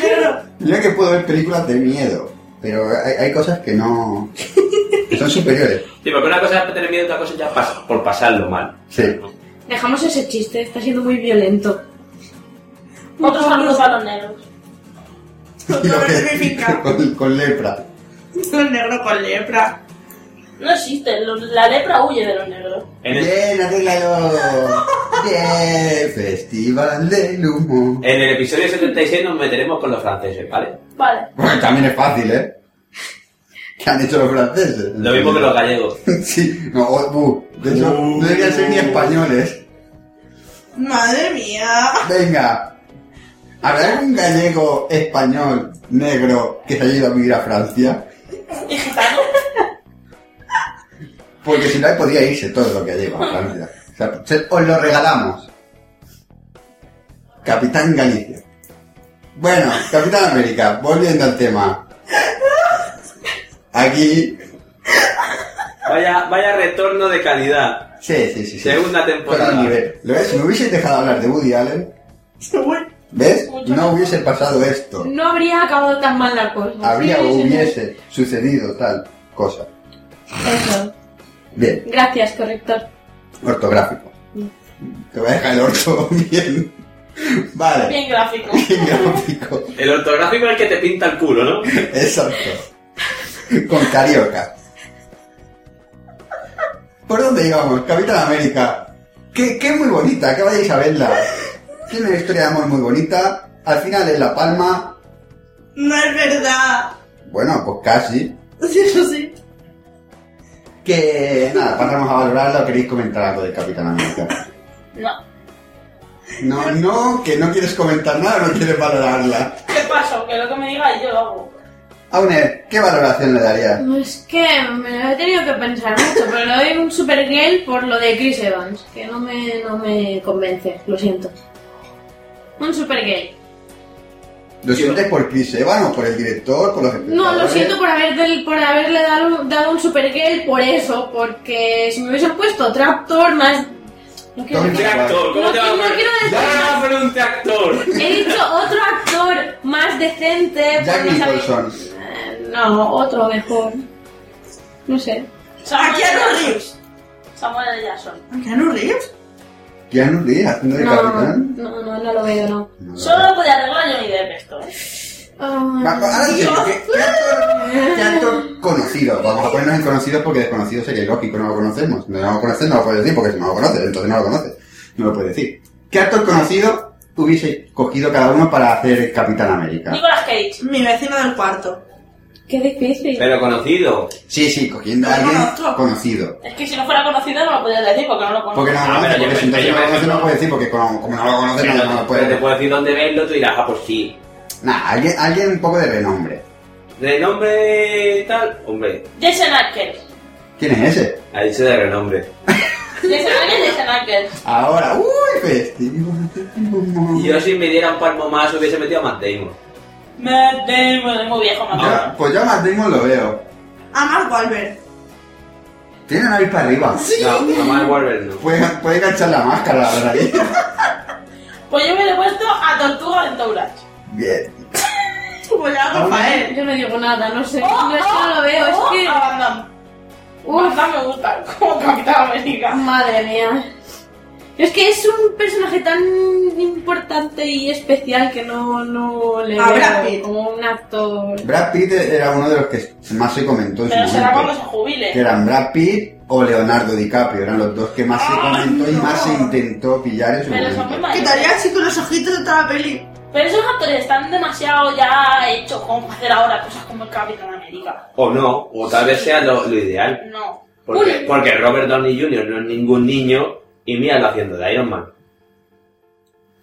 E: Negro.
A: Mira que puedo ver películas de miedo, pero hay, hay cosas que no... que son superiores.
D: Sí, porque una cosa es tener miedo, otra cosa es ya pas- por pasarlo mal.
A: Sí.
C: Dejamos ese chiste, está siendo muy violento.
G: Otro saludo para los negros.
E: No
A: Y lo
E: me
A: que-
E: significa.
A: con, con lepra.
E: Un negro con lepra.
G: No existe, lo- la lepra huye de los negros.
D: En el,
A: Bien, arréglalo. Bien, festival del humo.
D: en el episodio 76 nos meteremos con los franceses, ¿vale?
G: Vale.
A: Bueno, también es fácil, ¿eh? ¿Qué han hecho los franceses?
D: Lo mismo que los gallegos.
A: Sí, no, oh, bu, de hecho, no deberían ser ni españoles.
E: Madre mía.
A: Venga, ¿habrá algún gallego español negro que se haya ido a vivir a Francia?
G: Y gitano.
A: Porque si no, ahí podría irse todo lo que lleva a Francia. O sea, se- os lo regalamos. Capitán Galicia. Bueno, Capitán América, volviendo al tema. Aquí.
D: Vaya, vaya retorno de calidad.
A: Sí, sí, sí. sí.
D: Segunda temporada.
A: Pero al nivel. ¿Lo ves? Si me hubieses dejado hablar de Woody Allen, ¿ves?
C: Mucho
A: No
C: mejor.
A: hubiese pasado esto.
C: No habría acabado tan mal la cosa.
A: Ah, Habría
C: Sí,
A: o
C: sí, sí.
A: hubiese sucedido tal cosa.
C: Eso.
A: Bien,
C: Gracias, corrector.
A: ortográfico. Te voy a dejar el orto bien. Vale.
G: Bien gráfico.
A: Bien gráfico.
D: El ortográfico es el que te pinta el culo, ¿no?
A: Exacto. Con carioca. ¿Por dónde íbamos? Capitán América. Qué, qué muy bonita, que vayáis a verla. Tiene una historia de amor muy bonita. Al final es La Palma.
E: No es verdad.
A: Bueno, pues casi.
E: Sí, eso sí.
A: Que nada, pasamos a valorarla o queréis comentar algo de Capitán América.
G: No.
A: No, no, que no quieres comentar nada, no quieres valorarla.
G: ¿Qué pasa? Que lo que me digáis yo lo hago.
A: Aune, ¿qué valoración le darías?
C: Es que me lo he tenido que pensar mucho, pero le doy un Supergirl por lo de Chris Evans, que no me, no me convence, lo siento. Un Supergirl.
A: ¿Lo sientes por Chris Evans o por el director, por los
C: No, lo
A: espectadores?
C: siento por, haber del- por haberle dado, dado un Supergirl por eso, porque si me hubiesen puesto otro actor más... No quiero,
A: Tom
D: Un
C: no
D: actor, ¿cómo te va a
C: quiero- no
D: poner?
C: quiero
D: Ya
C: decir
D: vas a poner un actor.
C: más. He dicho otro actor más decente. por
A: Jack
C: no saber-
A: Nicholson.
C: Eh, No, otro mejor. No sé.
G: Samuel
E: Keanu
G: Jackson.
E: Reeves.
G: Samuel L. Jackson.
E: ¿Keanu Reeves?
A: Keanu Reeves haciendo de
C: No,
A: capitán.
C: no, no, no lo veo, no.
A: No.
G: Solo lo podía arreglar Johnny Depp esto. ¿eh?
A: Va,
C: Ah,
A: va, ahora en serio, ¿qué- qué actor- qué actor conocido? Vamos a ponernos en conocidos porque desconocido sería ilógico, no lo conocemos. No lo conoces, no lo puedes decir porque si no lo conoces, entonces no lo conoces. No lo puedes decir. ¿Qué actor conocido hubiese cogido cada uno para hacer Capitán América?
G: Nicolas Cage.
E: Mi vecino del cuarto.
C: qué difícil.
D: Pero conocido.
A: Sí, sí, cogiendo a
E: Pero
A: alguien
E: conozco.
A: conocido.
G: Es que si no fuera conocido no lo podía decir porque no lo conozco.
A: Porque no lo
D: Ah,
A: conoces,
D: pero yo
A: porque si entonces
D: pensé- yo
A: no lo conoces,
D: pensé-
A: no lo puedes decir porque como, como no lo conoces, no,
D: Pero,
A: no lo
D: pero te
A: puedes.
D: puedo decir dónde verlo, tú dirás, ah, pues sí.
A: Nah, alguien, alguien un poco de renombre.
D: Renombre tal. Hombre,
G: Jason Acker.
A: ¿Quién es ese?
D: ha dicho de renombre.
G: Jason Acker, Jason Acker.
A: Ahora, uy, festivo. festivo.
D: Yo si me diera un palmo más hubiese metido a Matt Damon.
G: Matt Damon. Es muy viejo, Matt
A: Ya,
G: Damon.
A: pues yo a Matt Damon lo veo.
E: A Mark Wahlberg.
A: Tiene nariz para arriba.
D: No, a Mark Wahlberg no.
A: Puede, puede enganchar la máscara, la verdad.
G: Pues yo me he puesto a Tortuga en Tourage.
A: Bien.
E: Pues ya,
A: Aún-
E: Rafael.
C: Yo no digo nada, no sé. no es que no lo veo, es que.
G: Oh. A Van Damme. Van
C: Uf,
G: Damme me gusta como Capitán América.
C: madre mía. Es que es un personaje tan importante y especial que no, no le
E: A Brad
C: veo
E: Pitt.
C: como un actor.
A: Brad Pitt era uno de los que más se comentó en
G: Pero
A: su
G: será cuando
A: momento.
G: se jubile.
A: Que eran Brad Pitt o Leonardo DiCaprio. Eran los dos que más se comentó y
E: no.
A: más se intentó pillar en su
G: Ah, Pero son muy
A: momento.
E: Quitaría
G: mayores.
E: así con los ojitos de toda la peli.
G: Pero esos actores están demasiado ya hechos como para hacer ahora cosas como el Capitán América.
D: O no, o tal vez sea lo, lo ideal.
G: No.
D: Porque,
G: Uy,
D: porque Robert Downey Jr. no es ningún niño y míralo haciendo de Iron Man.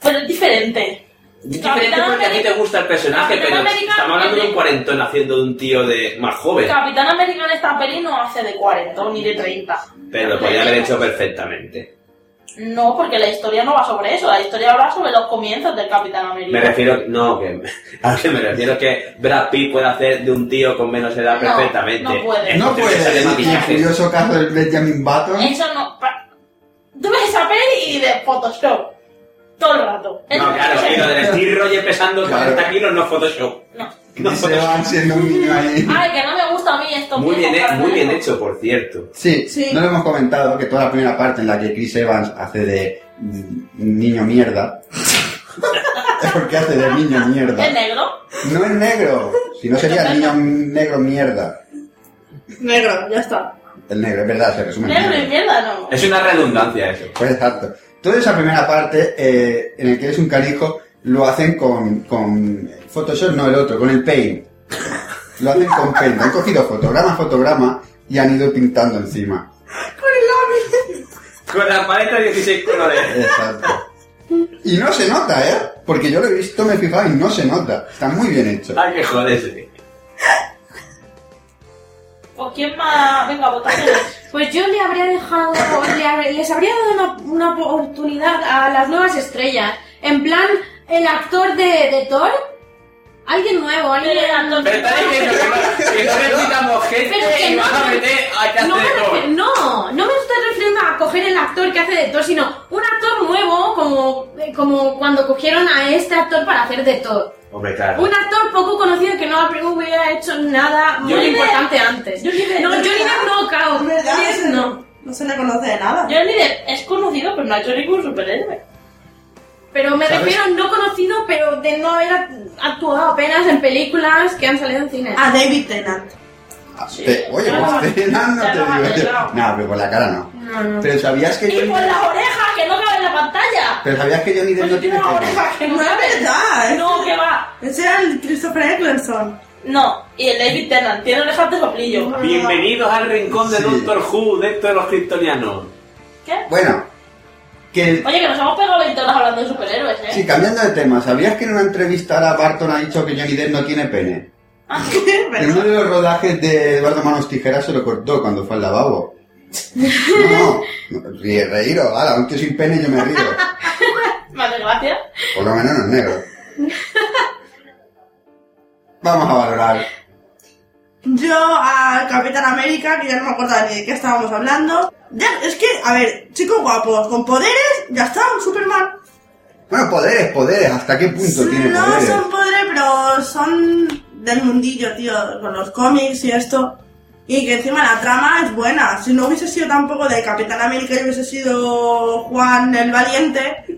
G: Pero es diferente.
D: Es
G: Capitán
D: diferente porque a ti te
G: América-
D: gusta el personaje,
G: Capitán
D: pero
G: América
D: estamos hablando de un
G: es-
D: cuarentón haciendo de un tío de más joven.
G: Capitán América en esta peli no hace de 40 ni de 30.
D: Pero lo podía haber hecho perfectamente.
G: No, porque la historia no va sobre eso. La historia va sobre los comienzos del Capitán América.
D: Me refiero, no, que, a lo que me refiero es que Brad Pitt puede hacer de un tío con menos edad
G: No,
D: perfectamente.
G: no puede.
D: Es
A: No
D: cuestión de
A: puede
D: saber
A: ser el
D: maquillaje.
A: curioso caso del Benjamin Button.
G: Eso no. pa- Tú ves esa peli y de Photoshop. Todo el rato. Eso
D: No, claro,
G: es-
D: y lo del Steve Rogers pesando
A: Claro.
D: 40 kilos no es Photoshop.
G: No.
A: Que se van siendo un niño ahí.
G: Ay, que no me gusta a mí esto.
D: Muy bien, he-
G: viejos
D: muy bien
G: caracteres.
D: hecho, por cierto.
A: Sí,
E: Sí.
A: no lo hemos comentado que toda la primera parte en la que Chris Evans hace de mm, niño mierda. es porque hace de niño mierda.
G: ¿Es negro?
A: No es negro, si no sería niño negro mierda.
E: Negro, ya está.
A: El negro, es verdad, se resume. en
G: Negro y
A: negro.
G: mierda, no.
D: Es una redundancia eso.
A: Pues exacto. Toda esa primera parte eh, en el que eres un canijo lo hacen con, con Photoshop, no el otro, con el Paint. Lo hacen con Paint. Han cogido fotograma a fotograma y han ido pintando encima.
D: Con la paleta de 16 colores.
A: Exacto. Y no se nota, ¿eh? Porque yo lo he visto, me he fijado y no se nota. Está muy bien hecho.
D: Hay que joderse.
G: Pues quién más. Venga, votaciones.
C: Pues yo le habría dejado, le habré- les habría dado una, una oportunidad a las nuevas estrellas. En plan, el actor de, de Thor Alguien nuevo, alguien.
G: Pero está diciendo
C: Pero-
D: que no necesitamos gente
C: pero que
D: y
C: no,
D: van a meter a
C: no, me
D: Castro.
C: refiero- no, no me estoy refiriendo a coger el actor que hace de Thor, sino un actor nuevo, como, como cuando cogieron a este actor para hacer de Thor.
D: Hombre, claro.
C: Un actor poco conocido que no hubiera hecho nada muy
G: Johnny Depp.
C: importante antes.
G: Johnny Depp.
C: no, Johnny Depp no, cao.
E: Es verdad,
C: Johnny Depp
E: se-
C: no.
E: no se le conoce de nada.
G: Johnny Depp es conocido, pero no ha hecho ningún superhéroe.
C: Pero me
A: ¿Sabes?
C: refiero a no conocido, pero de no haber actuado apenas en películas que han salido en cine.
D: Ah.
E: A David Tennant.
A: Ah, te- oye,
G: Ya lo-
A: pues te, no, no
G: ya
A: te
G: lo
A: digo
G: has
A: yo.
G: arreglado.
A: No, pero por la cara no.
C: No, no.
A: Pero sabías que
G: ¡Y
A: Johnny,
G: por las orejas, que no cabe en la pantalla!
A: pero sabías que Johnny Depp
G: Pues
A: no
G: yo
A: tiene
G: tengo una
A: pelo.
G: oreja que no
E: No es
G: cabe.
E: verdad.
G: No, que va.
E: Ese era el Christopher Eccleston.
G: No, y el David Tennant tiene orejas de soplillo.
D: Bienvenidos al rincón de
A: Sí.
D: Doctor Who, de esto de los kryptonianos.
G: ¿Qué?
A: Bueno, que
G: Oye, que nos hemos pegado 20 horas hablando de superhéroes, ¿eh?
A: sí, cambiando de tema, ¿sabías que en una entrevista ahora Barton ha dicho que Johnny Depp no tiene pene?
E: Ah.
A: En uno de los rodajes de Eduardo Manos Tijeras se lo cortó cuando fue al lavabo. No, no, ríe, reíros, ala, un tío sin pene yo me río.
G: Vale, gracias.
A: Por lo menos no es negro. Vamos a valorar.
E: Yo al Capitán América, que ya no me acuerdo ni de qué estábamos hablando. Ya, es que, a ver, chico guapo, con poderes, ya está, un Superman.
A: Bueno, poderes, poderes, ¿hasta qué punto tiene
E: no
A: poderes?
E: son poderes, pero son del mundillo, tío, con los cómics y esto. Y que encima la trama es buena. Si no hubiese sido tampoco de Capitán América y hubiese sido Juan el Valiente,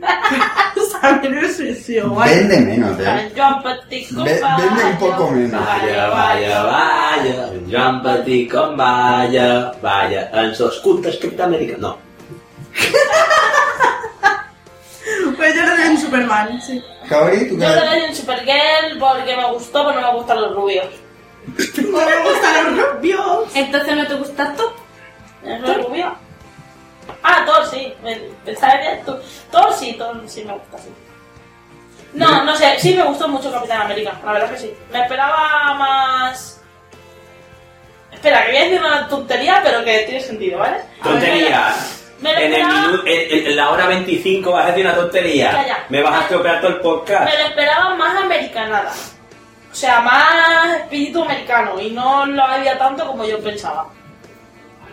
E: también hubiese sido guay.
A: Vende menos, eh.
G: Joan Petit
A: Ve- vende un poco menos.
D: Vaya, vaya, vaya, John Patty con vaya, vaya, en sus cultas criptamérica. No,
E: Pues yo le doy un Superman, sí.
A: Kaori, ¿tú
G: Yo
A: qué?
G: le doy un Supergirl porque me gustó, pero no me gustan los rubios.
E: No me gustan los rubios.
C: Entonces no te gusta tú.
G: ¿Es lo rubio? Ah, Thor sí. Me- Pensaba que tú. Thor sí, Thor sí me gusta, sí. No, no sé, sí me gustó mucho Capitán América, la verdad que sí. Me esperaba más. Espera, que voy a decir una tontería, pero que tiene sentido, ¿vale?
D: tonterías.
G: Me lo
D: En, el
G: esperaba-
D: minu- en- en la hora 25 vas a decir una tontería.
G: Calla.
D: Me vas a estropear todo el podcast.
G: Me lo esperaba más americanada. O sea, más espíritu americano. Y no lo había tanto como yo pensaba.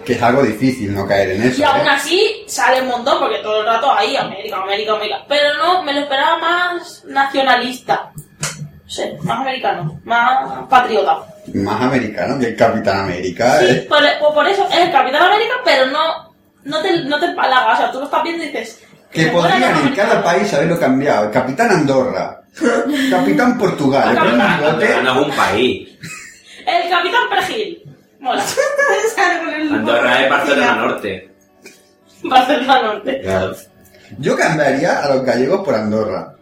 A: Que es algo difícil no caer en eso.
G: Y aún
A: ¿eh?
G: así sale un montón porque todo el rato ahí, América, América, América. Pero no, me lo esperaba más nacionalista. No sé, más americano, más patriota.
A: Más americano que el Capitán América.
G: Sí,
A: ¿eh?
G: por, pues por eso es el Capitán América, pero no, no te, no te empalaga. O sea, tú lo estás viendo y dices.
A: Que
G: me mola
A: podrían
G: más
A: en cada
G: americano.
A: país haberlo cambiado. El Capitán Andorra. Capitán Portugal.
G: Ah,
A: el
G: capitán.
A: gran bigote.
D: Andorra no es un país.
G: El Capitán Pergil. Mola.
E: Sale con el-
D: Andorra es Barcelona Norte.
G: Barcelona Norte.
A: Yo cambiaría a los gallegos por Andorra.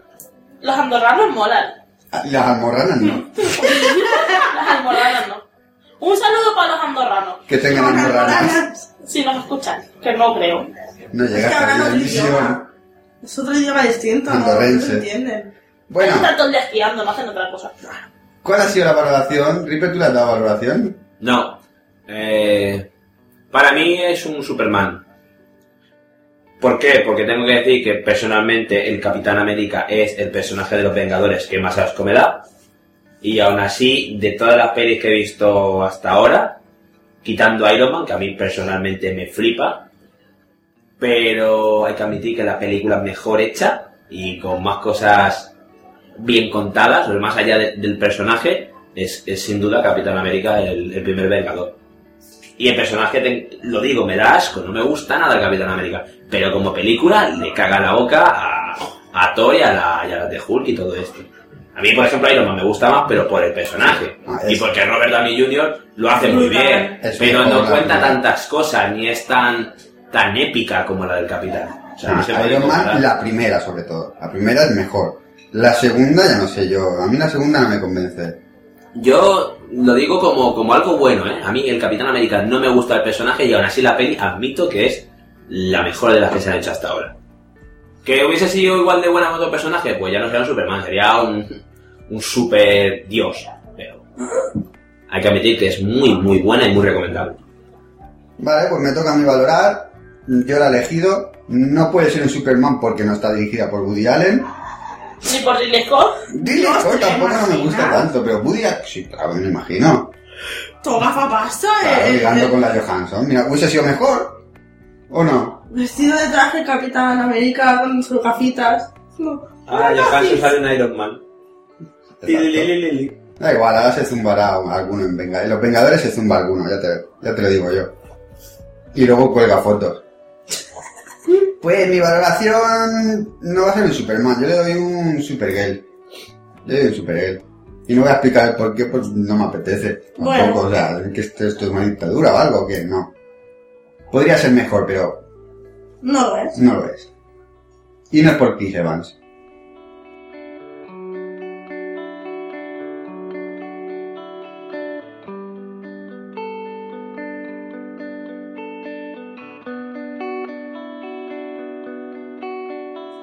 G: Los andorranos molan.
A: A- Las almorranas no.
G: Las almorranas no. Un saludo para los andorranos,
A: Que tengan
E: Con
A: almorranas.
E: almoranas.
G: si nos escuchan, que no creo.
A: No
E: Es
A: llegas
E: que
A: a
E: hablan
A: la
E: otro
A: visión.
E: idioma. Es otro idioma distinto, ¿no? No
A: Andorrense.
E: se entienden.
A: Bueno,
G: Están todo el día esquiando, no hacen otra cosa.
A: ¿cuál ha sido la valoración? Ripper, ¿tú le has dado valoración?
D: No. Eh, para mí es un Superman. ¿Por qué? Porque tengo que decir que personalmente el Capitán América es el personaje de los Vengadores que más asco me da. Y aún así, de todas las pelis que he visto hasta ahora, quitando Iron Man, que a mí personalmente me flipa, pero hay que admitir que la película es mejor hecha y con más cosas bien contadas, pues más allá de- del personaje, es, es sin duda Capitán América el, el primer Vengador. Y el personaje, te- lo digo, me da asco, no me gusta nada el Capitán América, pero como película le caga la boca a, a Thor y a, la, y a las de Hulk y todo esto. A mí, por ejemplo, Iron Man me gusta más, pero por el personaje.
A: Ah,
D: y
A: es-
D: porque Robert Downey Jr. lo hace muy bien,
A: Es
D: pero
A: mejor
D: no
A: la
D: cuenta
A: primera.
D: tantas cosas, ni es tan, tan épica como la del Capitán. O sea, no se
A: Ah,
D: puede
A: Iron Man,
D: comparar.
A: la primera sobre todo. La primera es mejor. La segunda, ya no sé yo. A mí la segunda no me convence.
D: Yo lo digo como, como algo bueno, ¿eh? A mí el Capitán América no me gusta el personaje y aún así la peli admito que es la mejor de las que se han hecho hasta ahora. ¿Que hubiese sido igual de buena con otro personaje? Pues ya no sería un Superman, sería un, un super dios. Pero hay que admitir que es muy, muy buena y muy recomendable.
A: Vale, pues me toca a mí valorar. Yo la he elegido. No puede ser un Superman porque no está dirigida por Woody Allen.
G: ni por Ridley Scott.
A: Dile,
E: Dios,
A: oh,
E: ¿te
A: tampoco no me
E: imaginas?
A: gusta tanto, pero Woody Allen- sí, claro, me lo imagino.
E: Toma papasta,
A: Claro,
E: eh.
A: ligando con la Johansson. Mira, hubiese sido mejor. ¿O no?
E: Vestido de traje Capitán América con sus gafitas. No.
D: Ah,
E: no,
D: Johansson
E: sí.
D: sale en Iron Man. Li, li,
A: Exacto.
D: li, li, li.
A: Da igual, ahora se zumbará alguno en Vengadores. Los Vengadores se zumba alguno, ya te, ya te lo digo yo. Y luego cuelga fotos. Pues mi valoración no va a ser un Superman, yo le doy un Supergirl. Yo le doy un Supergirl. Y no voy a explicar el por qué, pues no me apetece. Tampoco,
E: Bueno.
A: o sea, que esto, esto es una dictadura o algo, que no. Podría ser mejor, pero
E: No lo es.
A: no lo es. Y no es por Chris Evans.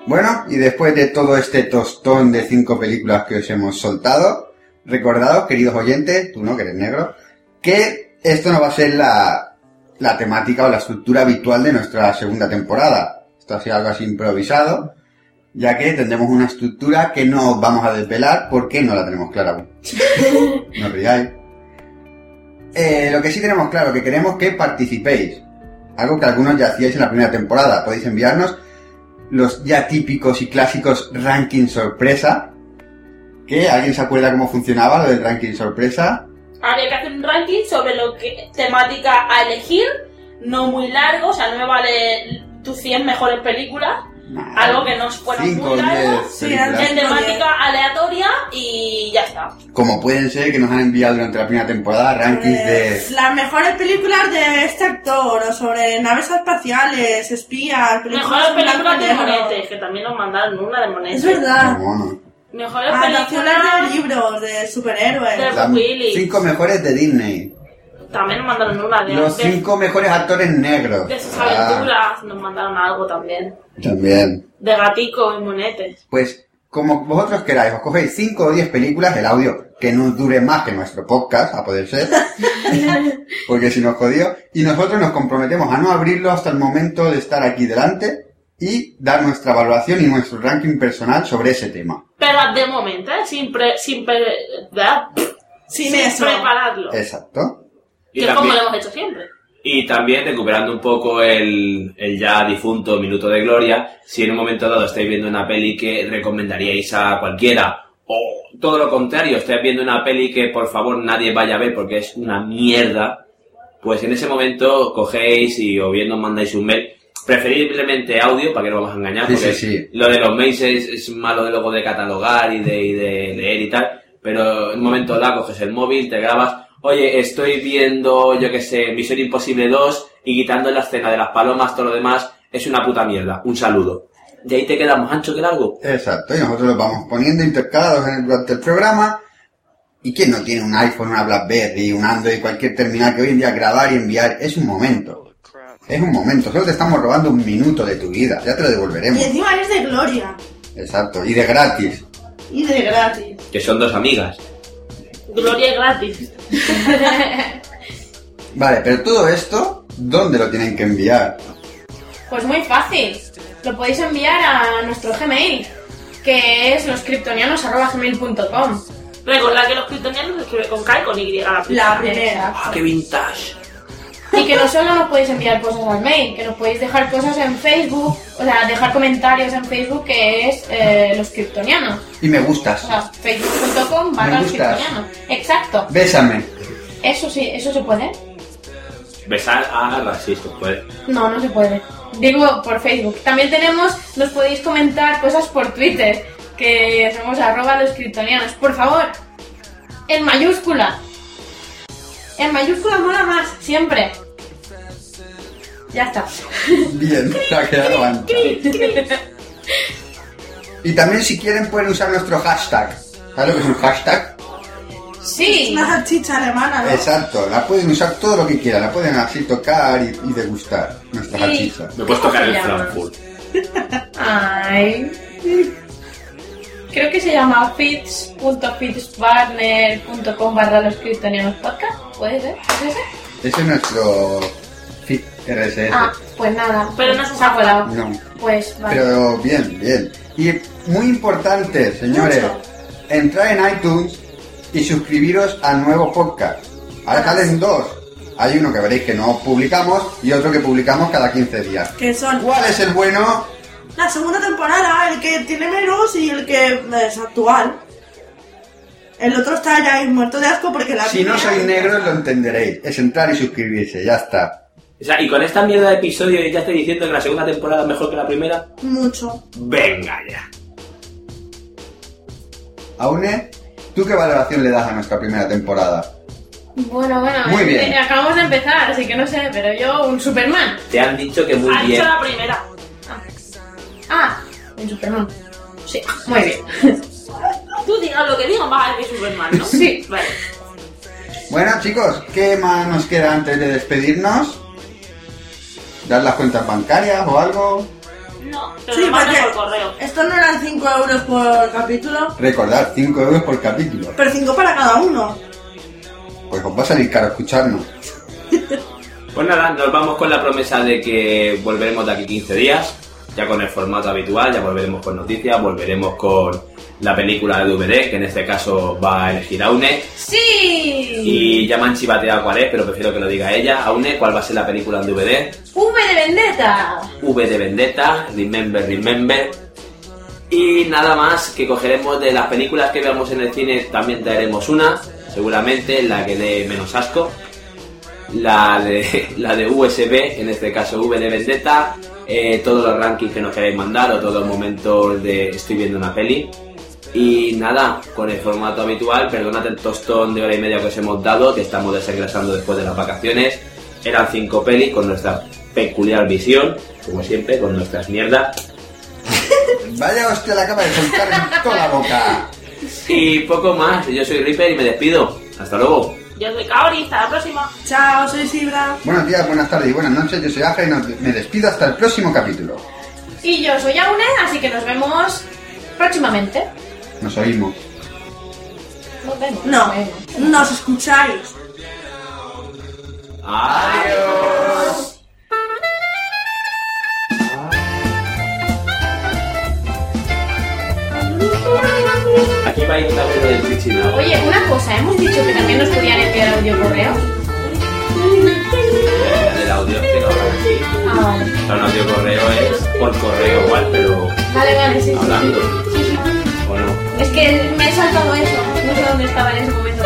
A: Bueno, y después de todo este tostón de cinco películas que os hemos soltado, recordados, queridos oyentes, tú no, que eres negro, que esto no va a ser la, la temática o la estructura habitual de nuestra segunda temporada. Esto ha sido algo así improvisado, ya que tendremos una estructura que no os vamos a desvelar porque no la tenemos clara aún. No ríais. Eh, lo que sí tenemos claro, que queremos que participéis. Algo que algunos ya hacíais en la primera temporada. Podéis enviarnos los ya típicos y clásicos ranking sorpresa. ¿Que alguien se acuerda cómo funcionaba lo del ranking sorpresa?
G: Había que hacer un ranking sobre lo que temática a elegir, no muy largo, o sea, no me vale tus 100 mejores películas, algo que no fuera
A: Cinco,
G: muy largo,
A: diez
E: sí,
A: películas.
E: antes-
G: en temática aleatoria y ya está.
A: Como pueden ser que nos han enviado durante la primera temporada rankings
E: Eh,
A: de...
E: Las mejores películas de este actor, o sobre naves espaciales, espías,
G: Mejores
E: en blanco
G: películas
E: y
G: de
E: negro.
G: monetes, que también nos mandaron una de monetes.
E: Es verdad.
A: No, no.
G: Mejores
E: Adaptaciones
G: películas
E: de libros, de superhéroes.
G: De-
A: Las
G: Willy.
A: cinco mejores de Disney.
G: también nos mandaron una de,
A: Los
G: de-
A: cinco mejores actores negros.
G: de sus
A: Ah,
G: aventuras, nos mandaron algo también.
A: también.
G: De gatico y monetes.
A: Pues como vosotros queráis, os cogéis cinco o diez películas, el audio que no dure más que nuestro podcast, a poder ser. porque si nos jodió. Y nosotros nos comprometemos a no abrirlo hasta el momento de estar aquí delante y dar nuestra valoración y nuestro ranking personal sobre ese tema.
G: Pero de momento, ¿eh? sin, pre- sin, pre- ¿verdad?
E: Sin
G: Sin
E: eso.
G: prepararlo.
A: Exacto.
G: Que
D: Y
G: es como
D: también-
G: lo hemos hecho siempre.
D: Y también recuperando un poco el, el ya difunto Minuto de Gloria, si en un momento dado estáis viendo una peli que recomendaríais a cualquiera, o todo lo contrario, estáis viendo una peli que por favor nadie vaya a ver porque es una mierda, pues en ese momento cogéis y o bien nos mandáis un mail, preferiblemente audio, para que no vamos a engañar,
A: Sí,
D: porque
A: sí, sí.
D: lo de los mails es, es malo de luego de catalogar y de, y de leer y tal, pero en un momento dado coges el móvil, te grabas, oye, estoy viendo, yo qué sé, Misión Imposible 2 y quitando la escena de las palomas, todo lo demás, es una puta mierda, un saludo. De ahí te quedamos ancho que largo.
A: Exacto, y nosotros los vamos poniendo intercalados en el, durante el programa. ¿Y quién no tiene un iPhone, una BlackBerry, un Android, cualquier terminal que hoy en día grabar y enviar? Es un momento. Es un momento. Solo te estamos robando un minuto de tu vida. Ya te lo
E: Y
A: devolveremos.
E: encima es de gloria.
A: Exacto, y de gratis.
E: Y de gratis.
D: Que son dos amigas.
G: Gloria es gratis.
A: Vale, pero todo esto, ¿dónde lo tienen que enviar?
C: Pues muy fácil. Lo podéis enviar a nuestro Gmail, que es loscriptonianos.gmail.com.
G: Recordad que los kryptonianos se escribe con K y con Y.
E: La primera.
D: ¡Ah, qué vintage!
C: Y que no solo nos podéis enviar cosas al mail, que nos podéis dejar cosas en Facebook, o sea, dejar comentarios en Facebook, que es eh, los kryptonianos.
A: Y me
C: O
A: gustas.
C: sea, facebook.com barra
A: Me
C: los
A: gustas.
C: kryptonianos. Exacto.
A: Bésame.
C: Eso sí, eso se puede.
D: Besar a racistas, pues.
C: No, no se puede. Digo por Facebook. También tenemos, nos podéis comentar cosas por Twitter, que somos arroba los kryptonianos. Por favor, en mayúscula. En mayúscula mola más, siempre. Ya está.
A: Bien, se ha quedado ancho. Y también si quieren pueden usar nuestro hashtag. ¿Sabes lo que es un hashtag?
C: Sí.
E: Una salchicha alemana, ¿no?
A: Exacto, la pueden usar todo lo que quieran, la pueden así tocar y, y degustar, nuestra
C: Sí.
A: salchicha.
D: Me puedes tocar el
C: ¿Cómo se llama?
D: Frankfurt.
C: Ay. Creo que se llama fits.fitspartner.com barra los kryptonianos podcast. ¿Puede ser? ¿Es ese?
A: Ese es nuestro feed RSS.
C: Ah, pues nada.
G: Pero no se
C: ha colado.
A: No.
C: Pues vale.
A: Pero bien, bien. Y muy importante, señores,
E: Mucho.
A: entrar en iTunes y suscribiros al nuevo podcast. Ahora salen dos. Hay uno que veréis que no publicamos y otro que publicamos cada 15 días.
E: Que son
A: ¿Cuál es el bueno?
E: la segunda temporada, el que tiene menos y el que es actual. El otro está ya ahí muerto de asco porque la
A: Si no
E: primera-
A: sois negros lo entenderéis. Es entrar y suscribirse, ya está.
D: O sea, y con esta mierda de episodio ya estoy diciendo que la segunda temporada es mejor que la primera.
E: Mucho.
D: Venga ya.
A: Aune, ¿tú qué valoración le das a nuestra primera temporada?
C: Bueno, bueno,
A: Muy
C: eh,
A: bien.
C: eh, acabamos de empezar, así que no sé, pero yo un Superman.
D: Te han dicho que muy
G: Ha
D: bien.
G: dicho la primera.
C: Ah, un Superman. Sí, muy bien.
G: Tú digas lo que digas, vas a decir Superman, ¿no?
C: Sí.
G: Vale.
A: Bueno, chicos, ¿qué más nos queda antes de despedirnos? ¿Dar las cuentas bancarias o algo?
G: No, te
E: Sí,
G: lo mando por
E: porque
G: correo.
E: estos no eran 5 euros por capítulo,
A: Recordad, 5 euros por capítulo.
E: pero 5 para cada uno.
A: Pues os va a salir caro escucharnos.
D: Pues nada, nos vamos con la promesa de que volveremos de aquí 15 días, ya con el formato habitual, ya volveremos con noticias, volveremos con la película de DVD, que en este caso va a elegir Aune,
C: ¡Sí!
D: y ya me han chivateado cuál es, pero prefiero que lo diga ella. Aune, ¿cuál va a ser la película en DVD?
C: V de Vendetta.
D: V de Vendetta, Remember, Remember. Y nada más que cogeremos de las películas que veamos en el cine, también traeremos una, seguramente la que dé menos asco, la de, la de USB, en este caso V de Vendetta, eh, todos los rankings que nos queréis mandar o todos los momentos de estoy viendo una peli. Y nada, con el formato habitual, perdonad el tostón de hora y media que os hemos dado, que estamos desengrasando después de las vacaciones. Eran cinco pelis con nuestra peculiar visión, como siempre, con nuestras mierdas.
A: Vaya hostia, la acaba de soltar en toda la boca.
D: Y poco más, yo soy Reaper y me despido. Hasta luego.
G: Yo soy Kaori, hasta la próxima.
E: Chao, soy Sibra.
A: Buenos días, buenas tardes y buenas noches. Yo soy Aja y nos- me despido hasta el próximo capítulo.
C: Y yo soy Aune, así que nos vemos próximamente.
A: Nos oímos.
C: Nos vemos.
E: No,
C: nos vemos.
E: nos escucháis.
D: Adiós. Aquí va a ir la del Twitch
C: Oye, una cosa, hemos dicho que también nos podían enviar audio correos.
D: del audio que no hablan aquí.
C: Ah, vale.
D: No, no, tío, correo es por correo igual, pero
C: Vale, vale, sí, sí,
D: hablando.
C: sí.
D: ¿O no?
C: Es que me he saltado eso. No sé dónde estaba en ese momento. ¡Ah!